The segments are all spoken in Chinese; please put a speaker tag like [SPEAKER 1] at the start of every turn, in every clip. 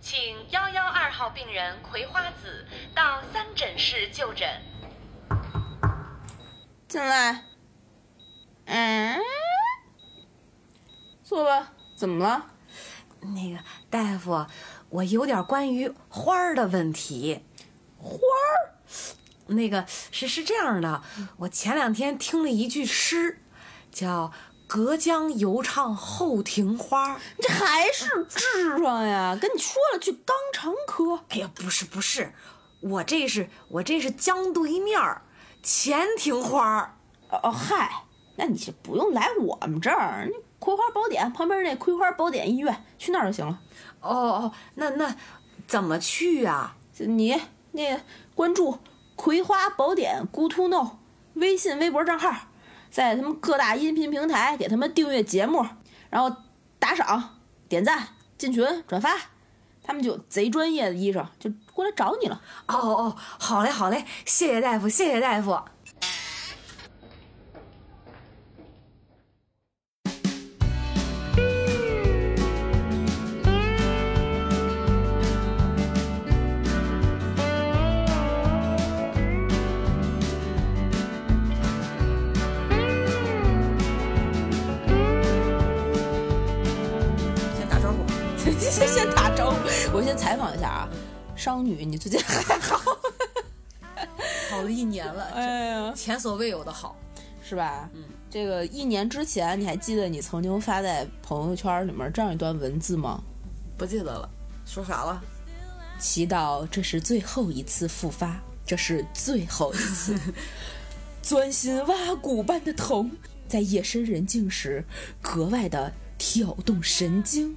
[SPEAKER 1] 请幺幺二号病人葵花子到三诊室就诊。
[SPEAKER 2] 进来。嗯，坐吧。怎么了？
[SPEAKER 3] 那个大夫，我有点关于花儿的问题。
[SPEAKER 2] 花儿？
[SPEAKER 3] 那个是是这样的，我前两天听了一句诗，叫“隔江犹唱后庭花”。
[SPEAKER 2] 你这还是痔疮呀？跟你说了，去肛肠科。
[SPEAKER 3] 哎呀，不是不是，我这是我这是江对面儿前庭花儿。
[SPEAKER 2] 哦哦嗨，那你就不用来我们这儿，你葵花宝典旁边那葵花宝典医院，去那儿就行了。
[SPEAKER 3] 哦哦，那那怎么去啊？
[SPEAKER 2] 你那关注“葵花宝典 Good to Know” 微信、微博账号，在他们各大音频平台给他们订阅节目，然后打赏、点赞、进群、转发，他们就贼专业的医生就过来找你了。
[SPEAKER 3] 哦哦，好嘞好嘞，谢谢大夫，谢谢大夫。
[SPEAKER 2] 先打招呼，先先打招呼。我先采访一下啊，商女，你最近还好？
[SPEAKER 3] 好了一年了，
[SPEAKER 2] 哎呀，
[SPEAKER 3] 前所未有的好。
[SPEAKER 2] 是吧？嗯，这个一年之前，你还记得你曾经发在朋友圈里面这样一段文字吗？
[SPEAKER 3] 不记得了，说啥了？
[SPEAKER 2] 祈祷这是最后一次复发，这是最后一次。钻心挖骨般的疼，在夜深人静时格外的挑动神经，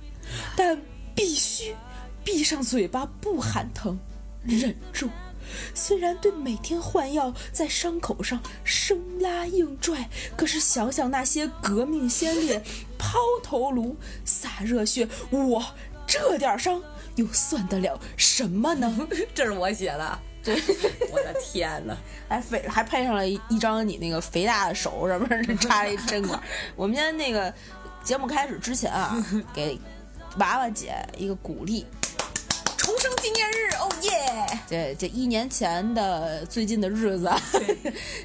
[SPEAKER 2] 但必须闭上嘴巴不喊疼，忍住。虽然对每天换药在伤口上生拉硬拽，可是想想那些革命先烈抛头颅洒热血，我这点伤又算得了什么呢？
[SPEAKER 3] 这是我写的。 我的天哪！
[SPEAKER 2] 还哎肥还配上了一一张你那个肥大的手，上面插了一针 管。我们今天那个节目开始之前啊，给娃娃姐一个鼓励。
[SPEAKER 3] 重生纪念日，哦耶！
[SPEAKER 2] 这这一年前的最近的日子，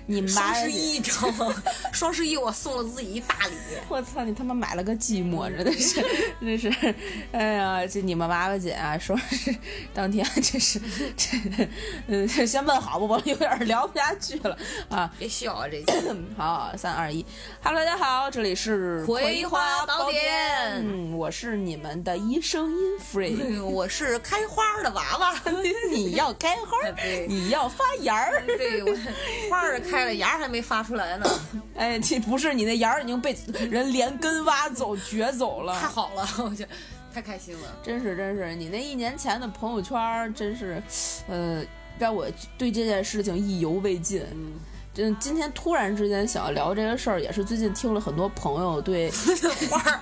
[SPEAKER 2] 你妈
[SPEAKER 3] 双十 一，你知道吗？双十一我送了自己一大礼。
[SPEAKER 2] 我操！你他妈买了个寂寞，真的 是，真是，哎呀，这你们娃娃姐啊，说是当天啊真是，这嗯，先问好吧，我有点聊不下去了啊。
[SPEAKER 3] 别笑啊，这期
[SPEAKER 2] 好，三二一，Hello，大家好，这里是
[SPEAKER 3] 葵花宝典
[SPEAKER 2] 嗯，我是你们的医生 In Free，
[SPEAKER 3] 嗯我是开花的娃娃。
[SPEAKER 2] 你要开花儿
[SPEAKER 3] 对，
[SPEAKER 2] 你要发芽儿，
[SPEAKER 3] 对，我花儿开了，芽儿还没发出 来呢，
[SPEAKER 2] 哎，这不是你那芽儿已经被人连根挖走、掘走
[SPEAKER 3] 太
[SPEAKER 2] 了。
[SPEAKER 3] 好了， 我觉得太开心了。
[SPEAKER 2] 真是真是，你那一年前的朋友圈儿真 是，呃，让我对这件事情意犹未尽。真今天突然之间想要聊这个事儿，也是最近听了很多朋友对
[SPEAKER 3] 花儿，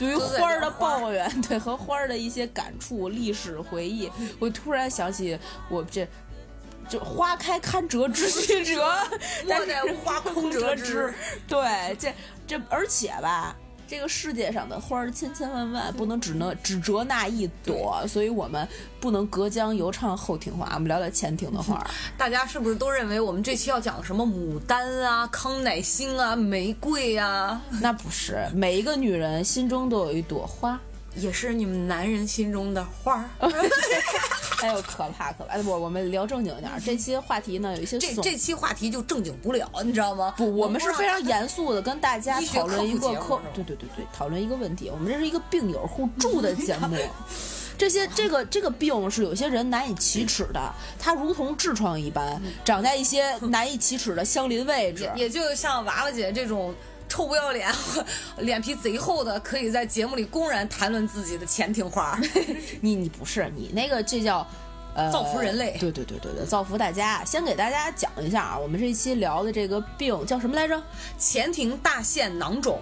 [SPEAKER 2] 对于
[SPEAKER 3] 都在
[SPEAKER 2] 花儿的
[SPEAKER 3] 聊花儿
[SPEAKER 2] 抱怨， 对和花儿的一些感触、历史回忆，我突然想起我这。就花开堪折 直须折，
[SPEAKER 3] 莫待 花空折枝。
[SPEAKER 2] 对，这这而且吧，这个世界上的花儿千千万万，不能只能只折那一朵，所以我们不能隔江犹唱后庭花，我们聊聊前庭的花 儿。
[SPEAKER 3] 大家是不是都认为我们这期要讲什么牡丹啊、康乃馨啊、玫瑰啊？
[SPEAKER 2] 那不是每一个女人心中都有一朵花。
[SPEAKER 3] 也是你们男人心中的花儿。
[SPEAKER 2] 哎呦，可怕可怕！我我们聊正经点儿，这些话题呢有一些
[SPEAKER 3] 这
[SPEAKER 2] 耸
[SPEAKER 3] 这期话题就正经不了，你知道吗？
[SPEAKER 2] 不，我们是
[SPEAKER 3] 让
[SPEAKER 2] 非常严肃的跟大家
[SPEAKER 3] 医学
[SPEAKER 2] 讨论一
[SPEAKER 3] 科
[SPEAKER 2] 个
[SPEAKER 3] 普节
[SPEAKER 2] 科
[SPEAKER 3] 目是吧，
[SPEAKER 2] 对对对对，讨论一个问题。我们这是一个病友互助的节 目。这些这个这个病是有些人难以启齿的，它如同痔疮一般，长在一些难以启齿的相邻位置。
[SPEAKER 3] 也就像娃娃姐这种臭不要脸、脸皮贼厚的，可以在节目里公然谈论自己的前庭 花。
[SPEAKER 2] 你你不是你那个这叫。呃，
[SPEAKER 3] 造福人类
[SPEAKER 2] 对对对对对，造福大家。先给大家讲一下啊，我们这一期聊的这个病叫什么来着？
[SPEAKER 3] 前庭大腺囊肿，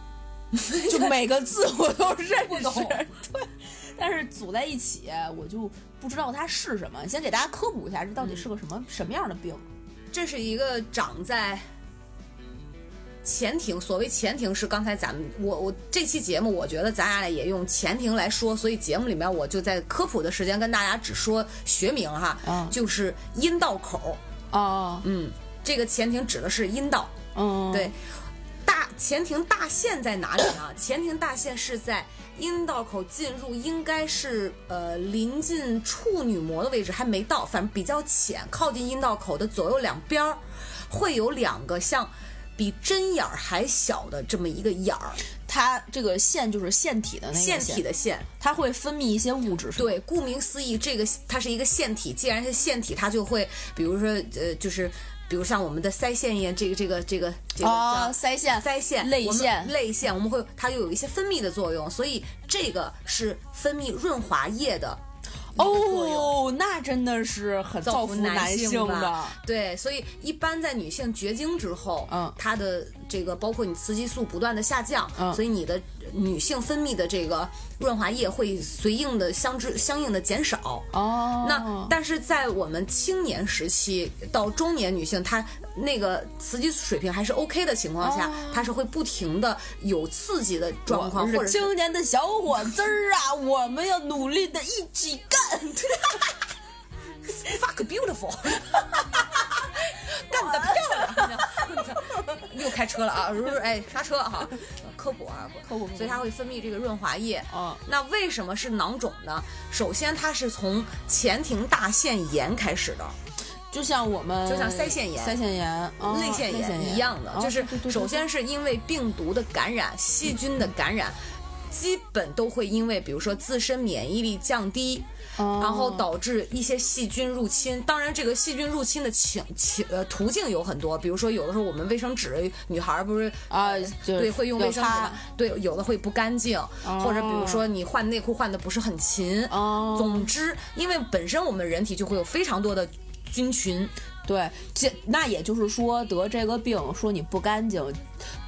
[SPEAKER 2] 就每个字我都认识，
[SPEAKER 3] 不懂
[SPEAKER 2] 对，但是组在一起我就不知道它是什么。先给大家科普一下，这到底是个什么、什么样的病？
[SPEAKER 3] 这是一个长在潜艇，所谓潜艇是刚才咱们我我这期节目，我觉得咱俩也用潜艇来说，所以节目里面我就在科普的时间跟大家只说学名哈，
[SPEAKER 2] 嗯
[SPEAKER 3] 就是阴道口，
[SPEAKER 2] 哦，
[SPEAKER 3] 嗯，这个潜艇指的是阴道，
[SPEAKER 2] 嗯，
[SPEAKER 3] 对，大潜艇大线在哪里呢？潜艇大线是在阴道口进入，应该是呃临近处女膜的位置，还没到，反正比较浅，靠近阴道口的左右两边儿会有两个像比针眼儿还小的这么一个眼儿，
[SPEAKER 2] 它这个腺就是腺体的那个
[SPEAKER 3] 腺体的腺。
[SPEAKER 2] 它会分泌一些物质，是吧，
[SPEAKER 3] 对，顾名思义，这个它是一个腺体，既然是腺体，它就会，比如说呃，就是。比如像我们的腮腺液，这个这个这个这个
[SPEAKER 2] 哦
[SPEAKER 3] 叫
[SPEAKER 2] 腮腺
[SPEAKER 3] 腮腺、
[SPEAKER 2] 泪
[SPEAKER 3] 我们
[SPEAKER 2] 腺
[SPEAKER 3] 泪腺，我们会它又有一些分泌的作用，所以这个是分泌润滑液的作用
[SPEAKER 2] 哦，那真的是很造福男
[SPEAKER 3] 性
[SPEAKER 2] 的。
[SPEAKER 3] 对，所以一般在女性绝经之后，
[SPEAKER 2] 嗯
[SPEAKER 3] 它的这个包括你雌激素不断的下降，
[SPEAKER 2] 嗯
[SPEAKER 3] 所以你的女性分泌的这个润滑液会随应的相之相应的减少。
[SPEAKER 2] 哦，
[SPEAKER 3] 那但是在我们青年时期到中年女性，她那个雌激素水平还是 OK 的情况下，她是会不停的有刺激的状
[SPEAKER 2] 哦我
[SPEAKER 3] 况，
[SPEAKER 2] 们
[SPEAKER 3] 或者
[SPEAKER 2] 是
[SPEAKER 3] 是
[SPEAKER 2] 青年的小伙子儿啊，我们要努力的一起干。
[SPEAKER 3] fuck beautiful，干得漂亮。又开车了啊！ 哎，刹车哈、科普啊，
[SPEAKER 2] 科普科普
[SPEAKER 3] 所以它会分泌这个润滑液。
[SPEAKER 2] 嗯
[SPEAKER 3] 那为什么是囊肿呢？首先，它是从前庭大腺炎开始的。
[SPEAKER 2] 就像我们，
[SPEAKER 3] 就像腮腺炎
[SPEAKER 2] 腮腺炎、哦
[SPEAKER 3] 内腺炎一样的，
[SPEAKER 2] 哦
[SPEAKER 3] 就是
[SPEAKER 2] 对对对
[SPEAKER 3] 首先是因为病毒的感染、细菌的感染，基本都会因为比如说自身免疫力降低，
[SPEAKER 2] 哦
[SPEAKER 3] 然后导致一些细菌入侵。当然，这个细菌入侵的情情呃途径有很多，比如说有的时候我们卫生纸，女孩儿不是
[SPEAKER 2] 啊
[SPEAKER 3] 呃
[SPEAKER 2] 就是
[SPEAKER 3] 对，会用卫生纸
[SPEAKER 2] 要
[SPEAKER 3] 嘛
[SPEAKER 2] 擦，
[SPEAKER 3] 对，有的会不干净，或者比如说你换内裤换的不是很勤。
[SPEAKER 2] 哦
[SPEAKER 3] 总之，因为本身我们人体就会有非常多的菌群，
[SPEAKER 2] 对，这那也就是说得这个病，说你不干净，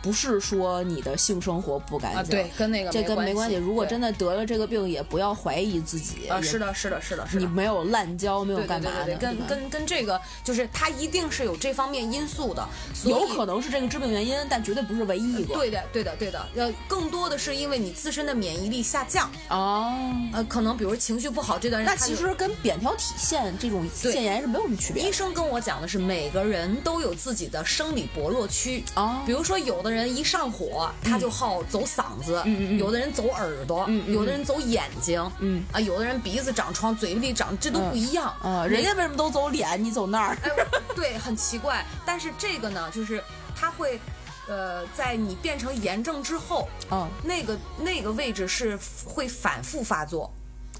[SPEAKER 2] 不是说你的性生活不干净，
[SPEAKER 3] 啊对跟那个
[SPEAKER 2] 这
[SPEAKER 3] 没
[SPEAKER 2] 跟没
[SPEAKER 3] 关系
[SPEAKER 2] 如果
[SPEAKER 3] 对
[SPEAKER 2] 真的得了这个病，也不要怀疑自己，
[SPEAKER 3] 啊，
[SPEAKER 2] 也
[SPEAKER 3] 是的，是的，是的，是的。
[SPEAKER 2] 你没有滥交，没有
[SPEAKER 3] 对对
[SPEAKER 2] 干
[SPEAKER 3] 对
[SPEAKER 2] 嘛的，
[SPEAKER 3] 对对，
[SPEAKER 2] 对
[SPEAKER 3] 跟
[SPEAKER 2] 吧
[SPEAKER 3] 跟跟这个就是它一定是有这方面因素的，所以
[SPEAKER 2] 有可能是这个致病原因，但绝对不是唯一一个。
[SPEAKER 3] 对的对的对的，呃，更多的是因为你自身的免疫力下降，
[SPEAKER 2] 哦，
[SPEAKER 3] 呃，可能比如情绪不好这段时
[SPEAKER 2] 那
[SPEAKER 3] 间它
[SPEAKER 2] 其
[SPEAKER 3] 有。
[SPEAKER 2] 实跟扁桃体腺这种
[SPEAKER 3] 对
[SPEAKER 2] 腺炎是没有什么区别
[SPEAKER 3] 医
[SPEAKER 2] 的。
[SPEAKER 3] 生跟我讲的是，每个人都有自己的生理薄弱区
[SPEAKER 2] 哦嗯
[SPEAKER 3] 比如说，有的人一上火，他就好走嗓子；有的人走耳朵；有的人走眼睛；
[SPEAKER 2] 嗯
[SPEAKER 3] 啊，有的人鼻子长疮，嘴里长，这都不一样。
[SPEAKER 2] 啊、人家为什么都走脸，你走那儿？
[SPEAKER 3] 哎，我对，很奇怪。但是这个呢，就是它会，呃，在你变成炎症之后，
[SPEAKER 2] 嗯，
[SPEAKER 3] 那个那个位置是会反复发作，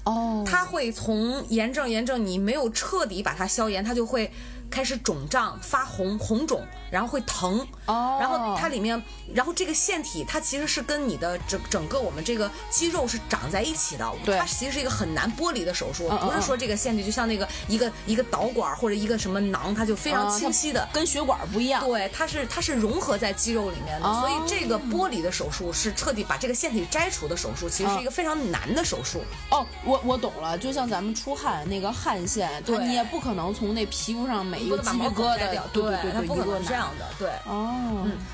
[SPEAKER 2] 哦，
[SPEAKER 3] 它会从炎症炎症，你没有彻底把它消炎，它就会开始肿胀、发红、红肿，然后会疼。
[SPEAKER 2] 哦
[SPEAKER 3] 然后它里面，然后这个腺体它其实是跟你的整整个我们这个肌肉是长在一起的，
[SPEAKER 2] 对
[SPEAKER 3] 它其实是一个很难剥离的手术，
[SPEAKER 2] 嗯嗯
[SPEAKER 3] 不是说这个腺体就像那个一个一个导管或者一个什么囊，它就非常
[SPEAKER 2] 啊
[SPEAKER 3] 清
[SPEAKER 2] 它
[SPEAKER 3] 晰的。
[SPEAKER 2] 跟血管不一样。
[SPEAKER 3] 哦对，它是它是融合在肌肉里面的，
[SPEAKER 2] 哦
[SPEAKER 3] 所以这个剥离的手术是彻底把这个腺体摘除的手术，其实是一个非常难的手术。
[SPEAKER 2] 哦，我我懂了，就像咱们出汗那个汗腺，它
[SPEAKER 3] 对
[SPEAKER 2] 你也不可能从那皮肤上每一
[SPEAKER 3] 不
[SPEAKER 2] 个
[SPEAKER 3] 能
[SPEAKER 2] 鸡
[SPEAKER 3] 把
[SPEAKER 2] 皮
[SPEAKER 3] 毛孔
[SPEAKER 2] 疙
[SPEAKER 3] 摘
[SPEAKER 2] 瘩
[SPEAKER 3] 掉，，
[SPEAKER 2] 对对
[SPEAKER 3] 它
[SPEAKER 2] 对，
[SPEAKER 3] 不可
[SPEAKER 2] 一个
[SPEAKER 3] 能是这
[SPEAKER 2] 拿
[SPEAKER 3] 样的，对。
[SPEAKER 2] 哦，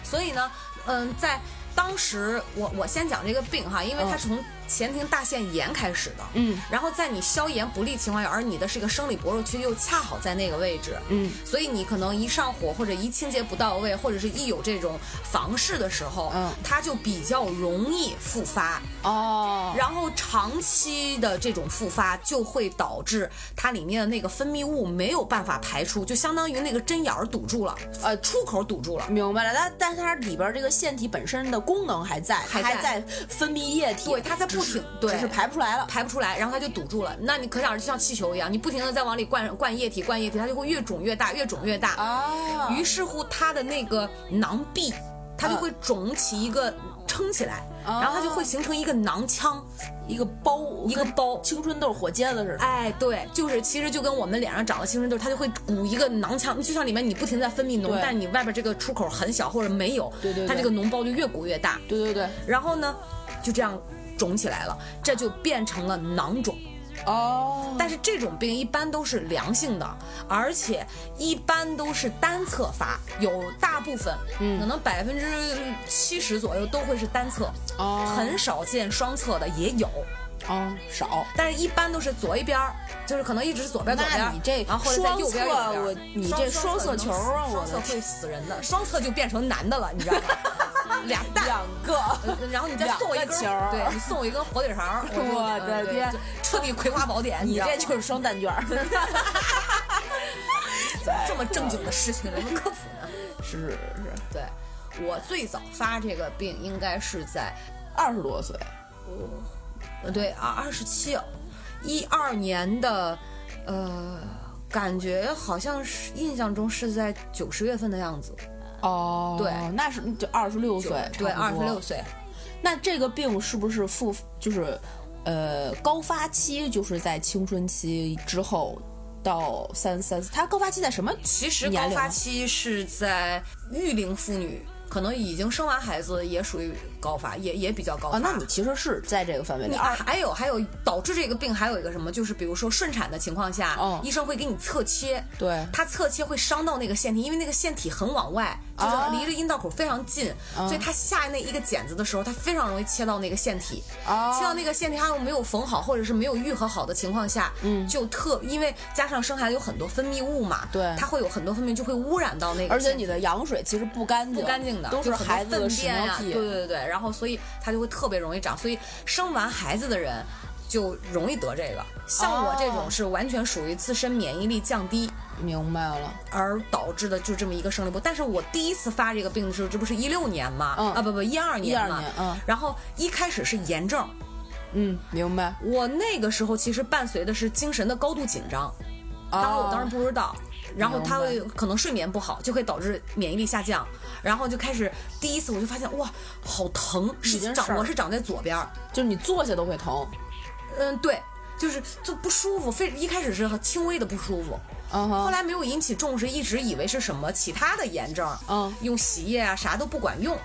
[SPEAKER 3] 所以呢，嗯，在当时我我先讲这个病哈，因为它是从前庭大腺炎开始的，
[SPEAKER 2] 哦嗯，
[SPEAKER 3] 然后在你消炎不利情况下，而你的是一个生理薄弱区又恰好在那个位置，
[SPEAKER 2] 嗯，
[SPEAKER 3] 所以你可能一上火或者一清洁不到位，或者是一有这种房事的时候，
[SPEAKER 2] 嗯
[SPEAKER 3] 它就比较容易复发，
[SPEAKER 2] 哦，
[SPEAKER 3] 然后长期的这种复发就会导致它里面的那个分泌物没有办法排出，就相当于那个针眼儿堵住了，
[SPEAKER 2] 呃
[SPEAKER 3] 出口堵住了。
[SPEAKER 2] 明白了，但但是它里边这个腺体本身的功能还在，
[SPEAKER 3] 还
[SPEAKER 2] 它还
[SPEAKER 3] 在
[SPEAKER 2] 在分泌液体，
[SPEAKER 3] 对它在
[SPEAKER 2] 只
[SPEAKER 3] 不
[SPEAKER 2] 是
[SPEAKER 3] 停对
[SPEAKER 2] 只是排不出来了。
[SPEAKER 3] 排不出来，然后它就堵住了。那你可想而知，像气球一样，你不停的在往里灌灌液体，灌液体，它就会越肿越大，越肿越大。
[SPEAKER 2] 啊
[SPEAKER 3] 于是乎，它的那个囊壁，它就会肿起一个撑起来，
[SPEAKER 2] 啊
[SPEAKER 3] 然后它就会形成一个囊腔，
[SPEAKER 2] 一个包，
[SPEAKER 3] 一个
[SPEAKER 2] 跟
[SPEAKER 3] 包
[SPEAKER 2] 青春痘火疖子似的。
[SPEAKER 3] 哎，对，就是其实就跟我们脸上长了青春痘，它就会鼓一个囊腔，就像里面你不停地在分泌脓
[SPEAKER 2] 对，
[SPEAKER 3] 但你外边这个出口很小或者没有，
[SPEAKER 2] 对对对
[SPEAKER 3] 它这个脓包就越鼓越大，
[SPEAKER 2] 对对对，
[SPEAKER 3] 然后呢，就这样肿起来了，这就变成了囊肿。
[SPEAKER 2] 哦，
[SPEAKER 3] 但是这种病一般都是良性的，而且一般都是单侧发，有大部分，
[SPEAKER 4] 嗯
[SPEAKER 3] 可能百分之七十左右都会是单侧，
[SPEAKER 2] 哦
[SPEAKER 3] 很少见双侧的也有，
[SPEAKER 2] 哦少。
[SPEAKER 3] 但是一般都是左一边儿，就是可能一直是左边左边
[SPEAKER 4] 那
[SPEAKER 3] 儿，
[SPEAKER 4] 你这
[SPEAKER 3] 然后或者在右边右
[SPEAKER 4] 双
[SPEAKER 3] 边
[SPEAKER 4] 侧
[SPEAKER 3] 儿
[SPEAKER 4] 我你这
[SPEAKER 3] 双
[SPEAKER 4] 双侧球啊
[SPEAKER 3] 能
[SPEAKER 4] 我
[SPEAKER 3] 双
[SPEAKER 4] 的
[SPEAKER 3] 侧会死人的，双侧就变成男的了，你知道吗？俩蛋。
[SPEAKER 4] 两个，
[SPEAKER 3] 呃然后你再送我一根
[SPEAKER 4] 两个球儿
[SPEAKER 3] 儿，对你送我一根火腿肠儿，就
[SPEAKER 4] 我的
[SPEAKER 3] 呃对
[SPEAKER 4] 天
[SPEAKER 3] 就彻底《葵花宝典》
[SPEAKER 4] 你
[SPEAKER 3] 知道吗，
[SPEAKER 4] 这就是双蛋卷儿。
[SPEAKER 3] 这么正经的事情，怎么科普呢？
[SPEAKER 2] 是是是，
[SPEAKER 3] 对我最早发这个病应该是在
[SPEAKER 2] 二十多岁，
[SPEAKER 3] 呃对啊二十七，一二年的，呃，感觉好像是印象中是在九十月份的样子，
[SPEAKER 2] 哦，
[SPEAKER 3] 对
[SPEAKER 2] 那是就二十六岁，
[SPEAKER 3] 对，
[SPEAKER 2] 差
[SPEAKER 3] 二
[SPEAKER 2] 不
[SPEAKER 3] 十
[SPEAKER 2] 多
[SPEAKER 3] 六。岁，
[SPEAKER 2] 那这个病是不是复就是，呃，高发期就是在青春期之后到三三，它高发期在什么？
[SPEAKER 3] 其实
[SPEAKER 2] 年
[SPEAKER 3] 高
[SPEAKER 2] 龄
[SPEAKER 3] 发期是在育龄妇女，可能已经生完孩子也属于高发，也也比较高发。
[SPEAKER 2] 啊，那你其实是在这个范围内。
[SPEAKER 3] 你
[SPEAKER 2] 二
[SPEAKER 3] 还有还有导致这个病还有一个什么，就是比如说顺产的情况下，
[SPEAKER 2] 哦
[SPEAKER 3] 医生会给你侧切，
[SPEAKER 2] 对
[SPEAKER 3] 他侧切会伤到那个腺体，因为那个腺体很往外，就是
[SPEAKER 2] 啊
[SPEAKER 3] 离着阴道口非常近，
[SPEAKER 2] 嗯
[SPEAKER 3] 所以他下那一个剪子的时候，他非常容易切到那个腺体，
[SPEAKER 2] 哦
[SPEAKER 3] 切到那个腺体，它又没有缝好或者是没有愈合好的情况下，嗯，就特因为加上生孩子有很多分泌物嘛，
[SPEAKER 2] 对
[SPEAKER 3] 它会有很多分泌就会污染到那个，
[SPEAKER 2] 而且你。的羊水其实不干净，
[SPEAKER 3] 不干净的，
[SPEAKER 2] 啊都
[SPEAKER 3] 就是很多
[SPEAKER 2] 孩子的
[SPEAKER 3] 粪
[SPEAKER 2] 屎
[SPEAKER 3] 便呀、
[SPEAKER 2] 尿屁。
[SPEAKER 3] 对对对，然后所以它就会特别容易长，所以生完孩子的人就容易得这个。像我这
[SPEAKER 2] 哦
[SPEAKER 3] 种是完全属于自身免疫力降低
[SPEAKER 2] 明白了。
[SPEAKER 3] 而导致的，就这么一个生理不。但是我第一次发这个病的时候，这不是一六年吗？
[SPEAKER 2] 嗯
[SPEAKER 3] 啊不不一二年
[SPEAKER 2] 12
[SPEAKER 3] 嘛。
[SPEAKER 2] 年嗯
[SPEAKER 3] 然后一开始是炎症，
[SPEAKER 2] 嗯，明白。
[SPEAKER 3] 我那个时候其实伴随的是精神的高度紧张。当然
[SPEAKER 2] 啊
[SPEAKER 3] 我当时不知道。然后他会可能睡眠不好，就会导致免疫力下降，然后就开始第一次我就发现哇，好疼，
[SPEAKER 2] 已经
[SPEAKER 3] 是
[SPEAKER 2] 事儿
[SPEAKER 3] 长我是长在左边儿，
[SPEAKER 2] 就是你坐下都会疼。
[SPEAKER 3] 嗯对，就是就不舒服，非一开始是轻微的不舒服，
[SPEAKER 2] 嗯
[SPEAKER 3] 后
[SPEAKER 2] 哼，
[SPEAKER 3] 来没有引起重视，一直以为是什么其他的炎症，
[SPEAKER 2] 嗯
[SPEAKER 3] 用洗液啊啥都不管用，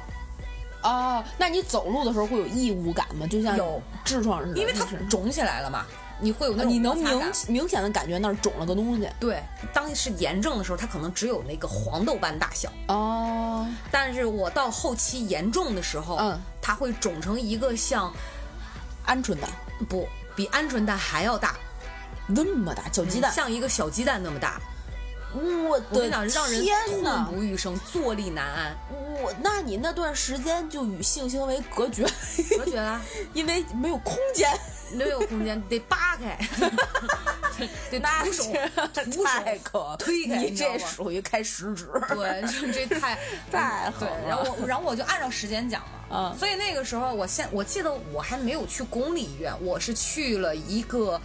[SPEAKER 2] 哦，那你走路的时候会有异物感吗？就像
[SPEAKER 3] 有
[SPEAKER 2] 痔疮似的，
[SPEAKER 3] 因为它
[SPEAKER 2] 就是
[SPEAKER 3] 肿起来了嘛，你会有那种
[SPEAKER 2] 啊你能
[SPEAKER 3] 摩擦
[SPEAKER 2] 明
[SPEAKER 3] 感
[SPEAKER 2] 明显的感觉那儿肿了个东西。
[SPEAKER 3] 对，当是炎症的时候，它可能只有那个黄豆般大小。
[SPEAKER 2] 哦，
[SPEAKER 3] 但是我到后期严重的时候，
[SPEAKER 2] 嗯
[SPEAKER 3] 它会肿成一个像
[SPEAKER 2] 鹌鹑蛋
[SPEAKER 3] 不比鹌鹑蛋还要大，
[SPEAKER 2] 那么大，小鸡蛋，
[SPEAKER 3] 像一个小鸡蛋那么大。
[SPEAKER 2] 我
[SPEAKER 3] 嗯我跟
[SPEAKER 2] 的
[SPEAKER 3] 你讲，让人
[SPEAKER 2] 天
[SPEAKER 3] 痛
[SPEAKER 2] 哪！
[SPEAKER 3] 不欲生，坐立难安。
[SPEAKER 2] 我，那你那段时间就与性行为隔绝，
[SPEAKER 3] 我觉得
[SPEAKER 2] 因为没有空间。
[SPEAKER 3] 没有空间，得 扒开，得徒手徒手
[SPEAKER 2] 太可
[SPEAKER 3] 推开，
[SPEAKER 2] 你
[SPEAKER 3] 知道
[SPEAKER 2] 这
[SPEAKER 3] 吗
[SPEAKER 2] 属于开食指。
[SPEAKER 3] 对，就这太
[SPEAKER 2] 太狠
[SPEAKER 3] 对
[SPEAKER 2] 了
[SPEAKER 3] 然后我，然后我就按照时间讲嘛。
[SPEAKER 2] 嗯
[SPEAKER 3] 所以那个时候，我现我记得我还没有去公立医院，我是去了一个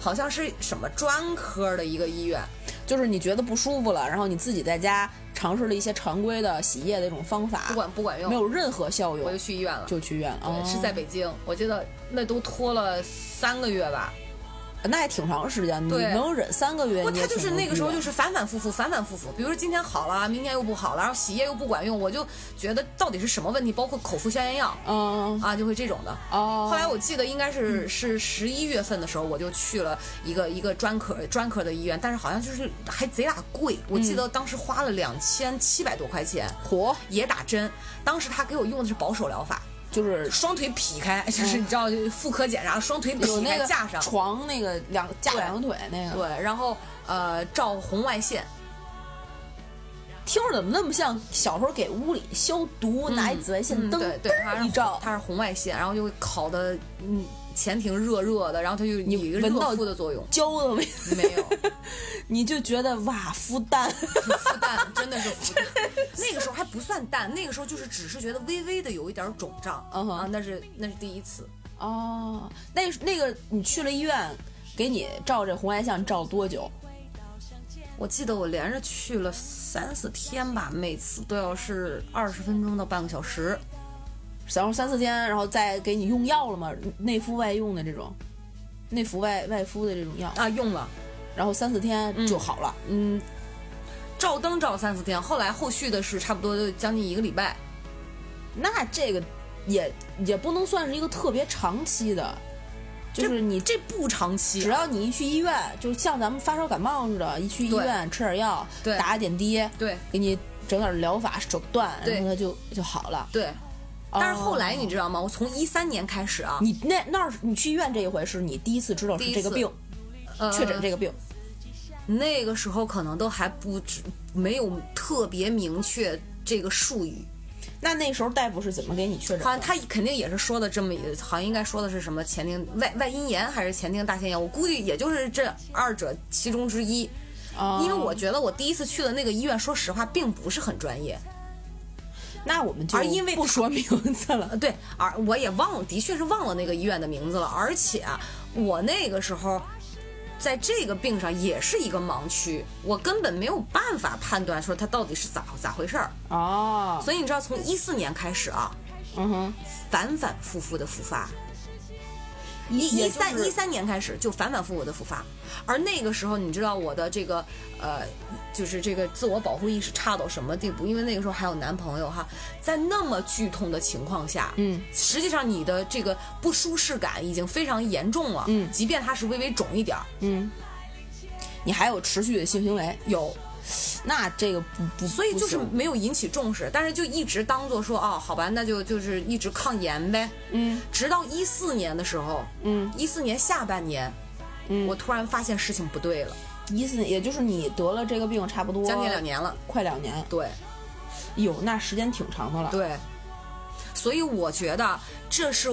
[SPEAKER 3] 好像是什么专科的一个医院。
[SPEAKER 2] 就是你觉得不舒服了，然后你自己在家尝试了一些常规的洗液的一种方法，
[SPEAKER 3] 不管不管用
[SPEAKER 2] 没有任何效
[SPEAKER 3] 我
[SPEAKER 2] 用
[SPEAKER 3] 就，去医院了。
[SPEAKER 2] 就去医院了。
[SPEAKER 3] 对
[SPEAKER 2] 哦
[SPEAKER 3] 是在北京，我记得那都拖了三个月吧。
[SPEAKER 2] 那也挺长时间，你
[SPEAKER 3] 对
[SPEAKER 2] 能忍三个月，
[SPEAKER 3] 不，
[SPEAKER 2] 你也
[SPEAKER 3] 他就是
[SPEAKER 2] 挺
[SPEAKER 3] 那个时候
[SPEAKER 2] 牛逼
[SPEAKER 3] 就
[SPEAKER 2] 的
[SPEAKER 3] 是反反复复，反反复复。比如说今天好了，明天又不好了，然后洗液又不管用，我就觉得到底是什么问题？包括口服消炎药
[SPEAKER 2] 嗯
[SPEAKER 3] 啊，就会这种的。
[SPEAKER 2] 哦，嗯
[SPEAKER 3] 后来我记得应该是是十一月份的时候，我就去了一个一个专科专科的医院，但是好像就是还贼拉贵，我
[SPEAKER 2] 嗯
[SPEAKER 3] 记得当时花了两千七百多块钱，
[SPEAKER 2] 火
[SPEAKER 3] 也打针。当时他给我用的是保守疗法，
[SPEAKER 2] 就是
[SPEAKER 3] 双腿劈开，就是你知道妇科检查，双腿
[SPEAKER 2] 有
[SPEAKER 3] 劈
[SPEAKER 2] 那
[SPEAKER 3] 开
[SPEAKER 2] 个
[SPEAKER 3] 架上，
[SPEAKER 2] 床那个两架
[SPEAKER 3] 对
[SPEAKER 2] 两个腿那个，
[SPEAKER 3] 对，然后呃照红外线，
[SPEAKER 2] 听着怎么那么像小时候给屋里消毒拿一紫外线
[SPEAKER 3] 嗯
[SPEAKER 2] 灯
[SPEAKER 3] 对对，它
[SPEAKER 2] 一
[SPEAKER 3] 是
[SPEAKER 2] 照，
[SPEAKER 3] 它是红外线，然后就会烤的嗯前庭热热的，然后它就有一个
[SPEAKER 2] 闻到。
[SPEAKER 3] 热敷的作用嗯
[SPEAKER 2] 焦的味道，
[SPEAKER 3] 没有，
[SPEAKER 2] 你就觉得哇孵蛋，
[SPEAKER 3] 孵蛋真的是孵蛋， 那个时候还不算蛋，那个时候就是只是觉得微微的有一点肿胀、
[SPEAKER 2] 嗯哼
[SPEAKER 3] 啊，那是那是第一次，
[SPEAKER 2] 哦，那那个你去了医院，给你照这红外线照多久？
[SPEAKER 3] 我记得我连着去了三四天吧，每次都要是二十分钟到半个小时，
[SPEAKER 2] 然后三四天，然后再给你用药了吗？内敷外用的这种，内敷外外敷的这种药，
[SPEAKER 3] 啊，用了。
[SPEAKER 2] 然后三四天就好了。
[SPEAKER 3] 嗯，照灯照三四天，后来后续的是差不多将近一个礼拜。
[SPEAKER 2] 那这个也也不能算是一个特别长期的，就是你
[SPEAKER 3] 这不长期
[SPEAKER 2] 只
[SPEAKER 3] 啊、
[SPEAKER 2] 要你一去医院，就像咱们发烧感冒似的，一去医
[SPEAKER 3] 对
[SPEAKER 2] 院吃点药，
[SPEAKER 3] 对
[SPEAKER 2] 打点滴，
[SPEAKER 3] 对
[SPEAKER 2] 给你整点疗法手段，
[SPEAKER 3] 对
[SPEAKER 2] 然后它就就好了。
[SPEAKER 3] 对。但是后
[SPEAKER 2] 哦
[SPEAKER 3] 来你知道吗？我从一三年开始啊，
[SPEAKER 2] 你那那儿你去医院这一回是你第一次知道
[SPEAKER 3] 第
[SPEAKER 2] 是
[SPEAKER 3] 一
[SPEAKER 2] 这个
[SPEAKER 3] 次
[SPEAKER 2] 病，
[SPEAKER 3] 呃
[SPEAKER 2] 确诊这个病，
[SPEAKER 3] 那个时候可能都还不知没有特别明确这个术语，
[SPEAKER 2] 那那时候大夫是怎么给你确诊的？
[SPEAKER 3] 好像他肯定也是说的这么一，好像应该说的是什么前庭外外阴炎还是前庭大腺炎，我估计也就是这二者其中之一。
[SPEAKER 2] 哦
[SPEAKER 3] 因为我觉得我第一次去的那个医院，说实话并不是很专业，
[SPEAKER 2] 那我们就
[SPEAKER 3] 而因为
[SPEAKER 2] 不说名字了，
[SPEAKER 3] 呃，对，而我也忘了，的确是忘了那个医院的名字了。而且啊、我那个时候，在这个病上也是一个盲区，我根本没有办法判断说它到底是咋咋回事儿。
[SPEAKER 2] 哦，
[SPEAKER 3] 所以你知道，从一四年开始啊，
[SPEAKER 2] 嗯哼，
[SPEAKER 3] 反反复复的复发，
[SPEAKER 2] 一
[SPEAKER 3] 一三一，三年开始就反反复复的复发，而那个时候你知道我的这个呃，就是这个自我保护意识差到什么地步？因为那个时候还有男朋友哈，在那么剧痛的情况下，嗯，实际上你的这个不舒适感已经非常严重了，嗯，即便它是微微肿一点儿，
[SPEAKER 2] 你还有持续的性行为，
[SPEAKER 3] 有，
[SPEAKER 2] 那这个不不，
[SPEAKER 3] 呃所以就是
[SPEAKER 2] 不行
[SPEAKER 3] 没有引起重视，但是就一直当做说哦，好吧，那就就是一直抗炎呗。嗯，直到一四年的时候，嗯，一四年下半年，嗯，我突然发现事情不对了，
[SPEAKER 2] 一四，也就是你得了这个病差不多
[SPEAKER 3] 将近两，年了。
[SPEAKER 2] 快两年，
[SPEAKER 3] 对
[SPEAKER 2] 有那时间挺长的了。
[SPEAKER 3] 对，所以我觉得这是，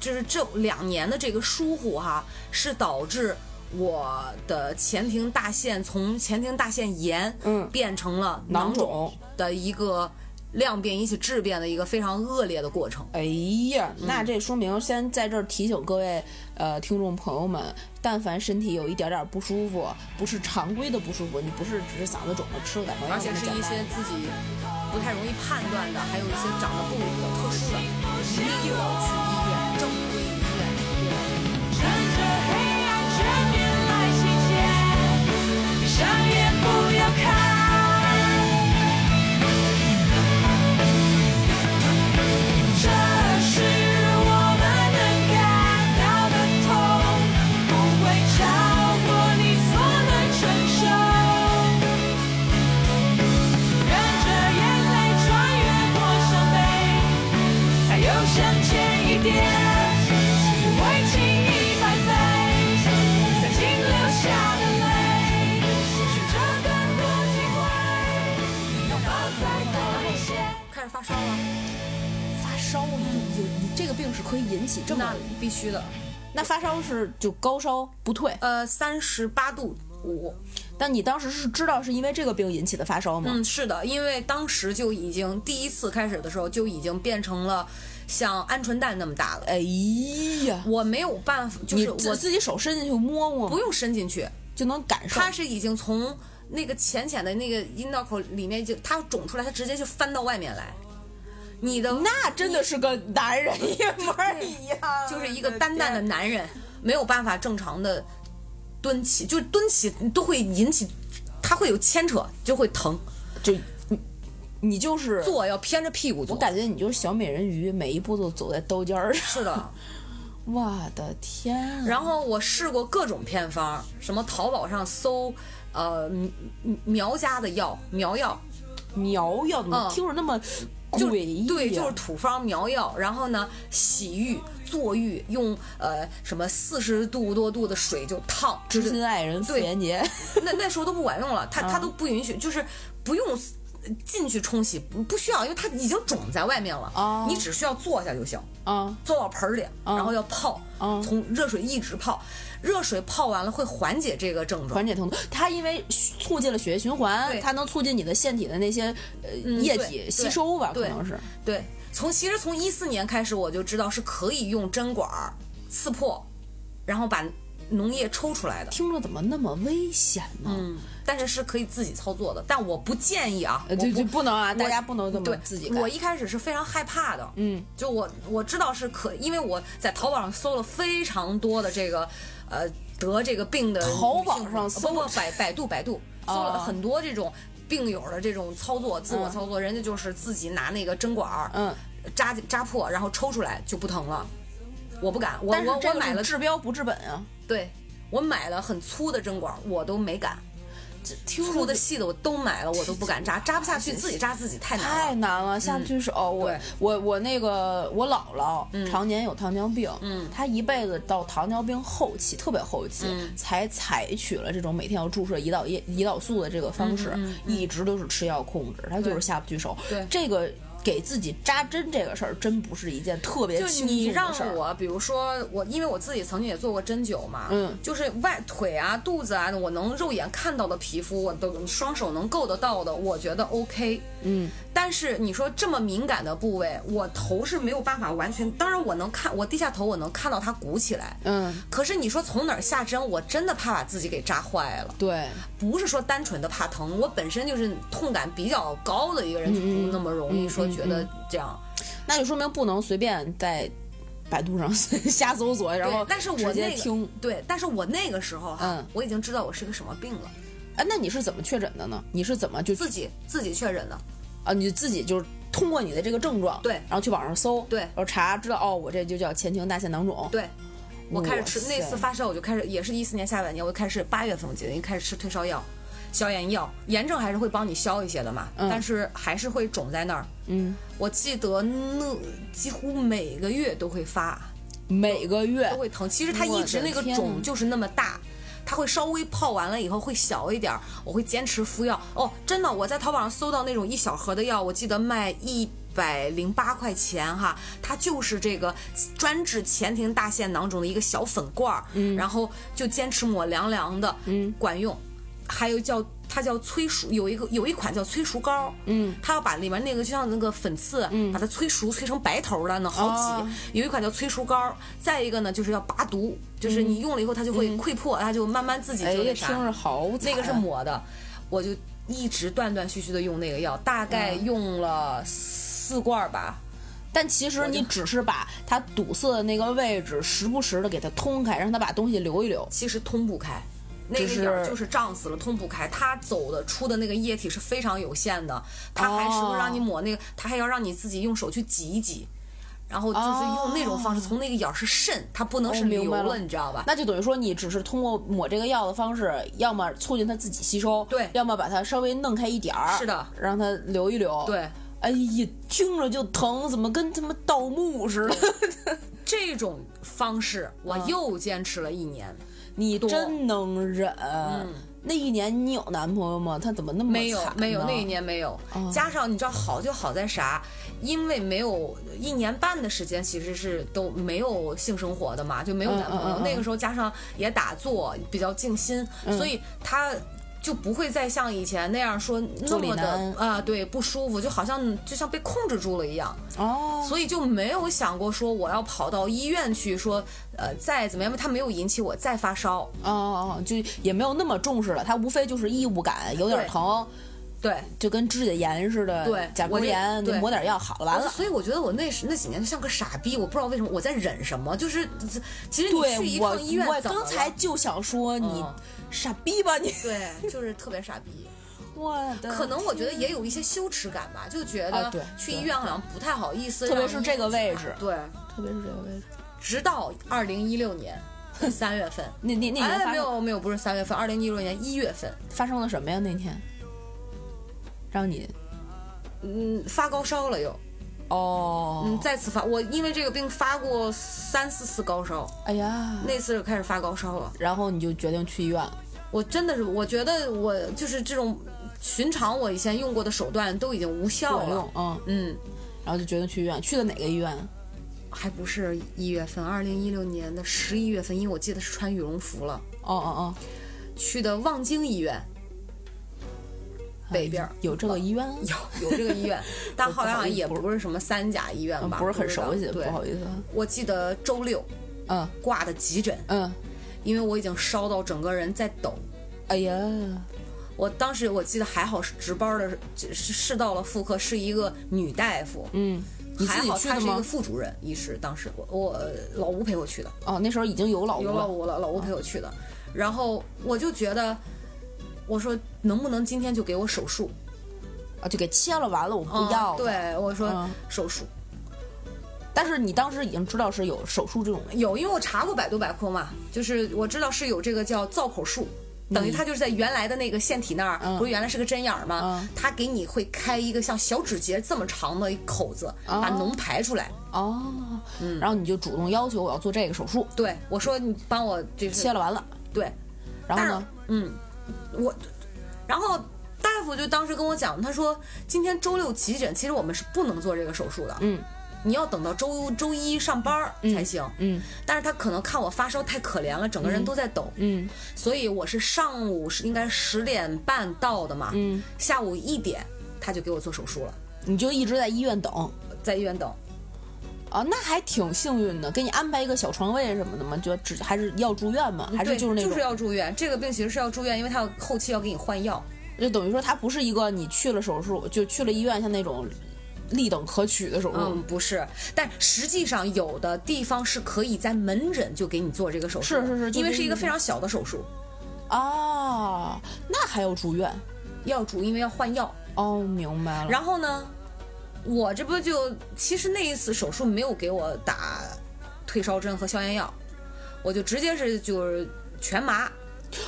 [SPEAKER 3] 就是这两年的这个疏忽哈，是导致我的前庭大腺从前庭大腺炎，
[SPEAKER 2] 嗯
[SPEAKER 3] 变成了
[SPEAKER 2] 囊
[SPEAKER 3] 囊
[SPEAKER 2] 肿
[SPEAKER 3] 肿的一个量变引起质变的一个非常恶劣的过程。
[SPEAKER 2] 哎呀，
[SPEAKER 3] 嗯
[SPEAKER 2] 那这说明先在这儿提醒各位呃听众朋友们，但凡身体有一点点不舒服，不是常规的不舒服，你不是只是嗓子肿了吃个感冒药
[SPEAKER 3] 而且
[SPEAKER 2] 那么
[SPEAKER 3] 是
[SPEAKER 2] 简
[SPEAKER 3] 一
[SPEAKER 2] 单
[SPEAKER 3] 些自己不太容易判断的，还有一些长得部位比较特殊的，一定要去医院，正规医院。
[SPEAKER 4] 趁着黑暗全面来袭前，闭上眼不要看，这是我们能感到的痛，不会超过你所能承受。让着眼泪穿越过伤悲，才又向前一点，不会轻易白费。曾经流下的泪，是这更多机会，拥抱再多一些。
[SPEAKER 3] 开始发烧了，
[SPEAKER 2] 发烧有有你这个病是可以引起这么
[SPEAKER 3] 那必须的。
[SPEAKER 2] 那发烧是就高烧不退，
[SPEAKER 3] 呃，三十八度五。
[SPEAKER 2] 但你当时是知道是因为这个病引起的发烧吗？
[SPEAKER 3] 嗯，是的，因为当时就已经第一次开始的时候就已经变成了像鹌鹑蛋那么大了，
[SPEAKER 2] 哎呀，
[SPEAKER 3] 我没有办法，就是
[SPEAKER 2] 你自
[SPEAKER 3] 我
[SPEAKER 2] 自己手伸进去摸摸，
[SPEAKER 3] 不用伸进去，
[SPEAKER 2] 就能感受。
[SPEAKER 3] 它是已经从那个浅浅的那个阴道口里面就它肿出来，它直接就翻到外面来。你的
[SPEAKER 2] 那真的是个男人一模一样，
[SPEAKER 3] 就是
[SPEAKER 2] 嗯
[SPEAKER 3] 一个单淡的男人，没有办法正常的蹲起，就是蹲起都会引起，他会有牵扯，就会疼。
[SPEAKER 2] 就你你就是
[SPEAKER 3] 坐要偏着屁股
[SPEAKER 2] 我
[SPEAKER 3] 坐，
[SPEAKER 2] 感觉你就是小美人鱼，每一步都走在刀尖儿上。
[SPEAKER 3] 是的。
[SPEAKER 2] 我的天、啊！
[SPEAKER 3] 然后我试过各种偏方，什么淘宝上搜，呃，苗苗家的药，苗药，
[SPEAKER 2] 苗药怎么
[SPEAKER 3] 嗯
[SPEAKER 2] 听着那么
[SPEAKER 3] 就
[SPEAKER 2] 诡异、啊
[SPEAKER 3] 对，就是土方苗药。然后呢，洗浴、坐浴，用呃什么四十度多度的水就烫，
[SPEAKER 2] 知心爱人
[SPEAKER 3] 对
[SPEAKER 2] 傅炎杰。
[SPEAKER 3] 那那时候都不管用了，他
[SPEAKER 2] 嗯
[SPEAKER 3] 他都不允许，就是不用进去冲洗，不不需要，因为它已经肿在外面了。
[SPEAKER 2] 哦
[SPEAKER 3] 你只需要坐下就行，
[SPEAKER 2] 啊
[SPEAKER 3] 坐到盆儿里，然后要泡，
[SPEAKER 2] 哦
[SPEAKER 3] 从热水一直泡，热水泡完了会缓解这个症状。
[SPEAKER 2] 缓解疼痛，它因为促进了血液循环，
[SPEAKER 3] 对
[SPEAKER 2] 它能促进你的腺体的那些呃液
[SPEAKER 3] 对
[SPEAKER 2] 体
[SPEAKER 3] 对
[SPEAKER 2] 吸收吧，可
[SPEAKER 3] 对
[SPEAKER 2] 能是。
[SPEAKER 3] 对，从其实从一四年开始我就知道是可以用针管儿刺破，然后把脓液抽出来的，
[SPEAKER 2] 听着怎么那么危险呢？
[SPEAKER 3] 嗯，但是是可以自己操作的，但我不建议啊，
[SPEAKER 2] 呃，
[SPEAKER 3] 我
[SPEAKER 2] 就
[SPEAKER 3] 不
[SPEAKER 2] 就不能啊，
[SPEAKER 3] 我
[SPEAKER 2] 大家不能这么
[SPEAKER 3] 对
[SPEAKER 2] 自己干
[SPEAKER 3] 我。一开始是非常害怕的，
[SPEAKER 2] 嗯，
[SPEAKER 3] 就我我知道是可，因为我在淘宝上搜了非常多的这个，呃，得这个病的
[SPEAKER 2] 淘宝
[SPEAKER 3] 女性
[SPEAKER 2] 上搜
[SPEAKER 3] 不不百百度百度搜了
[SPEAKER 2] 哦
[SPEAKER 3] 很多这种病友的这种操作，自我操作，人家就是自己拿那个针管儿，
[SPEAKER 2] 嗯，
[SPEAKER 3] 扎扎破，然后抽出来就不疼了。我不敢，我
[SPEAKER 2] 但是
[SPEAKER 3] 我
[SPEAKER 2] 这
[SPEAKER 3] 我
[SPEAKER 2] 个
[SPEAKER 3] 买
[SPEAKER 2] 是
[SPEAKER 3] 了，
[SPEAKER 2] 治标不治本啊，
[SPEAKER 3] 对我买了很粗的针管，我都没敢。
[SPEAKER 2] 听
[SPEAKER 3] 粗的细的我都买了，我都不敢扎，扎不下去，自己扎自己太难
[SPEAKER 2] 太
[SPEAKER 3] 了。
[SPEAKER 2] 难了，下不去手。哦我
[SPEAKER 3] 嗯对嗯
[SPEAKER 2] 我我那个我姥姥、常年有糖尿病，嗯，她一辈子到糖尿病后期，特别后期、
[SPEAKER 3] 嗯
[SPEAKER 2] 才采取了这种每天要注射胰岛液、胰岛素的这个方式，
[SPEAKER 3] 嗯
[SPEAKER 2] 一直都是吃药控制，她就是下不去手。
[SPEAKER 3] 对
[SPEAKER 2] 这个给自己扎针这个事儿，真不是一件特别
[SPEAKER 3] 就
[SPEAKER 2] 轻
[SPEAKER 3] 你
[SPEAKER 2] 松的
[SPEAKER 3] 让
[SPEAKER 2] 事儿。
[SPEAKER 3] 我，比如说我，因为我自己曾经也做过针灸嘛，
[SPEAKER 2] 嗯
[SPEAKER 3] 就是外腿啊、肚子啊，我能肉眼看到的皮肤，我都双手能够得到的，我觉得 OK。
[SPEAKER 2] 嗯，
[SPEAKER 3] 但是你说这么敏感的部位，我头是没有办法完全，当然我能看，我低下头我能看到它鼓起来，
[SPEAKER 2] 嗯，
[SPEAKER 3] 可是你说从哪儿下针，我真的怕把自己给扎坏了。
[SPEAKER 2] 对，
[SPEAKER 3] 不是说单纯的怕疼，我本身就是痛感比较高的一个人，
[SPEAKER 2] 嗯
[SPEAKER 3] 就不那么容易说觉得这样。
[SPEAKER 2] 那就说明不能随便在百度上 瞎搜索，然后
[SPEAKER 3] 对，但是我
[SPEAKER 2] 直接
[SPEAKER 3] 那个
[SPEAKER 2] 听。
[SPEAKER 3] 对，但是我那个时候哈、
[SPEAKER 2] 嗯
[SPEAKER 3] 我已经知道我是个什么病了，
[SPEAKER 2] 哎，那你是怎么确诊的呢？你是怎么就
[SPEAKER 3] 自己自己确诊的。
[SPEAKER 2] 啊，你自己就是通过你的这个症状，
[SPEAKER 3] 对
[SPEAKER 2] 然后去网上搜，
[SPEAKER 3] 对
[SPEAKER 2] 然后查知道哦，我这就叫前庭大腺囊肿，，
[SPEAKER 3] 对，我开始吃
[SPEAKER 2] 哇塞
[SPEAKER 3] 那次发烧，我就开始也是一四年下半年，我就开始八月份我记得就开始吃退烧药、消炎药，炎症还是会帮你消一些的嘛，
[SPEAKER 2] 嗯
[SPEAKER 3] 但是还是会肿在那儿。
[SPEAKER 2] 嗯，
[SPEAKER 3] 我记得那几乎每个月都会发，
[SPEAKER 2] 每个月
[SPEAKER 3] 都会疼。其实它
[SPEAKER 2] 我
[SPEAKER 3] 一
[SPEAKER 2] 的
[SPEAKER 3] 直那个
[SPEAKER 2] 天呐
[SPEAKER 3] 肿就是那么大，它会稍微泡完了以后会小一点儿。我会坚持服药。哦，真的，我在淘宝上搜到那种一小盒的药，我记得卖一。百零八块钱哈，它就是这个专治前庭大腺囊肿的一个小粉罐儿，嗯，然后就坚持抹凉凉的，嗯，管用。还有叫它叫催熟，有一个有一款叫催熟膏，嗯，它要把里面那个就像那个粉刺，嗯，把它催熟，催成白头了呢，好挤。
[SPEAKER 2] 哦
[SPEAKER 3] 有一款叫催熟膏，再一个呢就是要拔毒，就是你用了以后它就会溃破，它就慢慢自己
[SPEAKER 2] 嗯哎
[SPEAKER 3] 就
[SPEAKER 2] 呀，
[SPEAKER 3] 那
[SPEAKER 2] 听
[SPEAKER 3] 啥。
[SPEAKER 2] 着好惨，啊
[SPEAKER 3] 那个是抹的，我就一直断断续续的用那个药，大概
[SPEAKER 2] 嗯
[SPEAKER 3] 用了四罐儿吧。
[SPEAKER 2] 但其实你只是把它堵塞的那个位置，时不时的给它通开，让它把东西留一留，
[SPEAKER 3] 其实通不开，那个
[SPEAKER 2] 就是
[SPEAKER 3] 眼儿就是胀死了，通不开。它走的出的那个液体是非常有限的，它还时不时让
[SPEAKER 2] 哦
[SPEAKER 3] 你抹那个，它还要让你自己用手去挤一挤，然后就是用那种方式从那个眼儿是渗，它不能
[SPEAKER 2] 哦
[SPEAKER 3] 是
[SPEAKER 2] 明
[SPEAKER 3] 流
[SPEAKER 2] 白了
[SPEAKER 3] 你知道吧？
[SPEAKER 2] 那就等于说你只是通过抹这个药的方式，要么促进它自己吸收，
[SPEAKER 3] 对
[SPEAKER 2] 要么把它稍微弄开一点儿，
[SPEAKER 3] 是的
[SPEAKER 2] 让它留一留，
[SPEAKER 3] 对。
[SPEAKER 2] 哎呀，听着就疼，怎么跟他妈盗墓似 的？
[SPEAKER 3] 这种方式
[SPEAKER 2] 嗯
[SPEAKER 3] 我又坚持了一年，
[SPEAKER 2] 你
[SPEAKER 3] 多
[SPEAKER 2] 真能忍。那一年你有男朋友吗？他怎么那么
[SPEAKER 3] 没有
[SPEAKER 2] 惨呢哦
[SPEAKER 3] 没有那一年没有，加上你知道好就好在啥，因为没有一年半的时间其实是都没有性生活的嘛，就没有
[SPEAKER 2] 嗯
[SPEAKER 3] 男朋友。
[SPEAKER 2] 嗯嗯嗯
[SPEAKER 3] 那个时候加上也打坐比较静心，所以他。就不会再像以前那样说那
[SPEAKER 2] 坐立
[SPEAKER 3] 么的
[SPEAKER 2] 难
[SPEAKER 3] 啊、对，不舒服，就好像就像被控制住了一样。
[SPEAKER 2] 哦，
[SPEAKER 3] 所以就没有想过说我要跑到医院去说，呃，再怎么样，因为它没有引起我再发烧。
[SPEAKER 2] 哦哦，就也没有那么重视了。他无非就是异物感，有点
[SPEAKER 3] 对
[SPEAKER 2] 疼，
[SPEAKER 3] 对，
[SPEAKER 2] 就跟指甲炎似的，
[SPEAKER 3] 对
[SPEAKER 2] 甲沟炎，
[SPEAKER 3] 我就
[SPEAKER 2] 你
[SPEAKER 3] 对
[SPEAKER 2] 抹点药好了，完了。
[SPEAKER 3] 所以我觉得我那时那几年就像个傻逼，我不知道为什么我在忍什么，就是 其实你去
[SPEAKER 2] 对
[SPEAKER 3] 一
[SPEAKER 2] 我，
[SPEAKER 3] 趟医院
[SPEAKER 2] 我
[SPEAKER 3] 怎么
[SPEAKER 2] 刚
[SPEAKER 3] 了
[SPEAKER 2] 才就想说你
[SPEAKER 3] 嗯
[SPEAKER 2] 傻逼吧 你，
[SPEAKER 3] 对，就是特别傻逼。
[SPEAKER 2] 我的
[SPEAKER 3] 可能我觉得也有一些羞耻感吧，就觉
[SPEAKER 2] 啊
[SPEAKER 3] 得
[SPEAKER 2] 对
[SPEAKER 3] 去医院好像不太好意思，
[SPEAKER 2] 特别
[SPEAKER 3] 让
[SPEAKER 2] 是
[SPEAKER 3] 人
[SPEAKER 2] 这个位置
[SPEAKER 3] 对，
[SPEAKER 2] 特别是这个位置，
[SPEAKER 3] 直到二零一六年三月份，
[SPEAKER 2] 那那那年
[SPEAKER 3] 哎，
[SPEAKER 2] 发
[SPEAKER 3] 没
[SPEAKER 2] 生
[SPEAKER 3] 有没有，不是三月份，二零一六年一月份，
[SPEAKER 2] 发生了什么呀？那天让你
[SPEAKER 3] 嗯，发高烧了又。
[SPEAKER 2] 哦，
[SPEAKER 3] 嗯，再次发我因为这个病发过三四次高烧，
[SPEAKER 2] 哎呀，
[SPEAKER 3] 那次就开始发高烧了。
[SPEAKER 2] 然后你就决定去医院了。
[SPEAKER 3] 我真的是，我觉得我就是这种寻常我以前用过的手段都已经无效
[SPEAKER 2] 管
[SPEAKER 3] 了
[SPEAKER 2] 用。，嗯，
[SPEAKER 3] 嗯，
[SPEAKER 2] 然后就决定去医院，去的哪个医院？
[SPEAKER 3] 还不是一月份，二零一六年的十一月份，因为我记得是穿羽绒服了，
[SPEAKER 2] 哦哦哦，
[SPEAKER 3] 去的望京医院，
[SPEAKER 2] 哎
[SPEAKER 3] 北边儿
[SPEAKER 2] 有这个医院，啊
[SPEAKER 3] 有这个医 院，但后来好像也
[SPEAKER 2] 不好意思
[SPEAKER 3] 不是什么三甲医院了
[SPEAKER 2] 嗯
[SPEAKER 3] 吧？
[SPEAKER 2] 不是很
[SPEAKER 3] 知道
[SPEAKER 2] 熟悉，
[SPEAKER 3] 对
[SPEAKER 2] 不，好意思。啊
[SPEAKER 3] 我记得周六
[SPEAKER 2] 嗯
[SPEAKER 3] 挂的急诊，
[SPEAKER 2] 嗯，
[SPEAKER 3] 因为我已经烧到整个人在抖。
[SPEAKER 2] 哎呀，
[SPEAKER 3] 我当时我记得还好是值班的是是到了妇科是一个女大夫，
[SPEAKER 2] 嗯，你自
[SPEAKER 3] 还
[SPEAKER 2] 己
[SPEAKER 3] 好
[SPEAKER 2] 去
[SPEAKER 3] 她
[SPEAKER 2] 的
[SPEAKER 3] 是一个
[SPEAKER 2] 吗？
[SPEAKER 3] 副主任医师。当时我我老吴陪我去的，
[SPEAKER 2] 哦，那时候已经有老吴
[SPEAKER 3] 有
[SPEAKER 2] 了。
[SPEAKER 3] 老吴了，老吴陪我去的。然后我就觉得，我说能不能今天就给我手术？
[SPEAKER 2] 啊，就给切了，完了我不要了。
[SPEAKER 3] 嗯对，我说
[SPEAKER 2] 嗯
[SPEAKER 3] 手术。
[SPEAKER 2] 但是你当时已经知道是有手术这种
[SPEAKER 3] 有，因为我查过百度百科嘛，就是我知道是有这个叫造口术。等于它就是在原来的那个腺体那儿，
[SPEAKER 2] 嗯
[SPEAKER 3] 不是原来是个针眼儿吗
[SPEAKER 2] 嗯？
[SPEAKER 3] 它给你会开一个像小指节这么长的一口子，把脓排出来。
[SPEAKER 2] 哦，
[SPEAKER 3] 嗯
[SPEAKER 2] 然后你就主动要求我要做这个手术，
[SPEAKER 3] 对我说，你帮我就是
[SPEAKER 2] 切了完了，
[SPEAKER 3] 对，
[SPEAKER 2] 然后
[SPEAKER 3] 但是
[SPEAKER 2] 呢，，
[SPEAKER 3] 嗯，我，然后大夫就当时跟我讲，他说今天周六急诊，其实我们是不能做这个手术的，
[SPEAKER 2] 嗯
[SPEAKER 3] 你要等到周周一上班儿才行。
[SPEAKER 2] 嗯
[SPEAKER 3] 但是他可能看我发烧太可怜了，整个人都在抖，
[SPEAKER 2] 嗯
[SPEAKER 3] 所以我是上午是应该十点半到的嘛，
[SPEAKER 2] 嗯，
[SPEAKER 3] 下午一点他就给我做手术了，
[SPEAKER 2] 你就一直在医院等
[SPEAKER 3] 在医院等。
[SPEAKER 2] 啊，那还挺幸运的，给你安排一个小床位什么的嘛，就只还是要住院嘛，还是
[SPEAKER 3] 嗯对
[SPEAKER 2] 就是那种，
[SPEAKER 3] 要住院，这个病其实是要住院，因为他要后期要给你换药。
[SPEAKER 2] 就等于说它不是一个你去了手术就去了医院，像那种立等可取的手术，
[SPEAKER 3] 嗯，不是，但实际上有的地方是可以在门诊就给你做这个手术的，
[SPEAKER 2] 是是是就
[SPEAKER 3] 因为
[SPEAKER 2] 给
[SPEAKER 3] 是一个
[SPEAKER 2] 你
[SPEAKER 3] 非常小的手术，
[SPEAKER 2] 哦，那还要住院
[SPEAKER 3] 要住，因为要换药。
[SPEAKER 2] 哦，明白了。
[SPEAKER 3] 然后呢，我这不就其实那一次手术没有给我打退烧针和消炎药，我就直接是就是全麻。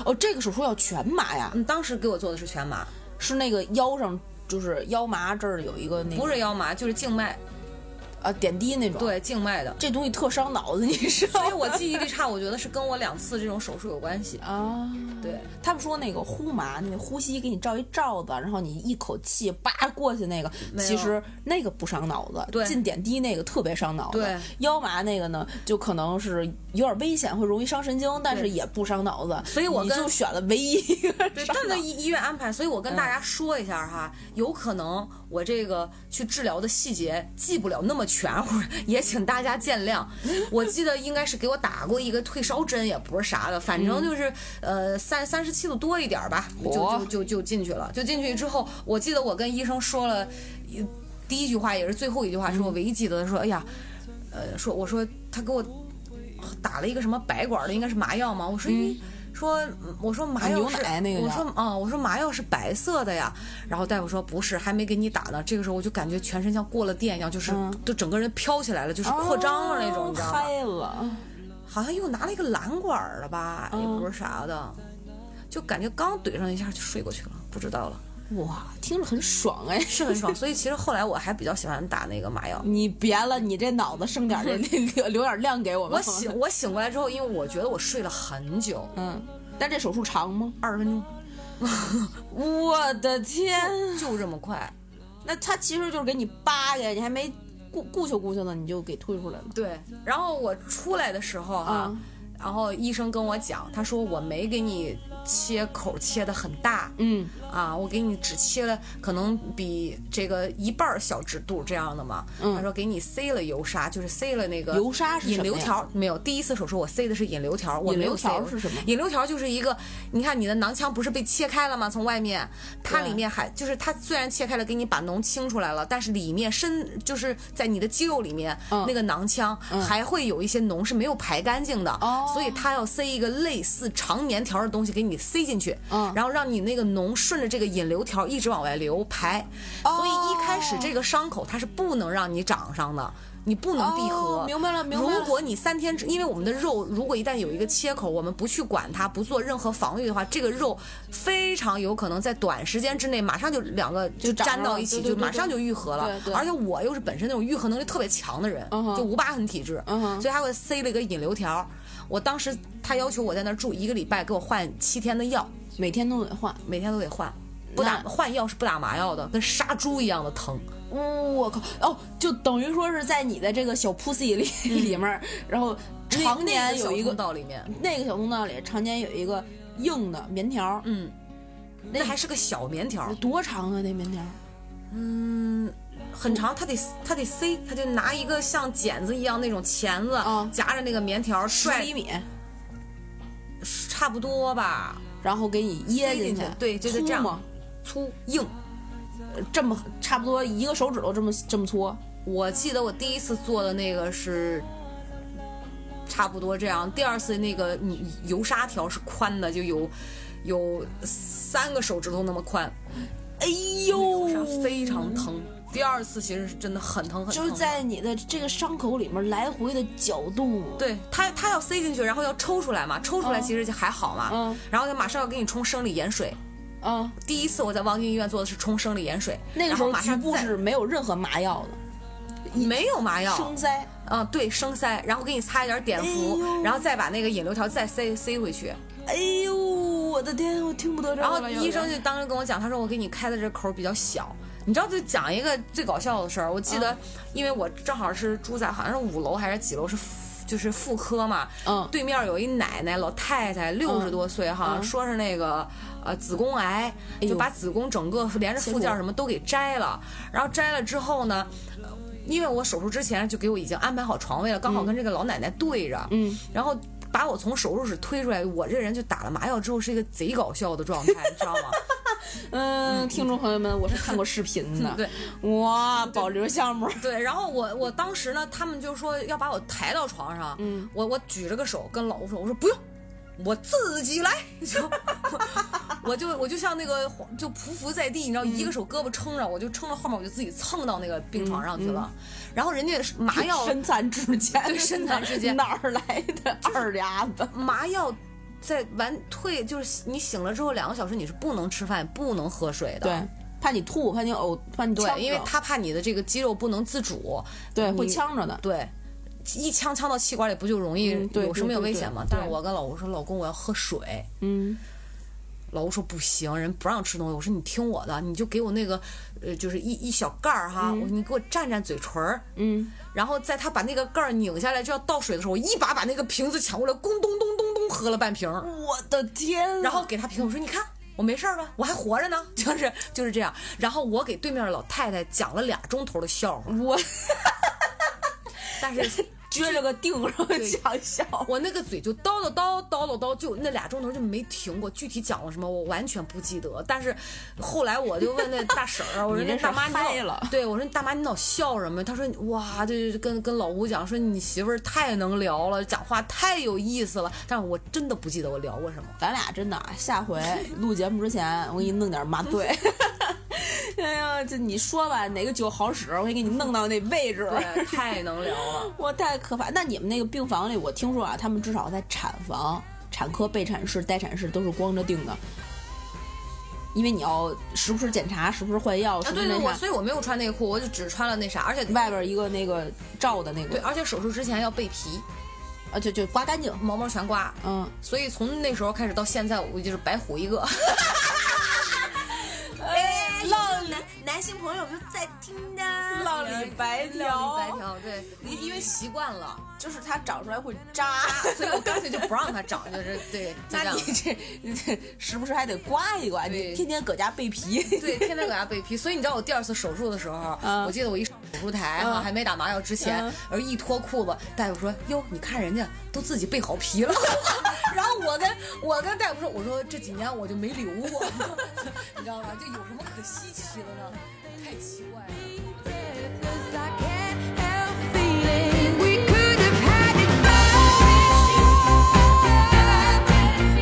[SPEAKER 2] 哦，这个手术要全麻呀，
[SPEAKER 3] 嗯，当时给我做的是全麻，
[SPEAKER 2] 是那个腰上就是腰麻这儿有一个那个
[SPEAKER 3] 不是腰麻就是静脉，
[SPEAKER 2] 啊点滴那种。，
[SPEAKER 3] 对静脉的。
[SPEAKER 2] 这东西特伤脑子，你知道
[SPEAKER 3] 所以
[SPEAKER 2] 吗？
[SPEAKER 3] 我记忆力差，我觉得是跟我两次这种手术有关系。
[SPEAKER 2] 啊，
[SPEAKER 3] 对，
[SPEAKER 2] 他们说那个呼麻，那个呼吸给你罩一罩子，然后你一口气叭过去那个，
[SPEAKER 3] 没有
[SPEAKER 2] 其实那个不伤脑子，
[SPEAKER 3] 对
[SPEAKER 2] 进点滴那个特别伤脑子。
[SPEAKER 3] 对
[SPEAKER 2] 腰麻那个呢，就可能是有点危险，会容易伤神经，但是也不伤脑子。
[SPEAKER 3] 所以我
[SPEAKER 2] 你
[SPEAKER 3] 跟
[SPEAKER 2] 就选了唯一一个
[SPEAKER 3] 对，
[SPEAKER 2] 伤脑嗯
[SPEAKER 3] 但那医医院安排，所以我跟大家说一下哈，有可能我这个去治疗的细节记不了那么全乎，也请大家见谅。我记得应该是给我打过一个退烧针，也不是啥的，反
[SPEAKER 2] 嗯
[SPEAKER 3] 正就是、呃三三十七度多一点儿吧，就
[SPEAKER 2] 嚯
[SPEAKER 3] 就就就进去了。就进去之后，我记得我跟医生说了，一第一句话也是最后一句话，是
[SPEAKER 2] 嗯
[SPEAKER 3] 我唯一记得的，说哎呀，呃，说我说他给我打了一个什么白管的，应该是麻药嘛，我说咦。说，嗯我说麻
[SPEAKER 2] 啊
[SPEAKER 3] 药
[SPEAKER 2] 牛
[SPEAKER 3] 是
[SPEAKER 2] 奶那个
[SPEAKER 3] 我
[SPEAKER 2] 药
[SPEAKER 3] 说啊、我说麻药是白色的呀，然后大夫说不是，还没给你打呢。这个时候我就感觉全身像过了电一样，就是、
[SPEAKER 2] 嗯
[SPEAKER 3] 就整个人飘起来了，就是扩张了那
[SPEAKER 2] 哦
[SPEAKER 3] 种，你知道吗？
[SPEAKER 2] 嗨了。
[SPEAKER 3] 好像又拿了一个蓝管儿的吧，也
[SPEAKER 2] 嗯
[SPEAKER 3] 不是啥的，就感觉刚怼上一下就睡过去了，不知道了，
[SPEAKER 2] 哇，听着很爽哎！
[SPEAKER 3] 是很爽。所以其实后来我还比较喜欢打那个麻药。
[SPEAKER 2] 你别了，你这脑子剩点儿这留留点量给我们。
[SPEAKER 3] 我醒，我醒过来之后，因为我觉得我睡了很久，
[SPEAKER 2] 嗯，但这手术长吗？
[SPEAKER 3] 二十分钟
[SPEAKER 2] 我的天！
[SPEAKER 3] 就这么快。
[SPEAKER 2] 那他其实就是给你扒开，你还没顾顾求顾求呢，你就给退出来了。
[SPEAKER 3] 对，然后我出来的时候哈、
[SPEAKER 2] 嗯
[SPEAKER 3] 然后医生跟我讲，他说我没给你切口切的很大，
[SPEAKER 2] 嗯，
[SPEAKER 3] 啊，我给你只切了可能比这个一半儿小指肚这样的嘛。
[SPEAKER 2] 嗯
[SPEAKER 3] 他说给你塞了油砂，就是塞了那个
[SPEAKER 2] 油砂是什
[SPEAKER 3] 引
[SPEAKER 2] 么
[SPEAKER 3] 流
[SPEAKER 2] 呀
[SPEAKER 3] 条，没有。第一次手术我塞的是引流条，我
[SPEAKER 2] 引
[SPEAKER 3] 没
[SPEAKER 2] 流
[SPEAKER 3] 有塞
[SPEAKER 2] 条
[SPEAKER 3] 油
[SPEAKER 2] 是什么
[SPEAKER 3] 引流条就是一个，你看你的囊腔不是被切开了吗？从外面，它
[SPEAKER 2] 对
[SPEAKER 3] 里面还就是它虽然切开了，给你把脓清出来了，但是里面深就是在你的肌肉里面、
[SPEAKER 2] 嗯
[SPEAKER 3] 那个囊腔还会有一些脓是没有排干净的，
[SPEAKER 2] 哦
[SPEAKER 3] 所以它要塞一个类似长棉条的东西给你塞进去，
[SPEAKER 2] 嗯
[SPEAKER 3] 然后让你那个脓顺着这个引流条一直往外流排，
[SPEAKER 2] 哦
[SPEAKER 3] 所以一开始这个伤口它是不能让你长上的，你不能闭合。
[SPEAKER 2] 哦明白了明白了
[SPEAKER 3] 如果你三天之，因为我们的肉如果一旦有一个切口，我们不去管它，不做任何防御的话，这个肉非常有可能在短时间之内马上就两个
[SPEAKER 2] 就长
[SPEAKER 3] 粘
[SPEAKER 2] 上
[SPEAKER 3] 到
[SPEAKER 2] 了
[SPEAKER 3] 一起，
[SPEAKER 2] 对对
[SPEAKER 3] 就
[SPEAKER 2] 对
[SPEAKER 3] 马上就愈合了。
[SPEAKER 2] 对对
[SPEAKER 3] 而且我又是本身那种愈合能力特别强的人，
[SPEAKER 2] 嗯哼
[SPEAKER 3] 就五疤痕体质，
[SPEAKER 2] 嗯哼
[SPEAKER 3] 所以他给我塞了一个引流条。我当时他要求我在那儿住一个礼拜，给我换七天的药。
[SPEAKER 2] 每天都得换。
[SPEAKER 3] 每天都得换，不打
[SPEAKER 2] 那
[SPEAKER 3] 换药是不打麻药的，跟杀猪一样的疼。嗯
[SPEAKER 2] 我靠！哦，就等于说是在你的这个小 pussy 里、里面儿，然后常年有一
[SPEAKER 3] 嗯那个
[SPEAKER 2] 个
[SPEAKER 3] 小通道里面，
[SPEAKER 2] 那个小通道里常年有一个硬的棉条儿，
[SPEAKER 3] 嗯，
[SPEAKER 2] 那
[SPEAKER 3] 那还是个小棉条，
[SPEAKER 2] 多长啊？那棉条儿
[SPEAKER 3] 嗯，很长，他得他得塞，他就拿一个像剪子一样那种钳子
[SPEAKER 2] 嗯，
[SPEAKER 3] 夹着那个棉条，
[SPEAKER 2] 十
[SPEAKER 3] 拽
[SPEAKER 2] 厘米，
[SPEAKER 3] 差不多吧，
[SPEAKER 2] 然后给你掖
[SPEAKER 3] 塞进
[SPEAKER 2] 去
[SPEAKER 3] 去，对就是
[SPEAKER 2] 粗
[SPEAKER 3] 这样
[SPEAKER 2] 吗
[SPEAKER 3] 粗硬。
[SPEAKER 2] 这么差不多一个手指头这么这么粗。
[SPEAKER 3] 我记得我第一次做的那个是。差不多这样，第二次那个你油砂条是宽的，就有有三个手指头那么宽，
[SPEAKER 2] 哎
[SPEAKER 3] 是
[SPEAKER 2] 呦，
[SPEAKER 3] 非常疼。第二次其实是真的很疼很
[SPEAKER 5] 就
[SPEAKER 3] 疼，
[SPEAKER 5] 是在你的这个伤口里面来回的搅动。
[SPEAKER 3] 对他，他要塞进去，然后要抽出来嘛，抽
[SPEAKER 2] 嗯
[SPEAKER 3] 出来其实就还好嘛。
[SPEAKER 5] 嗯
[SPEAKER 3] 然后他马上要给你冲生理盐水。
[SPEAKER 5] 啊，
[SPEAKER 3] 第一次我在望京医院做的是冲生理盐水，
[SPEAKER 2] 那个时候
[SPEAKER 3] 然后马
[SPEAKER 2] 局
[SPEAKER 3] 上
[SPEAKER 2] 部
[SPEAKER 3] 再
[SPEAKER 2] 是没有任何麻药的，
[SPEAKER 3] 没有麻药，
[SPEAKER 5] 生灾。
[SPEAKER 3] 嗯，对，生塞，然后给你擦一点碘伏，
[SPEAKER 5] 哎呦
[SPEAKER 3] 然后再把那个引流条再塞塞回去。
[SPEAKER 5] 哎呦，我的天，我听不得这
[SPEAKER 3] 然
[SPEAKER 5] 个
[SPEAKER 3] 后
[SPEAKER 5] 了。
[SPEAKER 3] 医生就当时跟我讲，他说我给你开的这口儿比较小。你知道，就讲一个最搞笑的事儿。我记得，因为我正好是住在好像是五楼还是几楼，是妇就是妇科嘛。
[SPEAKER 2] 嗯
[SPEAKER 3] 对面有一奶奶老太太，六十多岁哈，说是那个呃子宫癌，就把子宫整个连着附件儿什么都给摘了。然后摘了之后呢，呃因为我手术之前就给我已经安排好床位了，刚好跟这个老奶奶对着，嗯，然后。把我从手术室推出来，我这人就打了麻药之后是一个贼搞笑的状态，你知道吗？
[SPEAKER 2] 嗯，听众朋友们，我是看过视频的，
[SPEAKER 3] 对，
[SPEAKER 2] 哇，保留项目，
[SPEAKER 3] 对，然后我我当时呢，他们就说要把我抬到床上，嗯，我我举着个手跟老吴说，我说不用。我自己来， 就我就我就像那个黄就匍匐在地，你知道，一个手胳膊撑着，我就撑到后面，我就自己蹭到那个病床上去了。然后人家是麻药
[SPEAKER 2] 身残志坚，
[SPEAKER 3] 对身残志坚
[SPEAKER 2] 哪儿来的二俩子？
[SPEAKER 3] 麻药在完退，就是你醒了之后两个小时你是不能吃饭、不能喝水的。
[SPEAKER 2] 对，怕你吐，怕你呕，怕你呛着
[SPEAKER 3] 对，因为他怕你的这个肌肉不能自主，
[SPEAKER 2] 对会
[SPEAKER 3] 你
[SPEAKER 2] 呛着的，
[SPEAKER 3] 对，一呛呛到气管里不就容易
[SPEAKER 2] 嗯对
[SPEAKER 3] 有生命危险吗？
[SPEAKER 2] 对对对
[SPEAKER 3] 但是我跟老吴说，老公，我要喝水。
[SPEAKER 2] 嗯，
[SPEAKER 3] 老吴说不行，人不让吃东西。我说你听我的，你就给我那个，呃，就是一一小盖儿哈，我说你给我蘸蘸嘴唇儿，
[SPEAKER 2] 嗯，
[SPEAKER 3] 然后在他把那个盖儿拧下来就要倒水的时候，我一把把那个瓶子抢过来，咣咚咚咚咚喝了半瓶儿，
[SPEAKER 2] 嗯
[SPEAKER 5] 我的
[SPEAKER 2] 啊
[SPEAKER 5] 天，
[SPEAKER 3] 然后给他瓶，我说你看我没事儿吧，我还活着呢， 就是就是这样。然后我给对面的老太太讲了俩钟头的笑话，
[SPEAKER 2] 我
[SPEAKER 3] 但是
[SPEAKER 2] 撅着个腚上想笑，
[SPEAKER 3] 我那个嘴就叨叨叨叨叨叨，就那俩钟头就没停过。具体讲了什么，我完全不记得。但是后来我就问那大婶 儿，啊我说
[SPEAKER 2] 你这
[SPEAKER 3] 那
[SPEAKER 2] 是
[SPEAKER 3] 大妈你
[SPEAKER 2] 嗨
[SPEAKER 3] 老
[SPEAKER 2] 了
[SPEAKER 3] 对我说你大妈你老笑什么？她说哇，这就跟跟老吴讲说你媳妇儿太能聊了，讲话太有意思了。但是我真的不记得我聊过什么。
[SPEAKER 2] 咱俩真的啊，下回录节目之前，我给你弄点麻醉。哎呀，这你说吧，哪个酒好使，我先给你弄到那位置。
[SPEAKER 3] 对，太能聊了。
[SPEAKER 2] 我太可怕。那你们那个病房里，我听说啊，他们至少在产房、产科、备产室、待产室都是光着腚的，因为你要时不时检查，时不时换药，
[SPEAKER 3] 啊，
[SPEAKER 2] 时不
[SPEAKER 3] 对
[SPEAKER 2] 时
[SPEAKER 3] 对，
[SPEAKER 2] 那
[SPEAKER 3] 我
[SPEAKER 2] 啥。
[SPEAKER 3] 所以我没有穿内裤，我就只穿了那啥，而且
[SPEAKER 2] 外边一个那个罩的那
[SPEAKER 3] 对，
[SPEAKER 2] 个，
[SPEAKER 3] 而且手术之前要备皮，
[SPEAKER 2] 啊，就就刮干净。
[SPEAKER 3] 毛毛全刮。
[SPEAKER 2] 嗯，
[SPEAKER 3] 所以从那时候开始到现在，我就是白虎一个。
[SPEAKER 5] 哎，老男男性朋友们在听的，
[SPEAKER 2] 老李白
[SPEAKER 3] 一白
[SPEAKER 2] 条，
[SPEAKER 3] 条，哦对，因因为习惯了，
[SPEAKER 2] 就是它长出来会扎。
[SPEAKER 3] 所以我干脆就不让它长，就是 对，就这
[SPEAKER 2] 那
[SPEAKER 3] 样
[SPEAKER 2] 你。这你这时不时还得刮一刮，
[SPEAKER 3] 对
[SPEAKER 2] 你天天搁家备皮。
[SPEAKER 3] 对，天天给它备皮， 所以你知道我第二次手术的时候，
[SPEAKER 2] 嗯
[SPEAKER 3] 我记得我一上手术台哈、还没打麻药之前，然后一脱裤子，大夫说：“哟，你看人家都自己备好皮了。” 然后我跟我跟大夫说：“我说这几年我就没留过， 你知道吗？就有什么可稀奇的呢？太奇怪了。”
[SPEAKER 4] Cause I can't help feeling we could have had it both.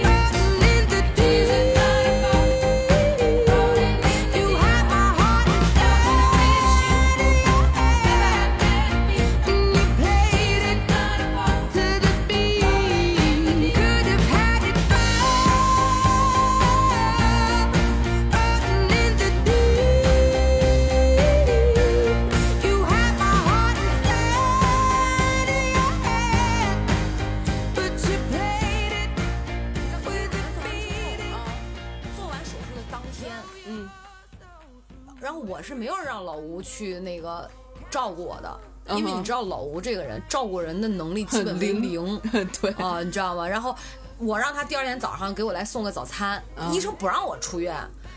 [SPEAKER 4] into these You had my heart and you played it to the beat. Could have had it both. You had my heart inside but you played it.
[SPEAKER 3] 做完之后啊，做完手术的当天，嗯，然后我是没有让老吴去那个照顾我的。因为
[SPEAKER 2] 嗯哼
[SPEAKER 3] 你知道老吴这个人照顾人的能力基本为
[SPEAKER 2] 很
[SPEAKER 3] 零，
[SPEAKER 2] 对
[SPEAKER 3] 啊，你知道吗？然后我让他第二天早上给我来送个早餐，医生不让我出院，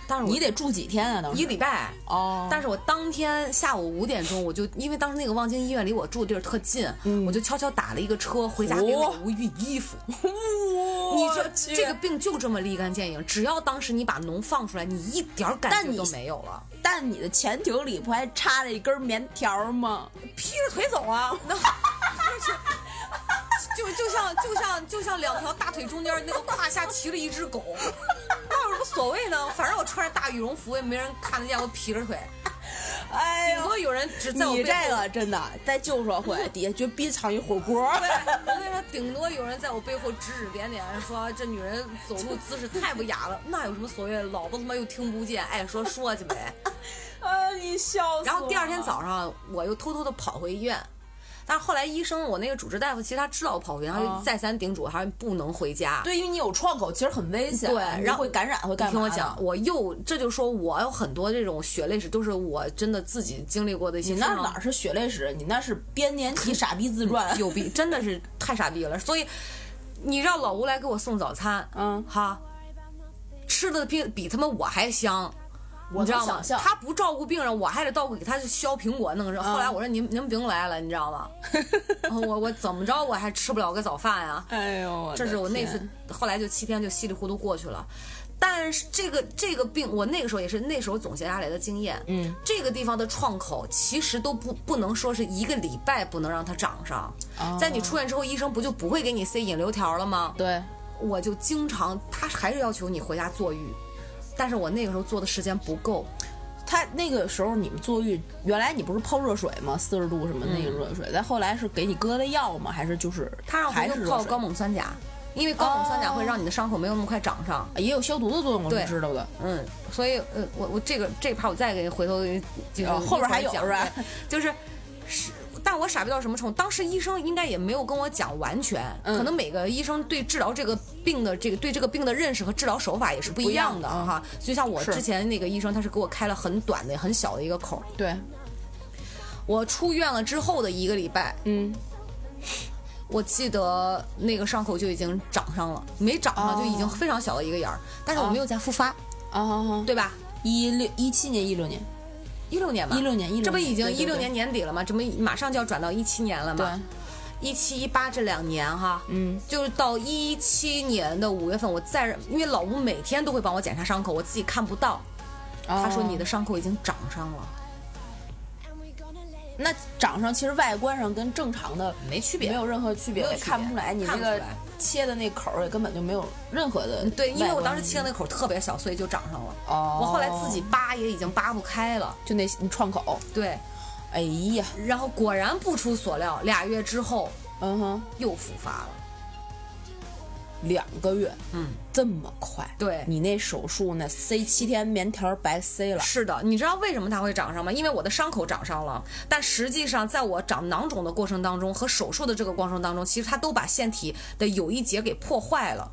[SPEAKER 3] 但是
[SPEAKER 2] 嗯
[SPEAKER 3] 我
[SPEAKER 2] 你得住几天啊？当时
[SPEAKER 3] 一礼拜
[SPEAKER 2] 哦
[SPEAKER 3] 但是我当天下午五点钟，我就因为当时那个望京医院离我住的地儿特近，
[SPEAKER 2] 嗯
[SPEAKER 3] 我就悄悄打了一个车回家给老吴熨衣服。你
[SPEAKER 2] 我
[SPEAKER 3] 这
[SPEAKER 2] 去
[SPEAKER 3] 这个病就这么立竿见影，只要当时你把脓放出来，你一点儿感
[SPEAKER 2] 但
[SPEAKER 3] 觉
[SPEAKER 2] 你
[SPEAKER 3] 都没有了，
[SPEAKER 2] 但你的前庭里不还插着一根棉条吗？
[SPEAKER 3] 劈着腿走啊，那就就像就像就像两条大腿中间那个胯下骑了一只狗， 那有什么所谓呢？反正我穿着大羽绒服也没人看得见我劈着腿。
[SPEAKER 2] 哎
[SPEAKER 3] 顶
[SPEAKER 2] 呦
[SPEAKER 3] 多有人只在我
[SPEAKER 2] 你
[SPEAKER 3] 背
[SPEAKER 2] 这
[SPEAKER 3] 后，
[SPEAKER 2] 个真的在旧社会底下绝逼藏一火锅儿，
[SPEAKER 3] 我跟你说，顶多有人在我背后指指点点，说这女人走路姿势太不雅了。那有什么所谓？老子他妈又听不见，爱说说去呗。
[SPEAKER 2] 哎，你笑死我了。
[SPEAKER 3] 然后第二
[SPEAKER 2] 啊
[SPEAKER 3] 天早上，我又偷偷的跑回医院。但是后来医生，我那个主治大夫其实他知道我跑回，然后就再三叮嘱，还是不能回家。
[SPEAKER 2] 哦对，因为你有创口，其实很危险，
[SPEAKER 3] 对
[SPEAKER 2] 你
[SPEAKER 3] 然后
[SPEAKER 2] 会感染，会
[SPEAKER 3] 你
[SPEAKER 2] 干嘛？
[SPEAKER 3] 听我讲，，我又这就说我有很多这种血泪史，都是我真的自己经历过的一些
[SPEAKER 2] 你
[SPEAKER 3] 事
[SPEAKER 2] 那
[SPEAKER 3] 儿。
[SPEAKER 2] 哪儿是血泪史？你那是编年体傻逼自传。
[SPEAKER 3] 有逼，真的是太傻逼了。所以你让老吴来给我送早餐，
[SPEAKER 2] 嗯
[SPEAKER 3] 哈，吃的比比他妈我还香。
[SPEAKER 2] 我
[SPEAKER 3] 你知
[SPEAKER 2] 能
[SPEAKER 3] 道吗
[SPEAKER 2] 想？象
[SPEAKER 3] 他不照顾病人，我还得到给他削苹果弄着。后来
[SPEAKER 2] 嗯
[SPEAKER 3] 我说您您甭来了，你知 道吗？然后我我怎么着我还吃不了个早饭啊呀、
[SPEAKER 2] 哎呦，
[SPEAKER 3] 这是我那
[SPEAKER 2] 那
[SPEAKER 3] 次，后来就七天就稀里糊涂过去了。但是这个这个病，我那个时候也是那时候总结下来的经验，嗯，这个地方的创口其实都不不能说是一个礼拜不能让它长上，在你出院之后，医生不就不会给你塞引流条了吗？
[SPEAKER 2] 对，
[SPEAKER 3] 我就经常他还是要求你回家坐浴，但是我那个时候做的时间不够，
[SPEAKER 2] 他那个时候你们坐浴，原来你不是泡热水吗？四十度什么那个热水，再、后来是给你搁的药吗？还是就是
[SPEAKER 3] 他让
[SPEAKER 2] 还
[SPEAKER 3] 我
[SPEAKER 2] 是
[SPEAKER 3] 们
[SPEAKER 2] 热
[SPEAKER 3] 泡
[SPEAKER 2] 水
[SPEAKER 3] 高锰酸钾，因为高锰酸钾会
[SPEAKER 2] 哦
[SPEAKER 3] 让你的伤口没有那么快长上。
[SPEAKER 2] 也有消毒的作用，我
[SPEAKER 3] 对
[SPEAKER 2] 是知道的。
[SPEAKER 3] 嗯，所以呃，我我这个这一趴我再给你回头给你就是
[SPEAKER 2] 哦后边还有
[SPEAKER 3] 一会儿
[SPEAKER 2] 是吧
[SPEAKER 3] 讲？对就是是，但我傻逼到什么程度？当时医生应该也没有跟我讲完全，
[SPEAKER 2] 嗯
[SPEAKER 3] 可能每个医生对治疗这个病的这个对这个病的认识和治疗手法也是不一样的
[SPEAKER 2] 不一样嗯
[SPEAKER 3] 哈。就像我
[SPEAKER 2] 是
[SPEAKER 3] 之前那个医生，他是给我开了很短的、很小的一个口儿。
[SPEAKER 2] 对，
[SPEAKER 3] 我出院了之后的一个礼拜，
[SPEAKER 2] 嗯，
[SPEAKER 3] 我记得那个伤口就已经长上了，没长上
[SPEAKER 2] 哦
[SPEAKER 3] 就已经非常小的一个眼儿，但是我没有再复发，
[SPEAKER 2] 啊啊啊！
[SPEAKER 3] 对吧？
[SPEAKER 2] 一六一七年、一六年、
[SPEAKER 3] 一六年吧，
[SPEAKER 2] 一六年、一六，
[SPEAKER 3] 这不已经
[SPEAKER 2] 对
[SPEAKER 3] 一六年？年底了吗？这不马上就要转到一七年了
[SPEAKER 2] 对对
[SPEAKER 3] 吗？一七一八这两年哈，
[SPEAKER 2] 嗯，
[SPEAKER 3] 就是到一七年的五月份，我再因为老吴每天都会帮我检查伤口，我自己看不到，
[SPEAKER 2] 对，哦
[SPEAKER 3] 他说你的伤口已经长上了，
[SPEAKER 2] 那长上其实外观上跟正常的
[SPEAKER 3] 没区
[SPEAKER 2] 没
[SPEAKER 3] 别。
[SPEAKER 2] 有任何区别，
[SPEAKER 3] 没有
[SPEAKER 2] 也
[SPEAKER 3] 区别
[SPEAKER 2] 看不出来你嗯
[SPEAKER 3] 看
[SPEAKER 2] 这
[SPEAKER 3] 不出
[SPEAKER 2] 个
[SPEAKER 3] 来
[SPEAKER 2] 切的那口儿也根本就没有任何的
[SPEAKER 3] 对，因为我
[SPEAKER 2] 外观
[SPEAKER 3] 当时切的那口特别小，所以就长上了。
[SPEAKER 2] 哦
[SPEAKER 3] 我后来自己扒也已经扒不开了。
[SPEAKER 2] 就那你创口，
[SPEAKER 3] 对，
[SPEAKER 2] 哎呀，
[SPEAKER 3] 然后果然不出所料，俩月之后
[SPEAKER 2] 嗯哼，
[SPEAKER 3] 又复发了。
[SPEAKER 2] 两个月，
[SPEAKER 3] 嗯，
[SPEAKER 2] 这么快，
[SPEAKER 3] 对
[SPEAKER 2] 你那手术那塞七天棉条白塞了，
[SPEAKER 3] 是的，你知道为什么它会长上吗？因为我的伤口长上了，但实际上在我长囊肿的过程当中和手术的这个过程当中，其实它都把腺体的有一节给破坏了。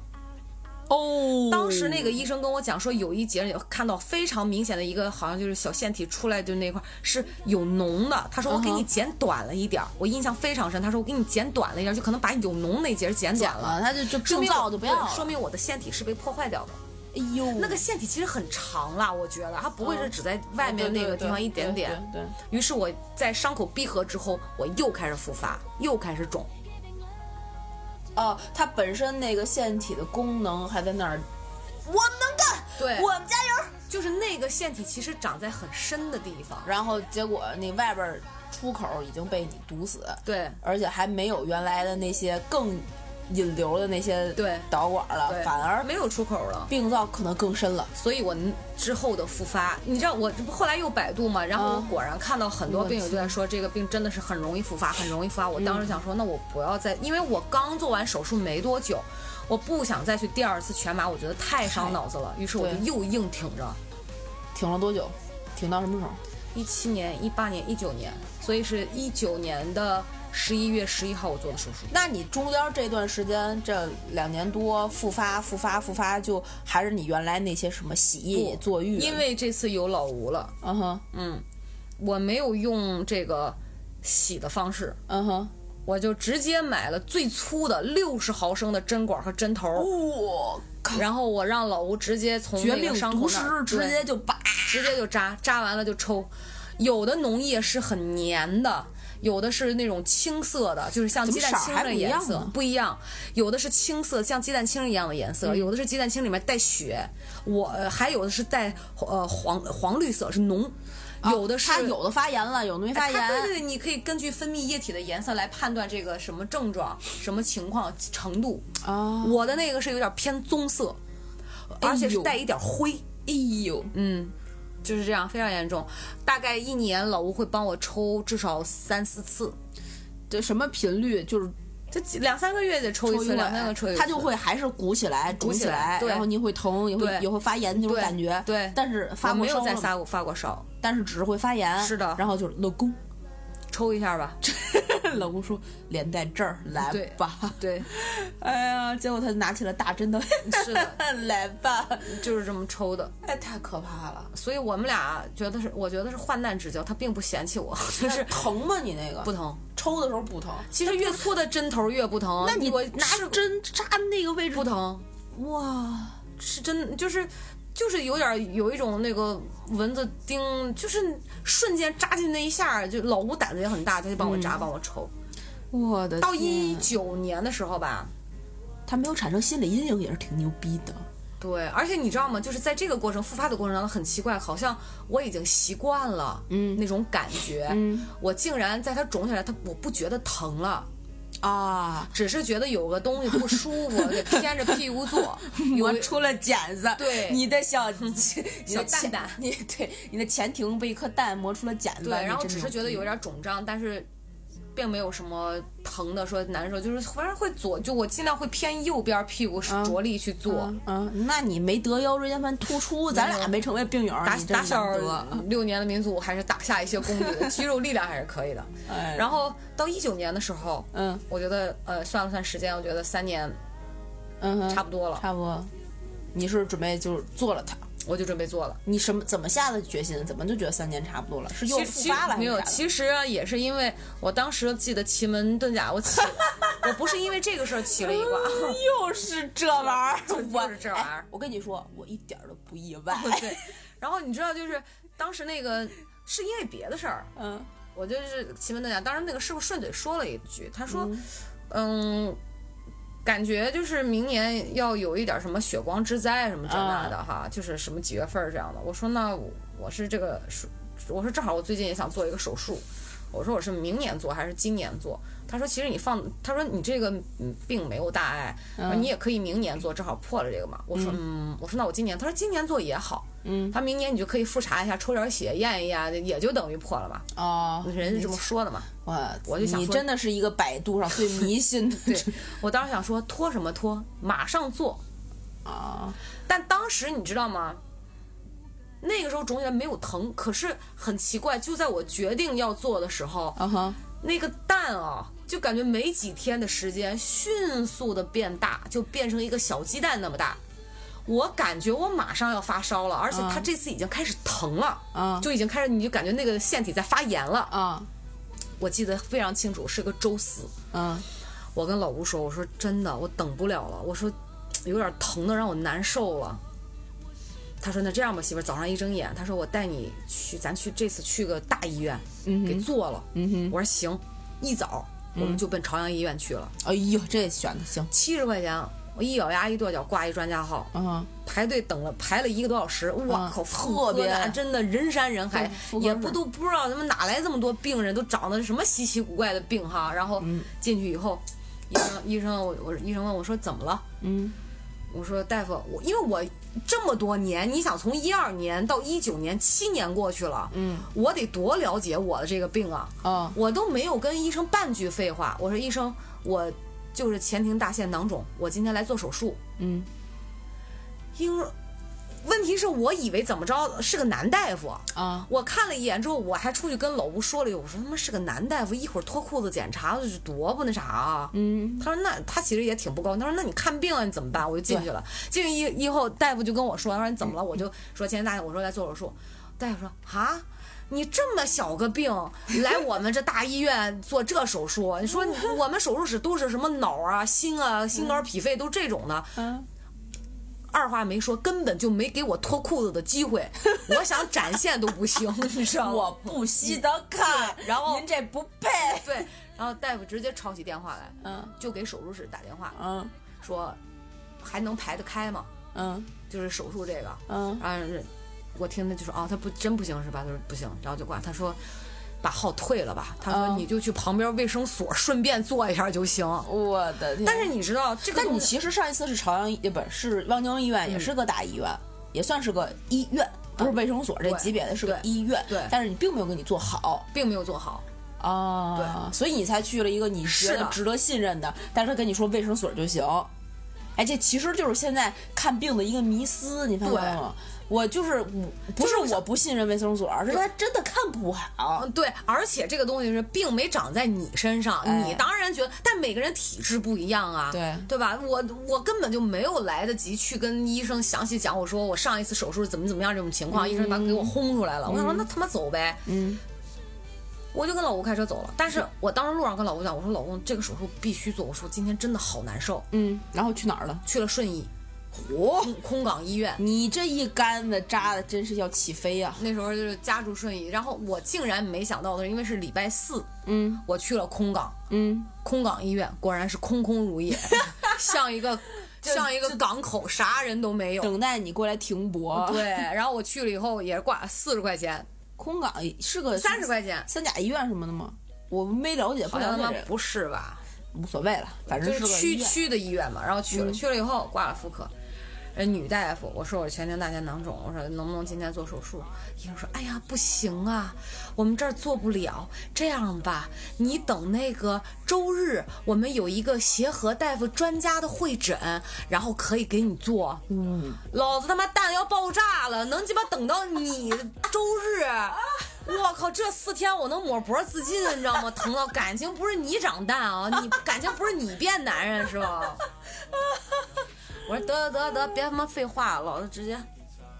[SPEAKER 2] 哦
[SPEAKER 3] 当时那个医生跟我讲说，有一节有看到非常明显的一个，好像就是小腺体出来就那块儿是有脓的。
[SPEAKER 2] 嗯
[SPEAKER 3] 他说我给你剪短了一点儿，我印象非常深。他说我给你剪短了一点儿，就可能把有脓那节儿剪
[SPEAKER 2] 剪
[SPEAKER 3] 短
[SPEAKER 2] 了，
[SPEAKER 3] 了。
[SPEAKER 2] 他就就
[SPEAKER 3] 说
[SPEAKER 2] 病
[SPEAKER 3] 明
[SPEAKER 2] 灶
[SPEAKER 3] 我
[SPEAKER 2] 就不要了，
[SPEAKER 3] 啊对说明我的腺体是被破坏掉的。
[SPEAKER 2] 哎呦
[SPEAKER 3] 那个腺体其实很长啦，我觉得它不会是只在外
[SPEAKER 2] 嗯
[SPEAKER 3] 面
[SPEAKER 2] 哦对
[SPEAKER 3] 那个
[SPEAKER 2] 对
[SPEAKER 3] 地方
[SPEAKER 2] 对
[SPEAKER 3] 一点点。
[SPEAKER 2] 对对对
[SPEAKER 3] 于是我在伤口闭合之后，我又开始复发，又开始肿。
[SPEAKER 2] 哦，它本身那个腺体的功能还在那儿，我能干，
[SPEAKER 3] 对
[SPEAKER 2] 我们加油。
[SPEAKER 3] 就是那个腺体其实长在很深的地方，
[SPEAKER 2] 然后结果你外边儿出口已经被你堵死，
[SPEAKER 3] 对
[SPEAKER 2] 而且还没有原来的那些更引流的那些
[SPEAKER 3] 对
[SPEAKER 2] 导管了
[SPEAKER 3] 对，，
[SPEAKER 2] 反而
[SPEAKER 3] 没有出口了。
[SPEAKER 2] 病灶可能更深了。
[SPEAKER 3] 所以我之后的复发，你知道我这不后来又百度嘛，然后我
[SPEAKER 2] 嗯
[SPEAKER 3] 果然看到很多病友就在说这个病真的是很容易复发，很容易复发。我当时想说，那我不要再，因为我刚做完手术没多久，我不想再去第二次全麻，我觉得太伤脑子了。于是我就
[SPEAKER 2] 对
[SPEAKER 3] 又硬挺着，
[SPEAKER 2] 挺了多久？挺到什么时候？
[SPEAKER 3] 一七年、一八年、一九年，所以是一九年的十一月十一号我做的手术。
[SPEAKER 2] 那你中间这段时间，这两年多复发、复发、复发，就还是你原来那些什么洗液、坐浴？
[SPEAKER 3] 因为这次有老吴了，
[SPEAKER 2] 嗯哼，
[SPEAKER 3] 我没有用这个洗的方式，
[SPEAKER 2] 嗯哼，
[SPEAKER 3] 我就直接买了最粗的六十毫升的针管和针头，
[SPEAKER 2] 我
[SPEAKER 3] 然后我让老吴直接从
[SPEAKER 2] 绝
[SPEAKER 3] 那个
[SPEAKER 2] 命
[SPEAKER 3] 伤
[SPEAKER 2] 毒
[SPEAKER 3] 口
[SPEAKER 2] 师
[SPEAKER 3] 那儿
[SPEAKER 2] 直
[SPEAKER 3] 对啊
[SPEAKER 2] 接就拔。
[SPEAKER 3] 直接就扎，扎完了就抽。有的脓液是很粘的，有的是那种青色的，就是像
[SPEAKER 2] 怎么
[SPEAKER 3] 鸡蛋
[SPEAKER 2] 色儿
[SPEAKER 3] 清
[SPEAKER 2] 还
[SPEAKER 3] 的
[SPEAKER 2] 不一
[SPEAKER 3] 颜
[SPEAKER 2] 样
[SPEAKER 3] 色
[SPEAKER 2] 呢
[SPEAKER 3] 不一样。有的是青色，像鸡蛋清一样的颜色；
[SPEAKER 2] 嗯
[SPEAKER 3] 有的是鸡蛋清里面带血，我、呃还有的是带呃黄黄绿色是脓，有的是、
[SPEAKER 2] 哦它有的发炎了，有的没发
[SPEAKER 3] 哎它对
[SPEAKER 2] 炎。
[SPEAKER 3] 对对，你可以根据分泌液体的颜色来判断这个什么症状、什么情况、程度。
[SPEAKER 2] 啊
[SPEAKER 3] 我的那个是有点偏棕色，而且
[SPEAKER 2] 哎
[SPEAKER 3] 是
[SPEAKER 2] 呦
[SPEAKER 3] 带一点灰。
[SPEAKER 2] 哎呦，
[SPEAKER 3] 嗯，就是这样，非常严重。大概一年，老吴会帮我抽至少三四次，
[SPEAKER 2] 这什么频率就是
[SPEAKER 3] 就几两三个月得抽一次，
[SPEAKER 2] 回
[SPEAKER 3] 两三个抽一次，
[SPEAKER 2] 它就会还是鼓起来、
[SPEAKER 3] 鼓
[SPEAKER 2] 肿
[SPEAKER 3] 起
[SPEAKER 2] 起
[SPEAKER 3] 来对
[SPEAKER 2] 然后你会疼，也
[SPEAKER 3] 对
[SPEAKER 2] 会也会发炎那种
[SPEAKER 3] 对
[SPEAKER 2] 感觉。
[SPEAKER 3] 对
[SPEAKER 2] 但是
[SPEAKER 3] 我
[SPEAKER 2] 发过
[SPEAKER 3] 没有
[SPEAKER 2] 烧
[SPEAKER 3] 再
[SPEAKER 2] 了吗
[SPEAKER 3] 发过发过烧，
[SPEAKER 2] 但是只是会发炎。
[SPEAKER 3] 是的
[SPEAKER 2] 然后就是老公，
[SPEAKER 3] 抽一下吧。
[SPEAKER 2] 老公说连带这儿来
[SPEAKER 3] 对
[SPEAKER 2] 吧，
[SPEAKER 3] 对，
[SPEAKER 2] 哎呀，结果他拿起了大针 的，
[SPEAKER 3] 是的
[SPEAKER 2] 来吧，
[SPEAKER 3] 就是这么抽的。
[SPEAKER 2] 哎，太可怕了。
[SPEAKER 3] 所以我们俩觉得是，我觉得是患难之交，他并不嫌弃我， 就
[SPEAKER 2] 就是是疼吗？你那个
[SPEAKER 3] 不疼。
[SPEAKER 2] 抽的时候不疼？
[SPEAKER 3] 其实越粗的针头越不疼，
[SPEAKER 2] 那你
[SPEAKER 3] 我
[SPEAKER 2] 拿
[SPEAKER 3] 试过
[SPEAKER 2] 针扎那个位置
[SPEAKER 3] 不疼，
[SPEAKER 2] 哇？
[SPEAKER 3] 是真就是就是有点有一种那个蚊子叮，就是瞬间扎进那一下儿，就老吴胆子也很大，他就帮我扎，帮我抽。
[SPEAKER 2] 我的
[SPEAKER 3] 到
[SPEAKER 2] 天
[SPEAKER 3] 一九年的时候吧，
[SPEAKER 2] 他没有产生心理阴影也是挺牛逼的。
[SPEAKER 3] 对，而且你知道吗？就是在这个过程复发的过程当中，很奇怪，好像我已经习惯了，嗯，那种感觉，嗯，我竟然在它肿起来，它我不觉得疼了。
[SPEAKER 2] 啊，
[SPEAKER 3] 只是觉得有个东西不舒服，得偏着屁股坐，有
[SPEAKER 2] 磨出了茧子，
[SPEAKER 3] 对
[SPEAKER 2] 你的小你
[SPEAKER 3] 小
[SPEAKER 2] 的
[SPEAKER 3] 蛋
[SPEAKER 2] 潜
[SPEAKER 3] 蛋
[SPEAKER 2] 你对你的潜艇被一颗蛋磨出了茧子，
[SPEAKER 3] 对，
[SPEAKER 2] 你
[SPEAKER 3] 然后
[SPEAKER 2] 真
[SPEAKER 3] 只是
[SPEAKER 2] 牛
[SPEAKER 3] 觉得
[SPEAKER 2] 逼
[SPEAKER 3] 有点肿胀，但是并没有什么疼的，说难受，就是反正会左，就我尽量会偏右边屁股着力去做。
[SPEAKER 2] 嗯嗯，那你没得腰椎间盘突出，咱
[SPEAKER 3] 没有
[SPEAKER 2] 俩 没成为病友，
[SPEAKER 3] 打
[SPEAKER 2] 嗯你真
[SPEAKER 3] 打小嗯
[SPEAKER 2] 难得嗯
[SPEAKER 3] 六年的民族舞还是打下一些功底 的，肌肉力量还是可以的。
[SPEAKER 2] 哎
[SPEAKER 3] 然后到一九年的时候，
[SPEAKER 2] 嗯
[SPEAKER 3] 我觉得呃算了算时间，我觉得三年
[SPEAKER 2] 嗯哼，
[SPEAKER 3] 差不多了，
[SPEAKER 2] 差不多，你是准备就是做了它。
[SPEAKER 3] 我就准备做了。
[SPEAKER 2] 你什么怎么下的决心？怎么就觉得三年差不多了？是又
[SPEAKER 3] 其实
[SPEAKER 2] 复发了还
[SPEAKER 3] 没
[SPEAKER 2] 是
[SPEAKER 3] 有，
[SPEAKER 2] 啥的？
[SPEAKER 3] 其实啊也是因为我当时记得奇门遁甲，我起， 我不是因为这个事儿起了一卦。
[SPEAKER 2] 又是这玩 意儿，我
[SPEAKER 3] 就是这玩意儿
[SPEAKER 2] 哎我跟你说，我一点儿都不意外。
[SPEAKER 3] 对，然后你知道，就是当时那个是因为别的事儿，
[SPEAKER 2] 嗯，
[SPEAKER 3] 我就是奇门遁甲，当时那个师傅顺嘴说了一句，他说，嗯。感觉就是明年要有一点什么血光之灾什么这那的哈，就是什么几月份儿这样的。我说那我我是这个手，我说正好我最近也想做一个手术，我说我是明年做还是今年做？他说其实你放，他说你这个嗯并没有大碍，你也可以明年做，正好破了这个嘛。我说嗯，我说那我今年，他说今年做也好，嗯，他明年你就可以复查一下，抽点血验一验，也就等于破了嘛。
[SPEAKER 2] 哦，
[SPEAKER 3] 人是这么说的嘛。
[SPEAKER 2] 我
[SPEAKER 3] 我就想
[SPEAKER 2] 你
[SPEAKER 3] 说
[SPEAKER 2] 真的是一个百度上最迷信的
[SPEAKER 3] 对我当时想说拖什么拖，马上做。
[SPEAKER 2] 啊，
[SPEAKER 3] 但当时你知道吗？那个时候肿起来没有疼，可是很奇怪，就在我决定要做的时候，
[SPEAKER 2] 啊哈，
[SPEAKER 3] 那个蛋啊，就感觉没几天的时间，迅速的变大，就变成一个小鸡蛋那么大。我感觉我马上要发烧了，而且它这次已经开始疼了，
[SPEAKER 2] 啊
[SPEAKER 3] 就已经开始，你就感觉那个腺体在发炎了。
[SPEAKER 2] 啊，
[SPEAKER 3] 我记得非常清楚，是个周四。
[SPEAKER 2] 嗯，
[SPEAKER 3] 我跟老吴说，我说真的，我等不了了，我说有点疼的让我难受了。他说那这样吧，媳妇儿，早上一睁眼，他说我带你去，咱去这次去个大医院，给做了。我说行，一早我们就奔朝阳医院去了，
[SPEAKER 2] 哎呦，这选的行，
[SPEAKER 3] 七十、块钱，我一咬牙一跺脚挂一专家号，
[SPEAKER 2] 啊，
[SPEAKER 3] 排队等了排了一个多小时，哇
[SPEAKER 2] 嗯
[SPEAKER 3] 靠，
[SPEAKER 2] 特别
[SPEAKER 3] 妇科那真的人山人海
[SPEAKER 2] 对，妇科
[SPEAKER 3] 也
[SPEAKER 2] 是
[SPEAKER 3] 不都不知道他们哪来这么多病人，都长得什么稀奇古怪的病哈。然后
[SPEAKER 2] 嗯
[SPEAKER 3] 进去以后，医生医生我我医生问我说怎么了？
[SPEAKER 2] 嗯，
[SPEAKER 3] 我说大夫，我因为我这么多年，你想从一二年到一九年，七年过去了，嗯，我得多了解我的这个病啊，
[SPEAKER 2] 哦
[SPEAKER 3] 我都没有跟医生半句废话。我说医生，我就是前庭大腺囊肿，我今天来做手术。
[SPEAKER 2] 嗯，
[SPEAKER 3] 医生，问题是我以为怎么着是个男大夫。
[SPEAKER 2] 啊，
[SPEAKER 3] 我看了一眼之后，我还出去跟老吴说了一句，我说他妈是个男大夫，一会儿脱裤子检查就是多不那啥啊。
[SPEAKER 2] 嗯，
[SPEAKER 3] 他说那他其实也挺不高兴，他说那你看病啊你怎么办？我就进去了，进去以以后大夫就跟我说，他说你怎么了？我就说今天大夫我说来做手术，大夫说啊。你这么小个病来我们这大医院做这手术，你说 你我们手术室都是什么脑啊、心啊、
[SPEAKER 2] 嗯
[SPEAKER 3] 心肝脾肺都这种的，二话没说，根本就没给我脱裤子的机 会，我想展现都不行，你知道吗？
[SPEAKER 2] 我不稀得看，
[SPEAKER 3] 然后
[SPEAKER 2] 您这不配，
[SPEAKER 3] 对，然后大夫直接抄起电话来，
[SPEAKER 2] 嗯
[SPEAKER 3] 就给手术室打电话
[SPEAKER 2] 嗯
[SPEAKER 3] 说，还能排得开吗？
[SPEAKER 2] 嗯
[SPEAKER 3] 就是手术这个，
[SPEAKER 2] 嗯，
[SPEAKER 3] 然后我听他就说，哦，他不真不行是吧？他说不行，然后就挂。他说，把号退了吧。他说
[SPEAKER 2] 嗯
[SPEAKER 3] 你就去旁边卫生所顺便做一下就行。
[SPEAKER 2] 我的天，
[SPEAKER 3] 但是你知道这个
[SPEAKER 2] 但
[SPEAKER 3] 东
[SPEAKER 2] 你
[SPEAKER 3] 西，嗯
[SPEAKER 2] 其实上一次是朝阳医，呃不是望京医院，也是个大医院，也算是个医院，不是卫生所这
[SPEAKER 3] 对
[SPEAKER 2] 级别的，是个
[SPEAKER 3] 对
[SPEAKER 2] 医院，
[SPEAKER 3] 对
[SPEAKER 2] 但是你并没有给你做好
[SPEAKER 3] 并没有做好。
[SPEAKER 2] 啊，所以你才去了一个你觉
[SPEAKER 3] 是
[SPEAKER 2] 得
[SPEAKER 3] 的
[SPEAKER 2] 值得信任的，但是他跟你说卫生所就行，哎，这其实就是现在看病的一个迷思，你发现了吗？我就是我，不是我不信任卫生所，是他真的看不好。
[SPEAKER 3] 嗯，对，而且这个东西是并没长在你身上，
[SPEAKER 2] 哎
[SPEAKER 3] 你当然觉得，但每个人体质不一样啊，
[SPEAKER 2] 对
[SPEAKER 3] 对吧？我我根本就没有来得及去跟医生详细讲，我说我上一次手术怎么怎么样这种情况，医生把给我轰出来了，我想说那他妈走呗，
[SPEAKER 2] 嗯，
[SPEAKER 3] 我就跟老吴开车走了。但是我当时路上跟老吴讲，我说老公这个手术必须做，我说今天真的好难受，
[SPEAKER 2] 嗯，然后去哪儿了？
[SPEAKER 3] 去了顺义
[SPEAKER 2] 哦，
[SPEAKER 3] 空空港医院，
[SPEAKER 2] 你这一杆子扎的真是要起飞呀、
[SPEAKER 3] 那时候就是家住顺义，然后我竟然没想到的是，因为是礼拜四，
[SPEAKER 2] 嗯
[SPEAKER 3] 我去了空港。
[SPEAKER 2] 嗯，
[SPEAKER 3] 空港医院果然是空空如 也，像一个像一个港口，啥人都没有。
[SPEAKER 2] 等待你过来停泊。
[SPEAKER 3] 哦对，然后我去了以后也是挂四十块钱，
[SPEAKER 2] 空港是个
[SPEAKER 3] 三十块钱，
[SPEAKER 2] 三甲医院什么的吗？我没了解，不
[SPEAKER 3] 好像
[SPEAKER 2] 了
[SPEAKER 3] 他妈
[SPEAKER 2] 解这个，
[SPEAKER 3] 不是吧？
[SPEAKER 2] 无所谓了，反
[SPEAKER 3] 就
[SPEAKER 2] 正
[SPEAKER 3] 是
[SPEAKER 2] 个
[SPEAKER 3] 区
[SPEAKER 2] 医院。嗯
[SPEAKER 3] 区的医院嘛。然后去了，去了以后挂了妇科，人女大夫，我说我全庭大腺囊肿，我说能不能今天做手术？医生说，哎呀，不行啊，我们这儿做不了。这样吧，你等那个周日，我们有一个协和大夫专家的会诊，然后可以给你做。嗯，老子他妈蛋要爆炸了，能鸡巴等到你周日？我靠，这四天我能抹脖自尽，你知道吗？疼到感情不是你长蛋啊，你感情不是你变男人是吧？我说得得得，别他妈废话，老子直接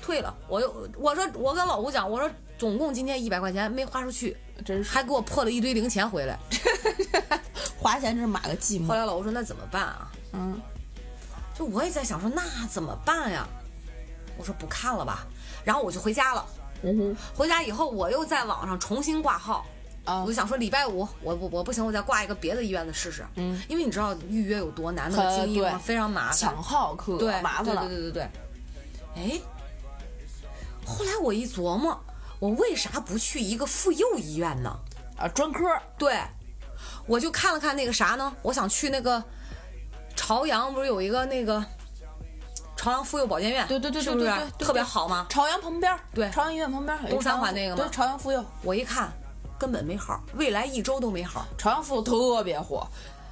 [SPEAKER 3] 退了。我又我说我跟老吴讲，我说总共今天一百块钱没花出去，
[SPEAKER 2] 真是
[SPEAKER 3] 还给我破了一堆零钱回来。
[SPEAKER 2] 花钱真是买个寂
[SPEAKER 3] 后
[SPEAKER 2] 寞。
[SPEAKER 3] 来老吴说那怎么办啊？
[SPEAKER 2] 嗯，
[SPEAKER 3] 就我也在想说那怎么办呀？我说不看了吧，然后我就回家了。
[SPEAKER 2] 嗯
[SPEAKER 3] 回家以后我又在网上重新挂号。
[SPEAKER 2] 啊
[SPEAKER 3] 我就想说礼拜五，我我我不行，我再挂一个别的医院的试试。嗯，因为你知道预约有多难，那个
[SPEAKER 2] 呃
[SPEAKER 3] 经医嘛
[SPEAKER 2] 对
[SPEAKER 3] 非常麻烦，
[SPEAKER 2] 抢号可
[SPEAKER 3] 对，
[SPEAKER 2] 麻烦
[SPEAKER 3] 对
[SPEAKER 2] 了。
[SPEAKER 3] 对对对对。哎，后来我一琢磨，我为啥不去一个妇幼医院呢？
[SPEAKER 2] 啊，专科
[SPEAKER 3] 对，我就看了看那个啥呢，我想去那个朝阳，不是有一个那个朝阳妇幼保健院？
[SPEAKER 2] 对对对对
[SPEAKER 3] 是不是
[SPEAKER 2] 对对对对
[SPEAKER 3] 特别好吗？
[SPEAKER 2] 朝阳旁边儿，
[SPEAKER 3] 对
[SPEAKER 2] 朝阳医院旁边儿，
[SPEAKER 3] 东三环那个吗
[SPEAKER 2] 对，朝阳妇幼，
[SPEAKER 3] 我一看根本没好，未来一周都没好。
[SPEAKER 2] 朝阳妇幼特别火，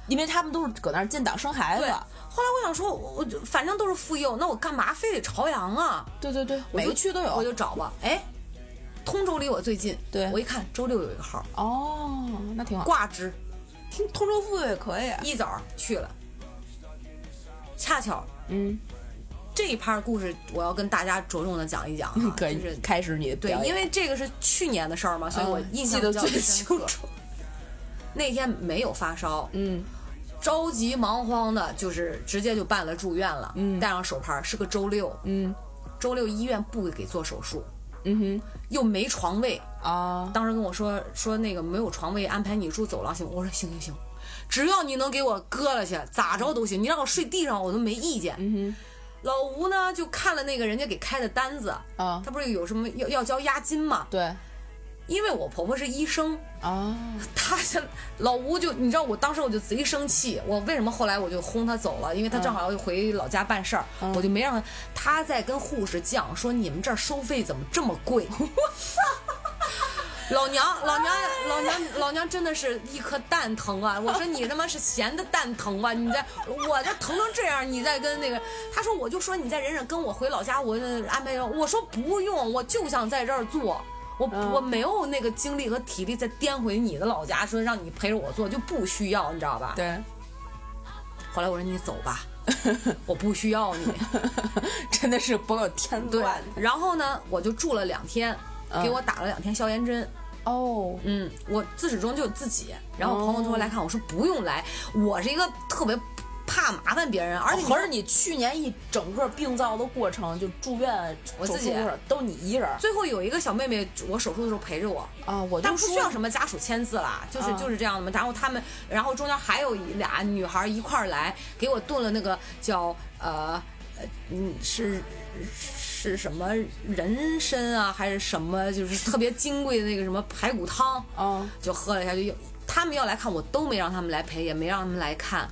[SPEAKER 2] 因为他们都是搁那儿建档生孩
[SPEAKER 3] 对，
[SPEAKER 2] 子
[SPEAKER 3] 哎后。来我想说，我我就反正都是妇幼，那我干嘛非得朝阳啊？
[SPEAKER 2] 对对对，
[SPEAKER 3] 我
[SPEAKER 2] 每
[SPEAKER 3] 就
[SPEAKER 2] 个区都
[SPEAKER 3] 我
[SPEAKER 2] 有。
[SPEAKER 3] 就找吧。哎，通州离我最近，
[SPEAKER 2] 对
[SPEAKER 3] 我一看周六有一个号，
[SPEAKER 2] 哦，那挺好。
[SPEAKER 3] 挂职，
[SPEAKER 2] 听通州妇幼也可以。啊
[SPEAKER 3] 一早去了，恰巧
[SPEAKER 2] 嗯，
[SPEAKER 3] 这一趴故事我要跟大家着重的讲一讲啊
[SPEAKER 2] 嗯 可
[SPEAKER 3] 就
[SPEAKER 2] 以
[SPEAKER 3] 是
[SPEAKER 2] 开始你的
[SPEAKER 3] 对
[SPEAKER 2] 表，演
[SPEAKER 3] 因为这个是去年的事儿嘛，所以我
[SPEAKER 2] 嗯
[SPEAKER 3] 印象
[SPEAKER 2] 记得
[SPEAKER 3] 比较
[SPEAKER 2] 最
[SPEAKER 3] 深
[SPEAKER 2] 清
[SPEAKER 3] 刻。那天没有发烧，
[SPEAKER 2] 嗯，
[SPEAKER 3] 着急忙慌的，就是直接就办了住院了，嗯，戴上手牌儿，是个周六，
[SPEAKER 2] 嗯，
[SPEAKER 3] 周六医院不给做手术，
[SPEAKER 2] 嗯
[SPEAKER 3] 又没床位，
[SPEAKER 2] 哼啊，
[SPEAKER 3] 当时跟我说说那个没有床位，安排你住走廊行吗？我说行行行，只要你能给我搁了去，咋着都行。你让我睡地上我都没意见。老吴呢就看了那个人家给开的单子
[SPEAKER 2] 啊
[SPEAKER 3] 他不是有什么要要交押金嘛？
[SPEAKER 2] 对
[SPEAKER 3] 因为我婆婆是医生，
[SPEAKER 2] 啊，
[SPEAKER 3] 他现老吴就你知道我当时我就贼生气，我为什么后来我就轰他走了？因为他正好要回老家办事儿，我就没让他。他在跟护士犟说你们这儿收费怎么这么贵？老娘，老娘，老娘，老娘真的是一颗蛋疼啊！我说你他妈是闲的蛋疼吧？你在我这疼成这样，你在跟那个他说我就说你再忍忍，跟我回老家，我安排人。我说不用，我就想在这儿做，我、我没有那个精力和体力再颠回你的老家，说让你陪着我做就不需要，你知道吧？
[SPEAKER 2] 对，
[SPEAKER 3] 后来我说你走吧，我不需要你。
[SPEAKER 2] 真的是颇有天
[SPEAKER 3] 对
[SPEAKER 2] 断，
[SPEAKER 3] 然后呢，我就住了两天，给我打了两天消炎针。
[SPEAKER 2] 哦。
[SPEAKER 3] 嗯，我自始至终就自己。然后朋友说来看，我说不用来，我是一个特别怕麻烦别人，而且你
[SPEAKER 2] 合着你去年一整个病灶的过程，就住院、
[SPEAKER 3] 我自己
[SPEAKER 2] 手术都你一人儿
[SPEAKER 3] 最后有一个小妹妹，我手术的时候陪着我。
[SPEAKER 2] 啊，我
[SPEAKER 3] 但
[SPEAKER 2] 就
[SPEAKER 3] 不
[SPEAKER 2] 说
[SPEAKER 3] 需要什么家属签字啦，就是
[SPEAKER 2] 啊
[SPEAKER 3] 就是这样的嘛。然后他们，然后中间还有一俩女孩一块儿来，给我炖了那个叫呃呃嗯是是什么人参啊还是什么，就是特别金贵的那个什么排骨汤，
[SPEAKER 2] 啊
[SPEAKER 3] 就喝了一下就又。他们要来看我都没让他们来陪，也没让他们来看，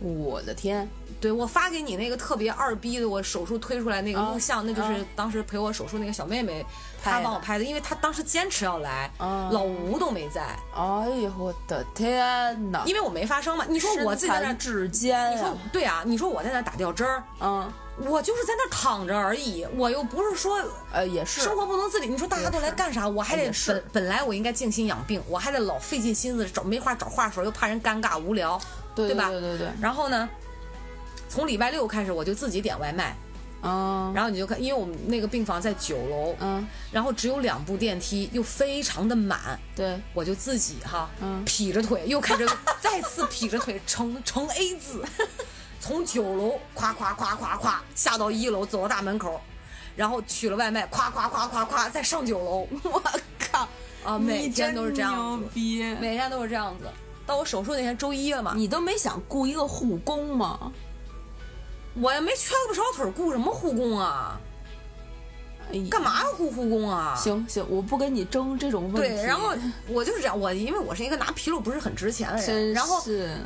[SPEAKER 2] 我的天，
[SPEAKER 3] 对我发给你那个特别二逼的，我手术推出来那个
[SPEAKER 2] 啊
[SPEAKER 3] 录像，那就是
[SPEAKER 2] 啊
[SPEAKER 3] 当时陪我手术那个小妹妹，
[SPEAKER 2] 拍
[SPEAKER 3] 她
[SPEAKER 2] 的
[SPEAKER 3] 帮我拍的，因为她当时坚持要来，
[SPEAKER 2] 啊
[SPEAKER 3] 老吴都没在，
[SPEAKER 2] 哎呦我的天哪！
[SPEAKER 3] 因为我没发烧嘛。你说我自己在那儿，
[SPEAKER 2] 指尖
[SPEAKER 3] 你说
[SPEAKER 2] 啊，
[SPEAKER 3] 对啊，你说我在那儿打吊针儿，
[SPEAKER 2] 嗯，
[SPEAKER 3] 我就是在那儿躺着而已，我又不是说
[SPEAKER 2] 呃，也是
[SPEAKER 3] 生活不能自理。你说大家都来干啥？我还得
[SPEAKER 2] 也是
[SPEAKER 3] 本本来我应该静心养病，我还得老费尽心思找没话找话的时候，又怕人尴尬无聊，
[SPEAKER 2] 对
[SPEAKER 3] 吧？
[SPEAKER 2] 对对对，
[SPEAKER 3] 然后呢，从礼拜六开始我就自己点外卖，
[SPEAKER 2] 嗯
[SPEAKER 3] 然后你就看，因为我们那个病房在九楼，
[SPEAKER 2] 嗯，
[SPEAKER 3] 然后只有两部电梯，又非常的满，
[SPEAKER 2] 对，
[SPEAKER 3] 我就自己哈，
[SPEAKER 2] 嗯
[SPEAKER 3] 劈着腿又开始再次劈着腿成 成 A 字，从九楼夸夸夸夸夸下到一楼，走到大门口，然后取了外卖，夸夸夸夸夸再上九楼， 我靠啊，每天都是这样子，
[SPEAKER 2] 逼
[SPEAKER 3] 每天都是这样子。到我手术那天周一了嘛，
[SPEAKER 2] 你都没想雇一个护工吗？
[SPEAKER 3] 我也没瘸个不少腿儿，雇什么护工啊？
[SPEAKER 2] 哎呀
[SPEAKER 3] 干嘛要雇护工啊？
[SPEAKER 2] 行行，我不跟你争这种问题。
[SPEAKER 3] 对，然后我就是这样，我因为我是一个拿皮肉不是很值钱的人，
[SPEAKER 2] 真
[SPEAKER 3] 然后
[SPEAKER 2] 是，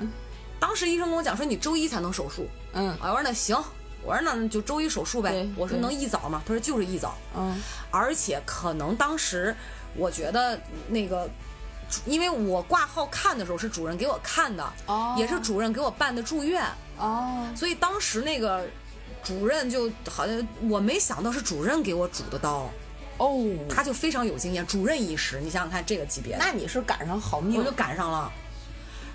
[SPEAKER 3] 当时医生跟我讲说你周一才能手术，
[SPEAKER 2] 嗯
[SPEAKER 3] 我说那行，我说那就周一手术呗
[SPEAKER 2] 对，
[SPEAKER 3] 我说
[SPEAKER 2] 对
[SPEAKER 3] 能一早吗？他说就是一早，
[SPEAKER 2] 嗯
[SPEAKER 3] 而且可能当时我觉得那个。因为我挂号看的时候是主任给我看的，
[SPEAKER 2] 哦
[SPEAKER 3] 也是主任给我办的住院，
[SPEAKER 2] 哦，
[SPEAKER 3] 所以当时那个主任就好像我没想到是主任给我主的刀，
[SPEAKER 2] 哦，
[SPEAKER 3] 他就非常有经验，主任医师，你想想看这个级别的，
[SPEAKER 2] 那你是赶上好命
[SPEAKER 3] 我就赶上了。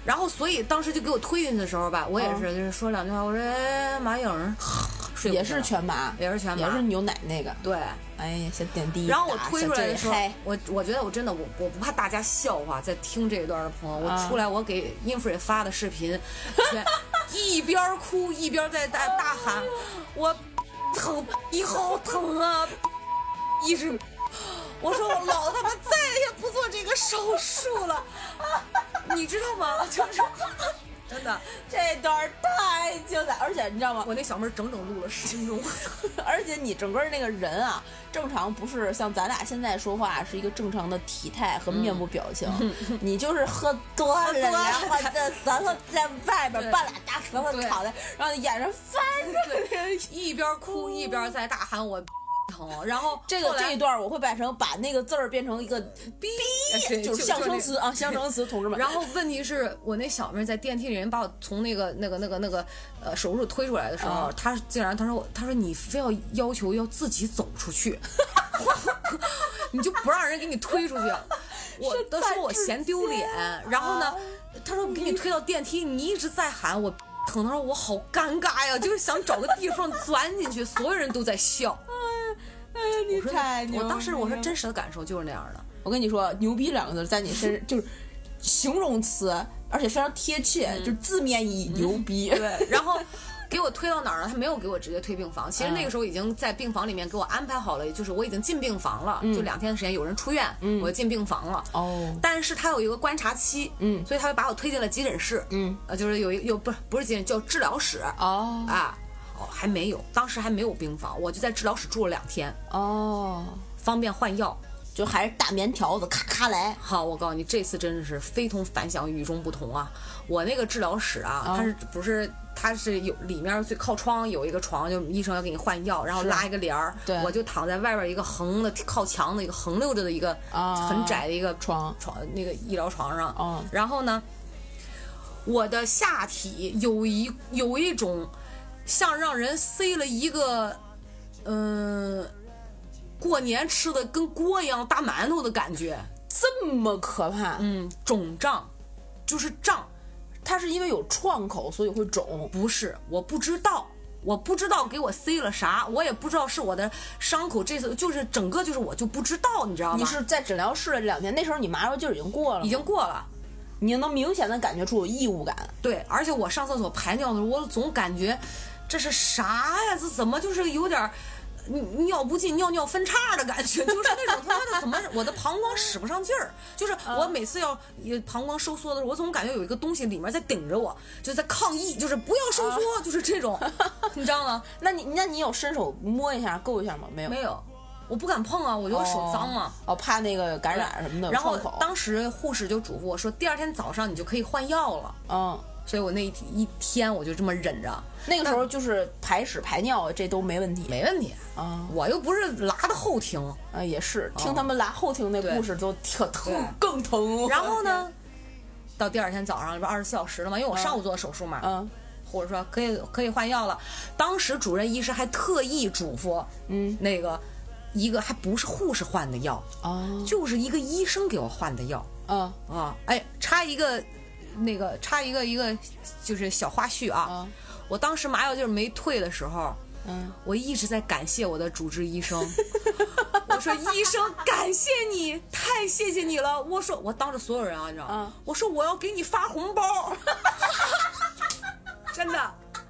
[SPEAKER 3] 然后，所以当时就给我推进去的时候吧，我也是就是说两句话，我说哎马影儿 睡过去
[SPEAKER 2] 也
[SPEAKER 3] 了
[SPEAKER 2] 是全麻，
[SPEAKER 3] 也是全麻
[SPEAKER 2] 也是牛奶那个。
[SPEAKER 3] 对。
[SPEAKER 2] 哎呀，小点滴。
[SPEAKER 3] 然后我推出来的时候
[SPEAKER 2] 小嘴嗨，
[SPEAKER 3] 我我觉得我真的我我不怕大家笑话，在听这一段的朋友，
[SPEAKER 2] 啊
[SPEAKER 3] 我出来我给 Infree 发的视频， 全一边哭一边在大大喊，我疼，你好疼啊，一直。我说我老他妈再也不做这个手术了，你知道吗？ 就是真的，
[SPEAKER 2] 这段太精彩，而且你知道吗？
[SPEAKER 3] 我那小妹儿整整录了十分钟。
[SPEAKER 2] 而且你整个那个人啊，正常不是像咱俩现在说话是一个正常的体态和面部表情，你就是嗯喝多了，
[SPEAKER 3] 多了
[SPEAKER 2] 然后在然后在外边
[SPEAKER 3] 对
[SPEAKER 2] 半拉大舌头
[SPEAKER 3] 对
[SPEAKER 2] 躺在，然后眼神翻着。
[SPEAKER 3] 一边哭一边在大喊我 疼，然后
[SPEAKER 2] 这个
[SPEAKER 3] 后来
[SPEAKER 2] 这一段我会改成把那个字儿变成一个逼，哎
[SPEAKER 3] 对
[SPEAKER 2] 就是
[SPEAKER 3] 就
[SPEAKER 2] 象
[SPEAKER 3] 就那
[SPEAKER 2] 声
[SPEAKER 3] 个
[SPEAKER 2] 词啊，象声词，同志们。
[SPEAKER 3] 然后问题是我那小妹儿在电梯里人把我从那个那个那个那个呃手术推出来的时候，
[SPEAKER 2] 啊
[SPEAKER 3] 她竟然她说我她说你非要要求要自己走 出去，你就不让人给你推出去，我都说我嫌丢脸。
[SPEAKER 2] 啊
[SPEAKER 3] 然后呢，她说我给你推到电梯，你一直在喊我。疼，她说我好尴尬呀，就是想找个地缝钻进去，所有人都在笑。
[SPEAKER 2] 哎呀，你
[SPEAKER 3] 我说
[SPEAKER 2] 太牛！
[SPEAKER 3] 我当时我说，真实的感受就是那样的。
[SPEAKER 2] 我跟你说，牛逼两个字在你身就是形容词，而且非常贴切，就是字面意义牛逼。
[SPEAKER 3] 对，然后给我推到哪儿呢？他没有给我直接推病房，其实那个时候已经在病房里面给我安排好了，就是我已经进病房了，就两天的时间，有人出院，我就进病房了。
[SPEAKER 2] 嗯哦
[SPEAKER 3] 但是他有一个观察期，
[SPEAKER 2] 嗯
[SPEAKER 3] 所以他就把我推进了急诊室，
[SPEAKER 2] 嗯，
[SPEAKER 3] 呃，就是有一有不是不是急诊，叫治疗室
[SPEAKER 2] 哦
[SPEAKER 3] 啊，哦还没有，当时还没有病房，我就在治疗室住了两天，
[SPEAKER 2] 哦，
[SPEAKER 3] 方便换药。
[SPEAKER 2] 就还是大棉条子，咔咔来。
[SPEAKER 3] 好，我告诉你，这次真的是非同凡响，与众不同啊！我那个治疗室啊，它是不是它是有里面最靠窗有一个床，就医生要给你换药，然后拉一个帘儿，
[SPEAKER 2] 对
[SPEAKER 3] 我就躺在外边一个横的靠墙的一个横溜着的一个、
[SPEAKER 2] 啊
[SPEAKER 3] 很窄的一个
[SPEAKER 2] 床
[SPEAKER 3] 床那个医疗床上，
[SPEAKER 2] 哦
[SPEAKER 3] 然后呢，我的下体有一有一种像让人塞了一个嗯、呃过年吃的跟锅一样大馒头的感觉。
[SPEAKER 2] 这么可怕？
[SPEAKER 3] 嗯，肿胀，就是胀，
[SPEAKER 2] 它是因为有创口，所以会肿。
[SPEAKER 3] 不是，我不知道，我不知道给我塞了啥，我也不知道是我的伤口，这次就是整个就是我就不知道，你知道吗？
[SPEAKER 2] 你是在诊疗室的两天，那时候你麻药劲儿已经过了，
[SPEAKER 3] 已经过了，
[SPEAKER 2] 你能明显的感觉出有异物感。
[SPEAKER 3] 对，而且我上厕所排尿的时候，我总感觉这是啥呀？这怎么就是有点儿嗯尿不尽、尿尿分叉的感觉？就是那种他妈的怎么我的膀胱使不上劲儿？就是
[SPEAKER 2] 嗯
[SPEAKER 3] 我每次要呃膀胱收缩的时候，我总感觉有一个东西里面在顶着我，就在抗议，就是不要收
[SPEAKER 2] 啊
[SPEAKER 3] 缩，就是 这种，你知道吗？
[SPEAKER 2] 那你那你有伸手摸一下、够一下吗？没有，
[SPEAKER 3] 没有，我不敢碰啊，我觉得我手脏嘛。
[SPEAKER 2] 哦，怕那个感染什么的，
[SPEAKER 3] 然后
[SPEAKER 2] 创口。
[SPEAKER 3] 当时护士就嘱咐我说，第二天早上你就可以换药了。
[SPEAKER 2] 嗯，
[SPEAKER 3] 所以我那一一天我就这么忍着，
[SPEAKER 2] 那个时候就是排屎排尿这都没问题
[SPEAKER 3] 没问题。
[SPEAKER 2] 啊
[SPEAKER 3] 我又不是拉的后庭，
[SPEAKER 2] 啊，也是听他们拉后庭那
[SPEAKER 3] 对
[SPEAKER 2] 故事都特疼，更疼。
[SPEAKER 3] 然后呢，到第二天早上，这不二十四小时了吗？因为我上午做手术嘛，
[SPEAKER 2] 嗯，
[SPEAKER 3] 或者说可以可以换药了。当时主任医师还特意嘱咐，嗯，那个一个还不是护士换的药，
[SPEAKER 2] 啊
[SPEAKER 3] 就是一个医生给我换的药
[SPEAKER 2] 啊
[SPEAKER 3] 啊。哎，插一个那个插一个一个就是小花絮啊，
[SPEAKER 2] 啊
[SPEAKER 3] 我当时麻药劲儿没退的时候，
[SPEAKER 2] 嗯，
[SPEAKER 3] 我一直在感谢我的主治医生。 我说医生，感谢你，太谢谢你了。我说我当着所有人啊，你知道吗？我说我要给你发红包， 真的。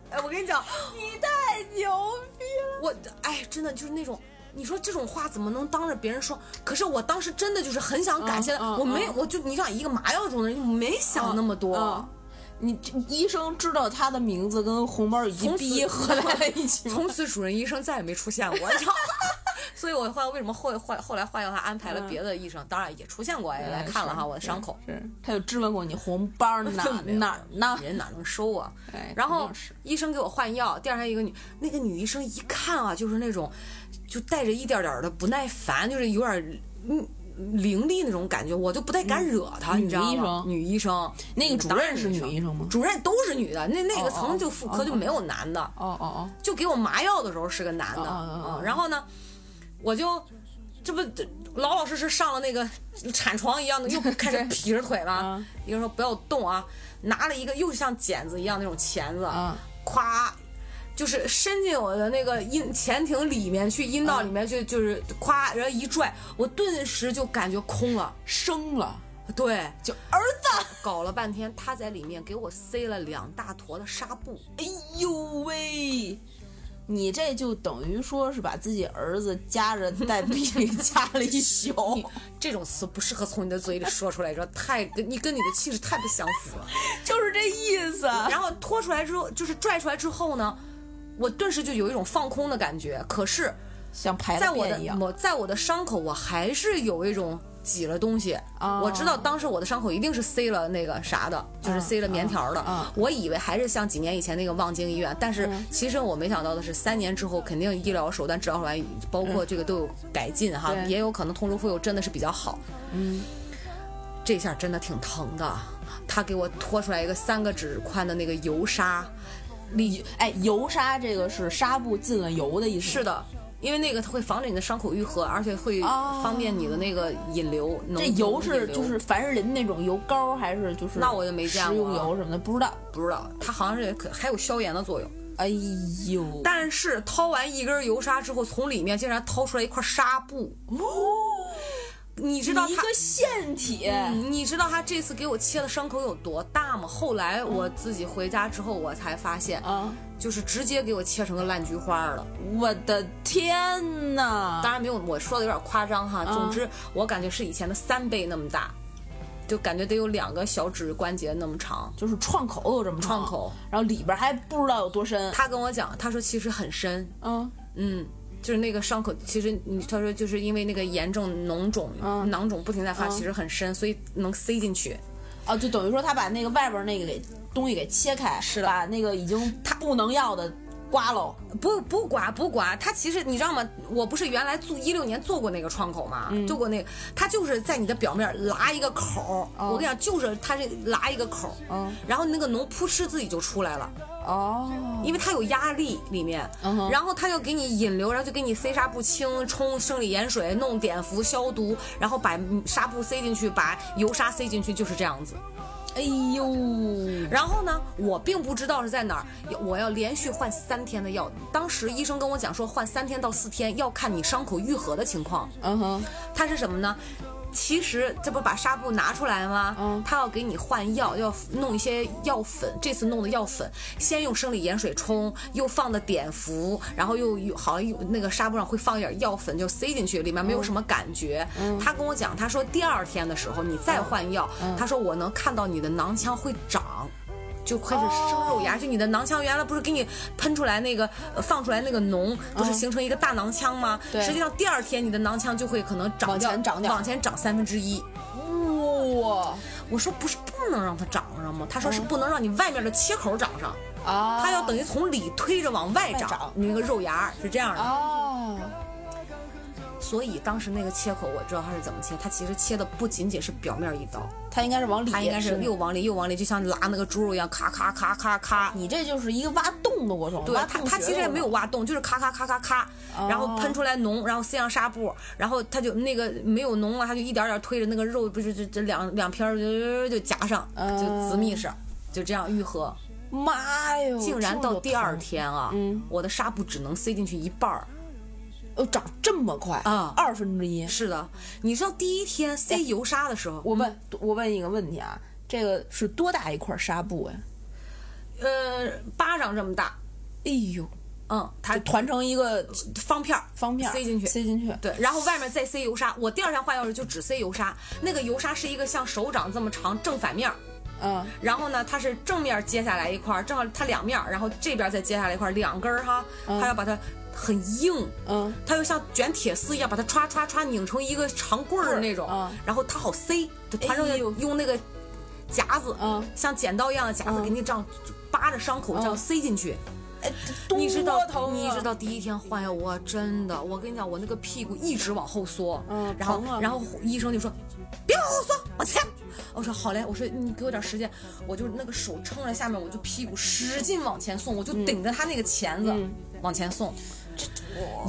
[SPEAKER 3] 哎，我跟你讲，你太牛逼了。我哎，真的就是那种。你说这种话怎么能当着别人说？可是我当时真的就是很想感谢他，
[SPEAKER 2] 嗯嗯
[SPEAKER 3] 我没，我就你想一个麻药种的人，没想那么多。
[SPEAKER 2] 啊你这医生知道他的名字跟红包以及
[SPEAKER 3] 从此
[SPEAKER 2] 逼合在了一 起吗？
[SPEAKER 3] 从此主任医生再也没出现过，你知道吗？所以我后来为什么后后后来换药，他安排了别的医生，当然也出现过，哎也来看了哈我的伤口，
[SPEAKER 2] 嗯是，他有质问过你红包哪
[SPEAKER 3] 没 有
[SPEAKER 2] 哪儿呢？
[SPEAKER 3] 人哪能收啊？
[SPEAKER 2] 哎
[SPEAKER 3] 然
[SPEAKER 2] 肯
[SPEAKER 3] 后
[SPEAKER 2] 定是
[SPEAKER 3] 医生给我换药，第二天一个女那个女医生一看啊，就是那种就带着一点点的不耐烦，就是有点嗯凌厉那种感觉，我就不太敢惹她，你知道
[SPEAKER 2] 嗯女医
[SPEAKER 3] 吗？
[SPEAKER 2] 生
[SPEAKER 3] 女医生，
[SPEAKER 2] 那个主
[SPEAKER 3] 当然
[SPEAKER 2] 任是女医生吗
[SPEAKER 3] 主任都是女的，那那个
[SPEAKER 2] 哦
[SPEAKER 3] 层就妇科就没有男的。
[SPEAKER 2] 哦哦哦，
[SPEAKER 3] 就给我麻药的时候是个男的，
[SPEAKER 2] 哦哦哦
[SPEAKER 3] 啊然后呢，我就这不老老实实上了那个产床一样 的，又开始劈着腿了
[SPEAKER 2] 嗯。
[SPEAKER 3] 一个说不要动啊，拿了一个又像剪子一样那种钳子，
[SPEAKER 2] 嗯
[SPEAKER 3] 咵。就是伸进我的那个阴前庭里面去，阴道里面去，就是咵，然后一拽，我顿时就感觉空了。
[SPEAKER 2] 生了
[SPEAKER 3] 对，
[SPEAKER 2] 就儿子，
[SPEAKER 3] 搞了半天，他在里面给我塞了两大坨的纱布。
[SPEAKER 2] 哎呦喂！你这就等于说是把自己儿子夹着在屁里夹了一 宿，
[SPEAKER 3] 这种词不适合从你的嘴里说出来，你知道太跟你跟你的气质太不相符了。
[SPEAKER 2] 就是这意思。
[SPEAKER 3] 然后拖出来之后，就是拽出来之后呢，我顿时就有一种放空的感觉。可是，
[SPEAKER 2] 像排
[SPEAKER 3] 在
[SPEAKER 2] 了
[SPEAKER 3] 我
[SPEAKER 2] 便
[SPEAKER 3] 的
[SPEAKER 2] 一样，
[SPEAKER 3] 我在我的伤口，我还是有一种挤了东西。我知道当时我的伤口一定是塞了那个啥的，就是塞了棉条的。我以为还是像几年以前那个望京医院，但是其实我没想到的是，三年之后肯定医疗手段、治疗手段，包括这个都有改进哈，
[SPEAKER 2] 对
[SPEAKER 3] 也有可能通知妇幼真的是比较好。这下真的挺疼的。他给我拖出来一个三个指宽的那个油纱，
[SPEAKER 2] 里哎油纱这个是纱布进了油的意思吗，
[SPEAKER 3] 是的，因为那个它会防止你的伤口愈合，而且会
[SPEAKER 2] 哦
[SPEAKER 3] 方便你的那个引流。
[SPEAKER 2] 这
[SPEAKER 3] 浓
[SPEAKER 2] 油
[SPEAKER 3] 浓的
[SPEAKER 2] 是
[SPEAKER 3] 流
[SPEAKER 2] 就是凡士林那种油膏，还是就是
[SPEAKER 3] 那我就没见过
[SPEAKER 2] 食用油什么的，不知道。
[SPEAKER 3] 不知道，它好像是可还有消炎的作用。
[SPEAKER 2] 哎呦，
[SPEAKER 3] 但是掏完一根油纱之后，从里面竟然掏出来一块纱布，你知道
[SPEAKER 2] 哦一
[SPEAKER 3] 它
[SPEAKER 2] 个腺体，
[SPEAKER 3] 嗯你知道他这次给我切的伤口有多大吗？后来我自己回家之后，我才发现，
[SPEAKER 2] 啊，
[SPEAKER 3] 就是直接给我切成个烂菊花了。
[SPEAKER 2] 我的天呐！
[SPEAKER 3] 当然没有我说的有点夸张
[SPEAKER 2] 嗯
[SPEAKER 3] 哈，总之我感觉是以前的三倍那么大，就感觉得有两个小指关节那么长。
[SPEAKER 2] 就是创口都这么长
[SPEAKER 3] 创口，
[SPEAKER 2] 然后里边还不知道有多深。
[SPEAKER 3] 他跟我讲，他说其实很深，
[SPEAKER 2] 嗯，
[SPEAKER 3] 嗯，就是那个伤口，其实你他说就是因为那个炎症脓肿、囊肿不停在发，其实很深，所以能塞进去。
[SPEAKER 2] 啊，就等于说他把那个外边那个给东西给切开，
[SPEAKER 3] 是的
[SPEAKER 2] 把那个已经他不能要的刮喽。
[SPEAKER 3] 不不刮不刮，他其实你知道吗？我不是原来做一六年做过那个创口嘛，做过那个，他就是在你的表面拉一个口儿，我跟你讲，就是他这拉一个口儿，
[SPEAKER 2] 哦
[SPEAKER 3] 然后那个脓扑哧自己就出来了。
[SPEAKER 2] 哦，
[SPEAKER 3] 因为它有压力里面，
[SPEAKER 2] 嗯哼
[SPEAKER 3] 然后它就给你引流，然后就给你塞纱布清冲生理盐水，弄碘伏消毒，然后把纱布塞进去，把油纱塞进去，就是这样子。
[SPEAKER 2] 哎呦，
[SPEAKER 3] 然后呢，我并不知道是在哪儿，我要连续换三天的药。当时医生跟我讲说，换三天到四天，要看你伤口愈合的情况。
[SPEAKER 2] 嗯哼，
[SPEAKER 3] 它是什么呢？其实这不把纱布拿出来吗？
[SPEAKER 2] 嗯
[SPEAKER 3] 他要给你换药，要弄一些药粉。这次弄的药粉，先用生理盐水冲，又放的碘伏，然后又又好像有那个纱布上会放一点药粉，就塞进去，里面没有什么感觉。他跟我讲，他说第二天的时候你再换药，他说我能看到你的囊腔会长。就开始生肉芽，就你的囊腔原来不是给你喷出来那个、呃放出来那个脓，不是形成一个大囊腔吗？
[SPEAKER 2] 对
[SPEAKER 3] 实际上第二天你的囊腔就会可能长
[SPEAKER 2] 往
[SPEAKER 3] 掉
[SPEAKER 2] 前长点儿
[SPEAKER 3] 往前长三分之一。
[SPEAKER 2] 哇，
[SPEAKER 3] 我说不是不能让它长啊，上吗？他说是不能让你外面的切口长上，
[SPEAKER 2] 哦
[SPEAKER 6] 啊，
[SPEAKER 3] 它要等于从里推着往外
[SPEAKER 6] 外长
[SPEAKER 3] 长，那个肉芽儿是这样的。
[SPEAKER 6] 哦，
[SPEAKER 3] 所以当时那个切口，我知道它是怎么切，它其实切的不仅仅是表面一刀，
[SPEAKER 6] 它应该是往里，
[SPEAKER 3] 它应该是又往里又往里，就像拉那个猪肉一样，咔咔咔咔咔。
[SPEAKER 6] 你这就是一个挖洞的过程，
[SPEAKER 3] 对
[SPEAKER 6] 挖
[SPEAKER 3] 它，
[SPEAKER 6] 洞
[SPEAKER 3] 它
[SPEAKER 6] 穴哦
[SPEAKER 3] 其实
[SPEAKER 6] 的
[SPEAKER 3] 也没有
[SPEAKER 6] 过
[SPEAKER 3] 挖洞，就是咔咔咔咔咔，然后喷出来脓，然后塞上纱布，然后它就那个没有脓了，它就一点点推着那个肉，不是就这两两片儿就就夹上，
[SPEAKER 6] 嗯
[SPEAKER 3] 就紫密室，就这样愈合。
[SPEAKER 6] 程，妈哟，
[SPEAKER 3] 竟然
[SPEAKER 6] 听
[SPEAKER 3] 到
[SPEAKER 6] 着
[SPEAKER 3] 第二
[SPEAKER 6] 疼，
[SPEAKER 3] 天啊，
[SPEAKER 6] 嗯
[SPEAKER 3] 我的纱布只能塞进去一半儿。
[SPEAKER 6] 哦，长这么快
[SPEAKER 3] 啊
[SPEAKER 6] 二分之一。
[SPEAKER 3] 是的，你知道第一天
[SPEAKER 6] 哎
[SPEAKER 3] 塞油纱的时候，
[SPEAKER 6] 我问，我问一个问题啊，这个是多大一块纱布呀？
[SPEAKER 3] 呃，巴掌这么大，
[SPEAKER 6] 哎呦，
[SPEAKER 3] 嗯，它
[SPEAKER 6] 就团成一个
[SPEAKER 3] 方片儿
[SPEAKER 6] 方片儿，
[SPEAKER 3] 塞进去，
[SPEAKER 6] 塞进去，
[SPEAKER 3] 对，然后外面再塞油砂。我第二天换钥匙就只塞油砂，那个油砂是一个像手掌这么长正反面儿，
[SPEAKER 6] 嗯，
[SPEAKER 3] 然后呢，它是正面接下来一块儿，正好它两面儿，然后这边再接下来一块儿，两根儿哈，它要把它很硬，
[SPEAKER 6] 嗯，
[SPEAKER 3] 它又像卷铁丝一样把它歘歘歘拧成一个长棍
[SPEAKER 6] 棍儿
[SPEAKER 3] 儿那种，
[SPEAKER 6] 嗯
[SPEAKER 3] 然后它好塞，就团上
[SPEAKER 6] 哎
[SPEAKER 3] 要
[SPEAKER 6] 呦
[SPEAKER 3] 用那个夹子，
[SPEAKER 6] 嗯
[SPEAKER 3] 像剪刀一样的夹子给你这样扒着伤口这样
[SPEAKER 6] 嗯
[SPEAKER 3] 塞进去。
[SPEAKER 6] 多
[SPEAKER 3] 你知道
[SPEAKER 6] 疼啊，
[SPEAKER 3] 你知道第一天换药，我真的，我跟你讲，我那个屁股一直往后缩，
[SPEAKER 6] 嗯
[SPEAKER 3] 然后、
[SPEAKER 6] 疼啊
[SPEAKER 3] 然后医生就说，别往后缩，往前。我说好嘞，我说你给我点时间，我就那个手撑着下面，我就屁股使劲往前送，我就
[SPEAKER 6] 嗯
[SPEAKER 3] 顶着他那个钳子、往前送。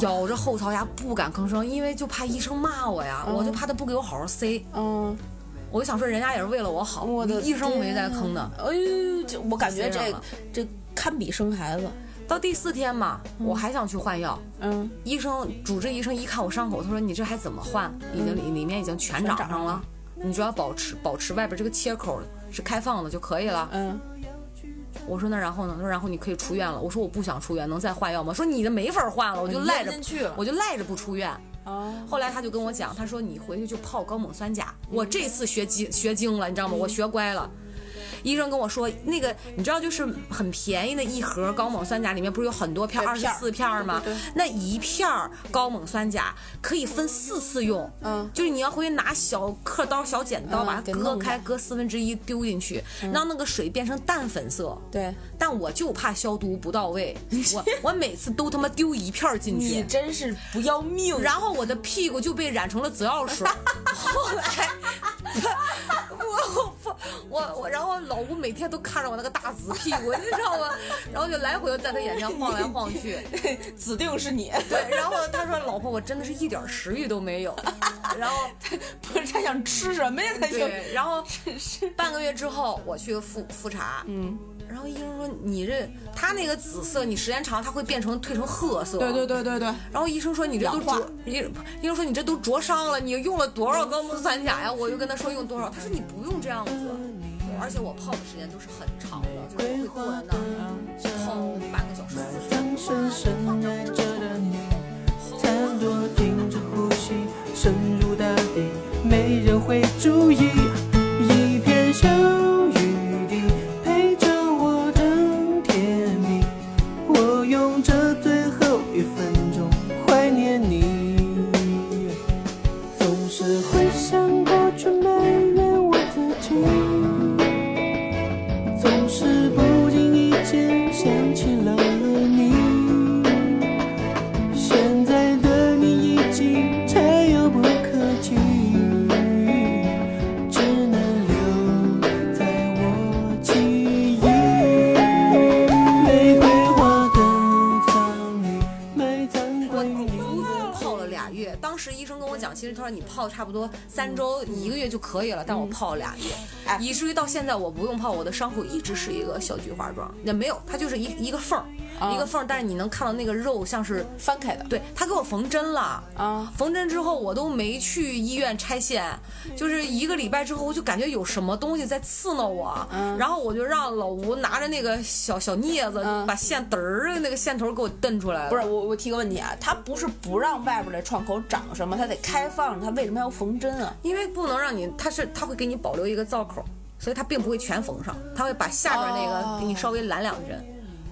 [SPEAKER 3] 咬着后槽牙不敢吭声，因为就怕医生骂我呀，我就怕他不给我好好塞，
[SPEAKER 6] 嗯，
[SPEAKER 3] 我就想说人家也是为了我好，
[SPEAKER 6] 我的
[SPEAKER 3] 医生没在
[SPEAKER 6] 天
[SPEAKER 3] 吭的。
[SPEAKER 6] 哎呦，这我感觉
[SPEAKER 3] 塞
[SPEAKER 6] 这
[SPEAKER 3] 上了
[SPEAKER 6] 这堪比生孩子，
[SPEAKER 3] 到第四天嘛，我还想去换药，
[SPEAKER 6] 嗯，
[SPEAKER 3] 医生主治医生一看我伤口，他说你这还怎么换？已经里、里面已经全长
[SPEAKER 6] 嗯全长
[SPEAKER 3] 上了，你只要保持保持外边这个切口是开放的就可以了。
[SPEAKER 6] 嗯，
[SPEAKER 3] 我说那然后呢？他说然后你可以出院了。我说我不想出院，能再换药吗？说你的没法换了，我就
[SPEAKER 6] 你
[SPEAKER 3] 赖
[SPEAKER 6] 咽
[SPEAKER 3] 着
[SPEAKER 6] 嗯进去了
[SPEAKER 3] 我就赖着不出院。
[SPEAKER 6] 哦，
[SPEAKER 3] 后来他就跟我讲，他说你回去就泡高锰酸钾。
[SPEAKER 6] 嗯
[SPEAKER 3] 我这次学精学精了，你知道吗？我学乖了。医生跟我说，那个你知道就是很便宜的一盒高锰酸钾，里面不是有很多片二
[SPEAKER 6] 对
[SPEAKER 3] 十
[SPEAKER 6] 片儿
[SPEAKER 3] 四片儿吗？那一片儿高锰酸钾可以分四次用，
[SPEAKER 6] 嗯
[SPEAKER 3] 就是你要回去拿小刻刀、小剪刀
[SPEAKER 6] 嗯
[SPEAKER 3] 把它
[SPEAKER 6] 给
[SPEAKER 3] 割
[SPEAKER 6] 弄开
[SPEAKER 3] 开，割四分之一丢进去，让那个水变成淡粉色。
[SPEAKER 6] 对，
[SPEAKER 3] 但我就怕消毒不 到位，我我每次都他妈丢一片儿进去，
[SPEAKER 6] 你真是不要命，
[SPEAKER 3] 然后我的屁股就被染成了紫药水。后来，我我我我，然后老吴每天都看着我那个大紫屁股，你知道吗？然后就来回的在他眼前晃来晃去。
[SPEAKER 6] 指定是 你，
[SPEAKER 3] 对，然后他说：“老婆，我真的是一点食欲都 没有。”然后
[SPEAKER 6] 不是他想吃什么呀？他就
[SPEAKER 3] 对，然后半个月之后我去复复查，嗯。然后医生说：“你这，它那个紫色，你时间长，它会变成褪成褐色。”
[SPEAKER 6] 对对对对对，
[SPEAKER 3] 然后医生说你这都
[SPEAKER 6] 氧化
[SPEAKER 3] 灼，医医生说你这都灼伤了，你用了多少高锰酸钾呀？我就跟他说用多少，他说你不用这样子，而且我泡的时间都是很长的，就是
[SPEAKER 6] 嗯
[SPEAKER 3] 我会坐在那儿泡半个小时。四十分钟
[SPEAKER 7] 当深深爱着的你，探朵停止呼吸，深入大地，没人会注意。一片小雨滴陪着我等天明，我用这最后一分钟怀念你。总是会想过去，埋怨我自己。总是不经意间想起了你。现在的你已经柴油不可及，只能留在我记忆。玫瑰花的葬礼，埋葬
[SPEAKER 3] 我
[SPEAKER 7] 归你。
[SPEAKER 3] 足足泡了俩月，当时医生跟我讲，其实他说你泡差不多三周一个月就可以了，但我泡了俩
[SPEAKER 6] 哎
[SPEAKER 3] 月，以至于到现在我不用泡，我的伤口一直是一个小菊花状，也没有，它就是一一个缝儿，
[SPEAKER 6] 啊
[SPEAKER 3] 一个缝儿，但是你能看到那个肉像是
[SPEAKER 6] 翻开的，
[SPEAKER 3] 对他给我缝针了
[SPEAKER 6] 啊，
[SPEAKER 3] 缝针之后我都没去医院拆线，就是一个礼拜之后我就感觉有什么东西在刺挠我，
[SPEAKER 6] 嗯
[SPEAKER 3] 然后我就让老吴拿着那个小小镊子、把线嘚儿那个线头给我蹬出来了，
[SPEAKER 6] 嗯不是我我提个问题啊，他不是不让外边的创口长什么，他得开放，他为什么要缝针啊？
[SPEAKER 3] 因为不能让你，它是它会给你保留一个造口，所以它并不会全缝上，它会把下边那
[SPEAKER 6] 哦
[SPEAKER 3] 个给你稍微拦两针，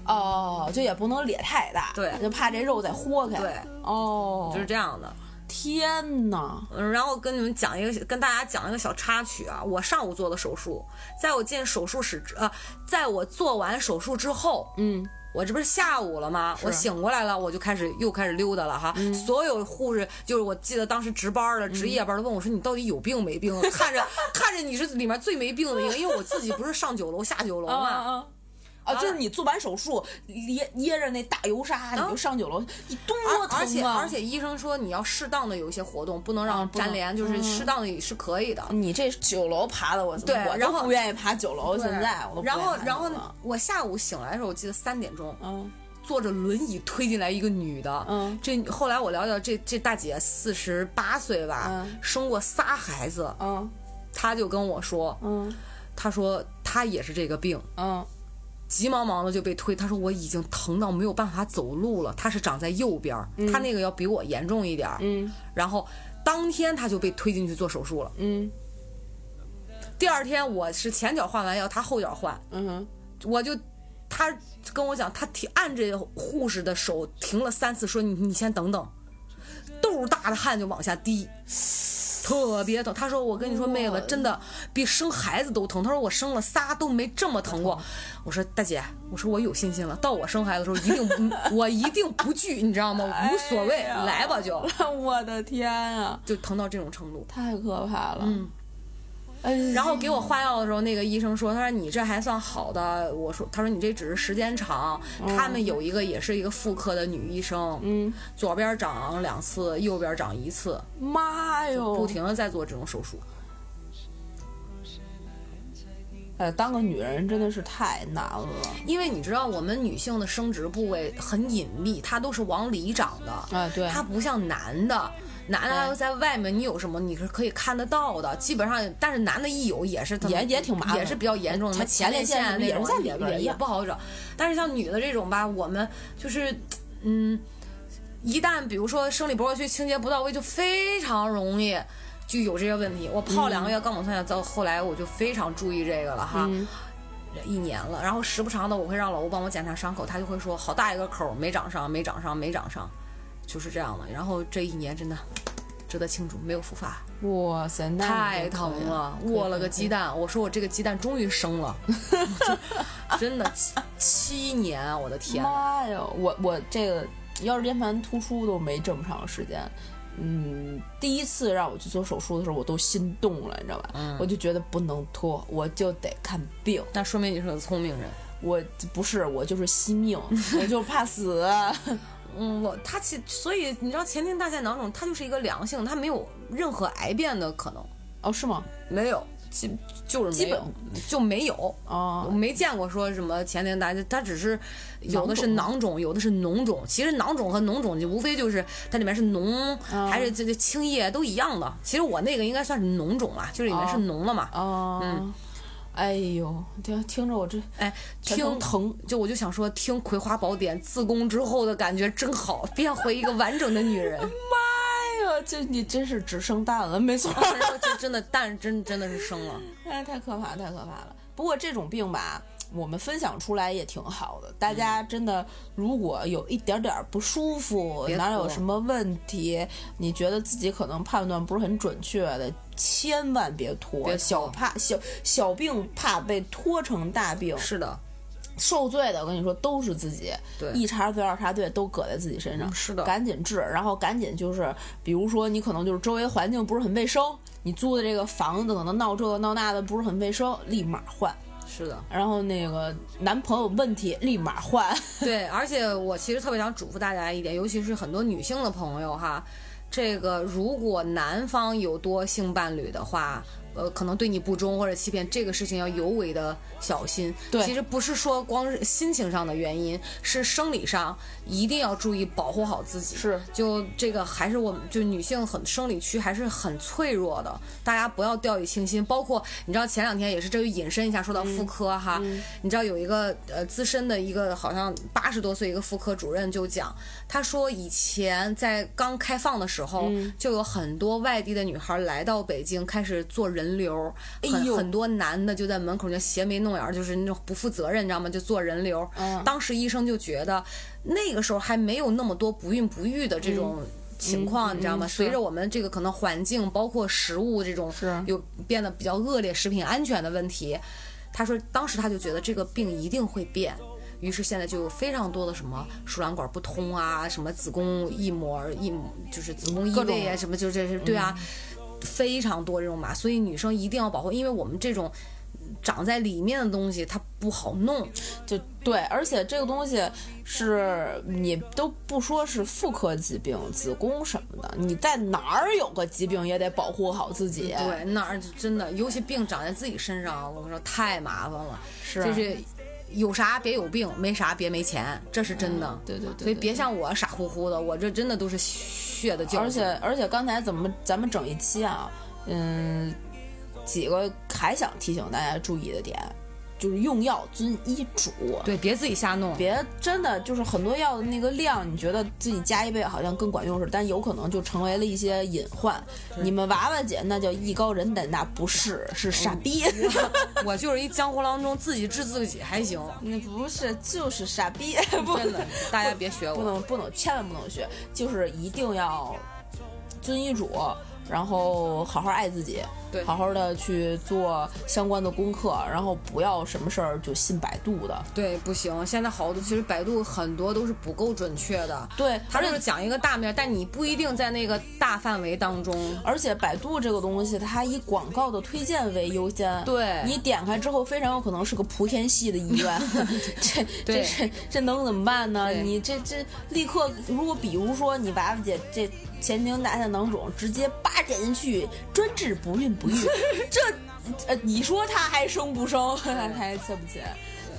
[SPEAKER 6] 哦，就也不能咧太大，
[SPEAKER 3] 对
[SPEAKER 6] 就怕这肉再豁开，
[SPEAKER 3] 对
[SPEAKER 6] 哦，
[SPEAKER 3] 就是这样的。
[SPEAKER 2] 天哪！
[SPEAKER 3] 嗯，然后跟你们讲一个，跟大家讲一个小插曲啊。我上午做的手术，在我进手术室之呃，在我做完手术之后，嗯，我这不是下午了吗？我醒过来了，我就开始又开始溜达了哈。
[SPEAKER 2] 嗯
[SPEAKER 3] 所有护士就是我记得当时值班的、值夜班的问我说：“你到底有病没病？” 看着看着你是里面最没病的一个，因为我自己不是上九楼下九楼嘛。
[SPEAKER 2] 啊！啊，就是你做完手术，掖掖着那大油砂，
[SPEAKER 6] 啊
[SPEAKER 2] 你就上九楼，你多疼啊！
[SPEAKER 3] 而且而且医生说你要适当的有一些活动，不能让
[SPEAKER 2] 哦不能嗯
[SPEAKER 3] 粘连，就是适当的是可以的。
[SPEAKER 2] 你这九楼爬的我，
[SPEAKER 3] 对
[SPEAKER 2] 我
[SPEAKER 3] 然
[SPEAKER 2] 都
[SPEAKER 3] 后
[SPEAKER 2] 不愿意爬九楼，
[SPEAKER 3] 对
[SPEAKER 2] 现在我都不
[SPEAKER 3] 然后
[SPEAKER 2] 愿意爬
[SPEAKER 3] 然后
[SPEAKER 2] 九楼
[SPEAKER 3] 我下午醒来的时候，我记得三点钟，
[SPEAKER 2] 嗯，
[SPEAKER 3] 坐着轮椅推进来一个女的，
[SPEAKER 2] 嗯，
[SPEAKER 3] 这后来我了解这这大姐四十八岁吧，
[SPEAKER 2] 嗯
[SPEAKER 3] 生过仨孩子，
[SPEAKER 2] 嗯
[SPEAKER 3] 她就跟我说，
[SPEAKER 2] 嗯
[SPEAKER 3] 她说她也是这个病，
[SPEAKER 2] 嗯
[SPEAKER 3] 急忙忙的就被推，她说我已经疼到没有办法走路了，她是长在右边，她那个要比我严重一点，
[SPEAKER 2] 嗯，
[SPEAKER 3] 然后当天她就被推进去做手术了，
[SPEAKER 2] 嗯
[SPEAKER 3] 第二天我是前脚换完药，她后脚换，
[SPEAKER 2] 嗯哼，
[SPEAKER 3] 我就他跟我讲，他停按着护士的手停了三次，说你你先等等，豆大的汗就往下滴，特别疼。他说我跟你说妹
[SPEAKER 2] 哦
[SPEAKER 3] 子真的比生孩子都疼，他说我生了仨都没这么疼过。我说大姐，我说我有信心了，到我生孩子的时候一定不我一定不惧，你知道吗？无所谓，
[SPEAKER 2] 哎呀
[SPEAKER 3] 来吧就
[SPEAKER 2] 我的天啊，
[SPEAKER 3] 就疼到这种程度。
[SPEAKER 2] 太可怕了！嗯，哎，
[SPEAKER 3] 然后给我换药的时候，那个医生说：“他说你这还算好的。”我说：“他说你这只是时间长。
[SPEAKER 2] 哦
[SPEAKER 3] 他们有一个也是一个妇科的女医生，嗯，左边长两次，右边长一次，
[SPEAKER 2] 妈哟，
[SPEAKER 3] 不停的在做这种手术。
[SPEAKER 2] 哎，当个女人真的是太难了。
[SPEAKER 3] 因为你知道，我们女性的生殖部位很隐秘，它都是往里长的
[SPEAKER 2] 啊对
[SPEAKER 3] 它不像男的。男的要在外面，你有什么你是可以看得到的，基本上。但是男的一有也是他
[SPEAKER 2] 也也挺麻烦
[SPEAKER 3] 也是比较严重的，
[SPEAKER 2] 他
[SPEAKER 3] 前列腺啊
[SPEAKER 2] 前列腺
[SPEAKER 3] 那种
[SPEAKER 2] 也是在里边
[SPEAKER 3] 也
[SPEAKER 2] 儿
[SPEAKER 3] 也
[SPEAKER 2] 的
[SPEAKER 3] 不好整。但是像女的这种吧，我们就是，嗯，一旦比如说生理薄弱区清洁不到位，就非常容易就有这些问题。我泡两个月肛瘘酸钾，到后来我就非常注意这个了哈。一年了，然后时不常的我会让老吴帮我检查伤口，他就会说好大一个口儿，没长上，没长上，没长上，就是这样的。然后这一年真的值得庆祝，没有复发，
[SPEAKER 2] 哇塞，那
[SPEAKER 3] 太
[SPEAKER 2] 你就可以
[SPEAKER 3] 疼了，
[SPEAKER 2] 可以
[SPEAKER 3] 握了个
[SPEAKER 2] 可以
[SPEAKER 3] 鸡蛋，我说我这个鸡蛋终于生了， 真的七七年，啊我的天呐，
[SPEAKER 2] 妈呀，我我这个腰间盘突出都没这么长时间。嗯，第一次让我去做手术的时候，我都心动了，你知道吧？
[SPEAKER 3] 嗯
[SPEAKER 2] 我就觉得不能拖，我就得看病。
[SPEAKER 3] 那说明你是个聪明人。
[SPEAKER 2] 我不是我就是惜命，我就怕死。
[SPEAKER 3] 嗯，我他其所以你知道前庭大腺囊肿，它就是一个良性，它没有任何癌变的可能，
[SPEAKER 2] 哦，是吗？
[SPEAKER 3] 没有，基就是
[SPEAKER 2] 基
[SPEAKER 3] 没有就没有。我
[SPEAKER 2] 哦，
[SPEAKER 3] 没见过说什么前庭大腺，它只是有的是囊肿，有的是脓肿。其实囊肿和脓肿就无非就是它里面是
[SPEAKER 2] 哦
[SPEAKER 3] 脓、还是这这青叶都一样的。其实我那个应该算是脓肿啊，就是里面是脓了嘛。
[SPEAKER 2] 哦，
[SPEAKER 3] 嗯
[SPEAKER 2] 哎呦，听听着我这
[SPEAKER 3] 哎，
[SPEAKER 2] 全
[SPEAKER 3] 听
[SPEAKER 2] 都疼，
[SPEAKER 3] 就我就想说，听《葵花宝典》自宫之后的感觉真好，变回一个完整的女人。
[SPEAKER 2] 哎呦，这你真是只生蛋了，没错。
[SPEAKER 3] 然后这真的蛋真真的是生了，
[SPEAKER 2] 哎，太可怕，太可怕了。不过这种病吧，我们分享出来也挺好的。大家
[SPEAKER 3] 嗯
[SPEAKER 2] 真的，如果有一点点不舒服，
[SPEAKER 3] 别
[SPEAKER 2] 哪
[SPEAKER 3] 拖
[SPEAKER 2] 有什么问题，你觉得自己可能判断不是很准确的，千万别拖。
[SPEAKER 3] 别拖
[SPEAKER 2] 小怕小小病怕被拖成大病，
[SPEAKER 3] 是的，
[SPEAKER 2] 受罪的我跟你说都是自己，
[SPEAKER 3] 对
[SPEAKER 2] 一茬罪二茬罪都搁在自己身上。
[SPEAKER 3] 是的
[SPEAKER 2] 赶紧治，然后赶紧就是，比如说你可能就是周围环境不是很卫生，你租的这个房子可能闹这个闹那的不是很卫生，立马换。
[SPEAKER 3] 是的，
[SPEAKER 2] 然后那个男朋友问题立马换，
[SPEAKER 3] 对。而且我其实特别想嘱咐大家一点，尤其是很多女性的朋友哈，这个如果男方有多性伴侣的话。呃，可能对你不忠或者欺骗，这个事情要尤为的小心。
[SPEAKER 2] 对
[SPEAKER 3] 其实不是说光是心情上的原因，是生理上一定要注意保护好自己。
[SPEAKER 2] 是
[SPEAKER 3] 就这个还是我们就女性很生理区还是很脆弱的，大家不要掉以轻心。包括你知道前两天也是，这就引申一下说到妇科哈，
[SPEAKER 2] 嗯
[SPEAKER 3] 你知道有一个呃资深的一个好像八十多岁一个妇科主任就讲，他说以前在刚开放的时候，
[SPEAKER 2] 嗯
[SPEAKER 3] 就有很多外地的女孩来到北京开始做人流，
[SPEAKER 2] 哎
[SPEAKER 3] 很
[SPEAKER 2] 呦
[SPEAKER 3] 很多男的就在门口就斜眉弄眼儿，就是那种不负责任，你知道吗？就做人流。当时医生就觉得那个时候还没有那么多不孕不育的这种情况，你知道吗？随着我们这个可能环境，包括食物这种
[SPEAKER 2] 是
[SPEAKER 3] 有变得比较恶劣，食品安全的问题，他说当时他就觉得这个病一定会变。于是现在就有非常多的什么输卵管不通啊，什么子宫异膜异就是子宫异
[SPEAKER 2] 各种嗯
[SPEAKER 3] 位啊，什么就这是对啊，非常多这种嘛，所以女生一定要保护，因为我们这种长在里面的东西它不好弄，
[SPEAKER 2] 就对，而且这个东西是你都不说是妇科疾病、子宫什么的，你在哪儿有个疾病也得保护好自己。
[SPEAKER 3] 嗯对，那儿真的，尤其病长在自己身上，啊我跟你说太麻烦了。
[SPEAKER 2] 是啊
[SPEAKER 3] 就是有啥别有病，没啥别没钱，这是真的。
[SPEAKER 2] 嗯对对对对
[SPEAKER 3] 所以别像我傻乎乎的，我这真的都是血的教训。
[SPEAKER 2] 而且而且刚才怎么咱们整一期啊，嗯，几个还想提醒大家注意的点，就是用药遵医嘱。
[SPEAKER 3] 对，别自己瞎弄。
[SPEAKER 2] 别真的就是很多药的那个量，你觉得自己加一倍好像更管用似的，但有可能就成为了一些隐患。你们娃娃姐那叫艺高人胆大，不是是傻逼，
[SPEAKER 3] 我就是一江湖郎中，自己治自己还行，
[SPEAKER 2] 你不是就是傻逼， 不
[SPEAKER 3] 真的，大家别学
[SPEAKER 2] 不
[SPEAKER 3] 我。
[SPEAKER 2] 能不能，千万不能学，就是一定要遵医嘱，然后好好爱自己，
[SPEAKER 3] 对
[SPEAKER 2] 好好的去做相关的功课，然后不要什么事儿就信百度的。
[SPEAKER 3] 对，不行，现在好多其实百度很多都是不够准确的。
[SPEAKER 2] 对
[SPEAKER 3] 它
[SPEAKER 2] 而
[SPEAKER 3] 就
[SPEAKER 2] 且
[SPEAKER 3] 是讲一个大面，但你不一定在那个大范围当中。
[SPEAKER 2] 而且百度这个东西，它以广告的推荐为优先，
[SPEAKER 3] 对
[SPEAKER 2] 你点开之后，非常有可能是个莆田系的医 院，这这
[SPEAKER 3] 对
[SPEAKER 2] 这这能怎么办呢？
[SPEAKER 3] 对
[SPEAKER 2] 你这这立刻，如果比如说你娃娃姐这前庭大腺囊肿，直接叭点进去，专治不孕 不育，这呃，你说她还生不生？ 她还切不切？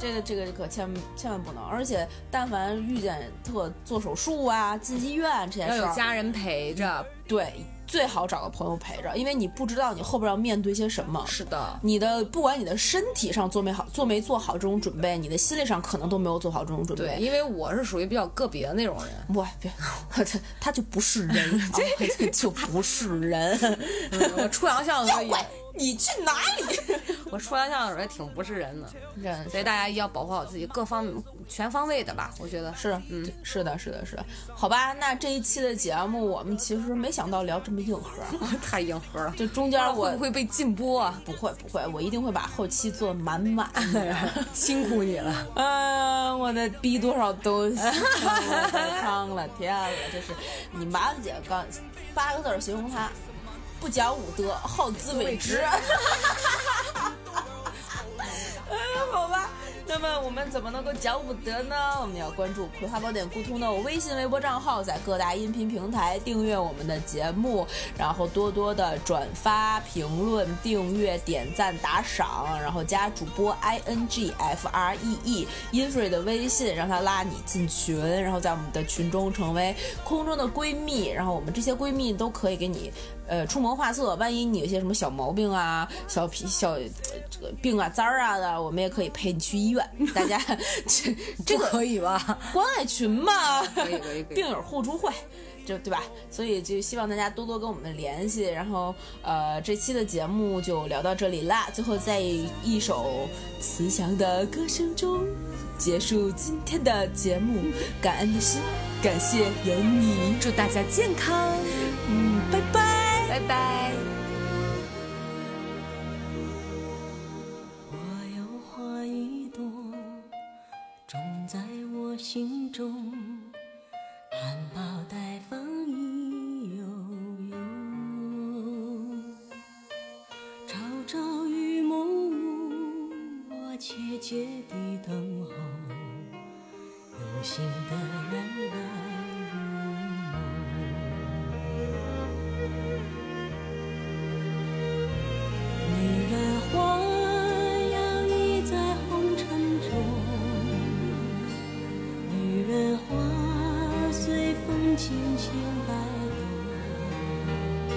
[SPEAKER 2] 这个这个可千千万不能，而且但凡遇见特做手术啊、进医院这些
[SPEAKER 3] 要
[SPEAKER 2] 事
[SPEAKER 3] 有
[SPEAKER 2] 儿，
[SPEAKER 3] 家人陪着，
[SPEAKER 2] 对，最好找个朋友陪着，因为你不知道你后边要面对些什么。
[SPEAKER 3] 是的，
[SPEAKER 2] 你的不管你的身体上做没好做没做好这种准备，你的心理上可能都没有做好这种准
[SPEAKER 3] 对，
[SPEAKER 2] 备。
[SPEAKER 3] 因为我是属于比较个别的那种人，
[SPEAKER 2] 哇，别，他他就不是人，啊他就不是 人。
[SPEAKER 3] 嗯我出洋相的时候也，
[SPEAKER 2] 你去哪里？
[SPEAKER 3] 我出洋相的时候也挺不是人的，
[SPEAKER 2] 人
[SPEAKER 3] 所以大家要保护好自己，各方全方位的吧，我觉得
[SPEAKER 2] 是，嗯，是的，是的，是的。好吧，那这一期的节目，我们其实没想到聊这么硬核。
[SPEAKER 3] 太硬核了。
[SPEAKER 2] 这中间我
[SPEAKER 3] 会不会被禁播啊？
[SPEAKER 2] 不会不会，我一定会把后期做得满满
[SPEAKER 3] 哎
[SPEAKER 2] 的。
[SPEAKER 3] 辛苦你了，
[SPEAKER 2] 嗯，我的逼多少东西，我的苍了天了，这是你麻子姐刚八个字儿形容她，不讲武德，好自为之。哎， 好吧，那么我们怎么能够讲武德呢？我们要关注《葵花宝典》顾通的微信、微博账号，在各大音频平台订阅我们的节目，然后多多的转发、评论、订阅、点赞、打赏，然后加主播 i n g f r e e Infree 的微信，让他拉你进群，然后在我们的群中成为空中的闺蜜，然后我们这些闺蜜都可以给你。呃，出谋划策，万一你有些什么小毛病啊、小脾小呃这个病啊、灾儿啊的，我们也可以陪你去医院。大家这这个
[SPEAKER 3] 可以吧？
[SPEAKER 2] 关爱群嘛，
[SPEAKER 3] 可以可以可以
[SPEAKER 2] 病友互助会，这对吧？所以就希望大家多多跟我们联系。然后呃，这期的节目就聊到这里啦。最后，在一首慈祥的歌声中结束今天的节目，感恩的心，感谢有你，
[SPEAKER 3] 祝大家健康，
[SPEAKER 2] 嗯，拜拜。
[SPEAKER 3] 拜拜。
[SPEAKER 4] 我有花一朵，种在我心中，含苞待放意悠悠。朝朝与暮暮，我切切地等候，有心的人来入梦。你的花摇曳在红尘中，女人花随风轻轻摆动，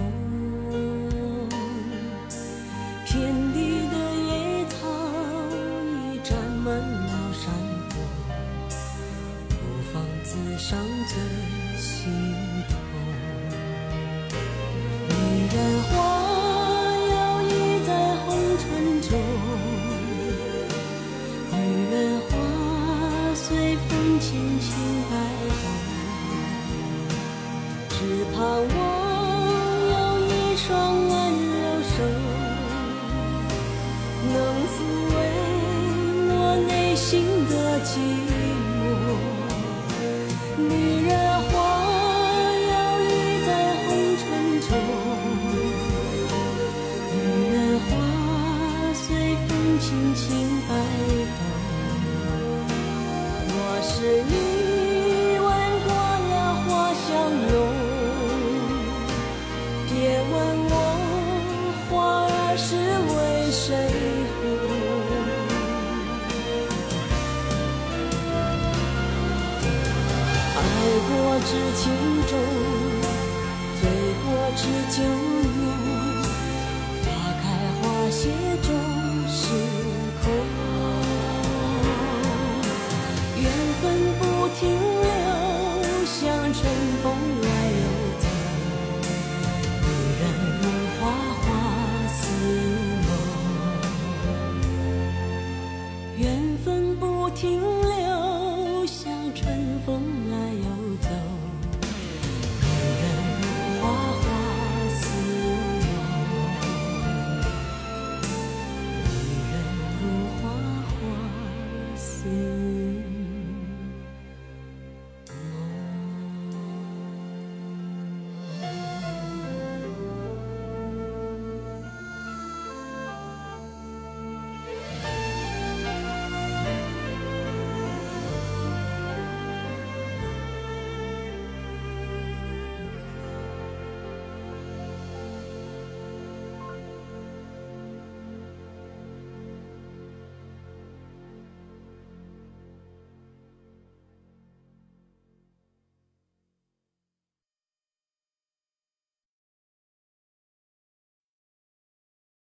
[SPEAKER 4] 遍地的野草已占满了山坡，孤芳自赏最心痛。女人花摇曳在红尘中，女人花随风轻轻摆动，只盼我有一双温柔手，能抚慰我内心的寂寞。女人花摇曳在红尘中，女人花随风轻轻摆动。若是你闻过了花香浓，别问我花儿是为谁红。爱过知情重，醉过知酒浓。花开花谢终是空，缘分不停留，像春风来又走。女人如花花似梦。缘分不停留，像春风来又走。女人如花花似梦，女人如花花似梦。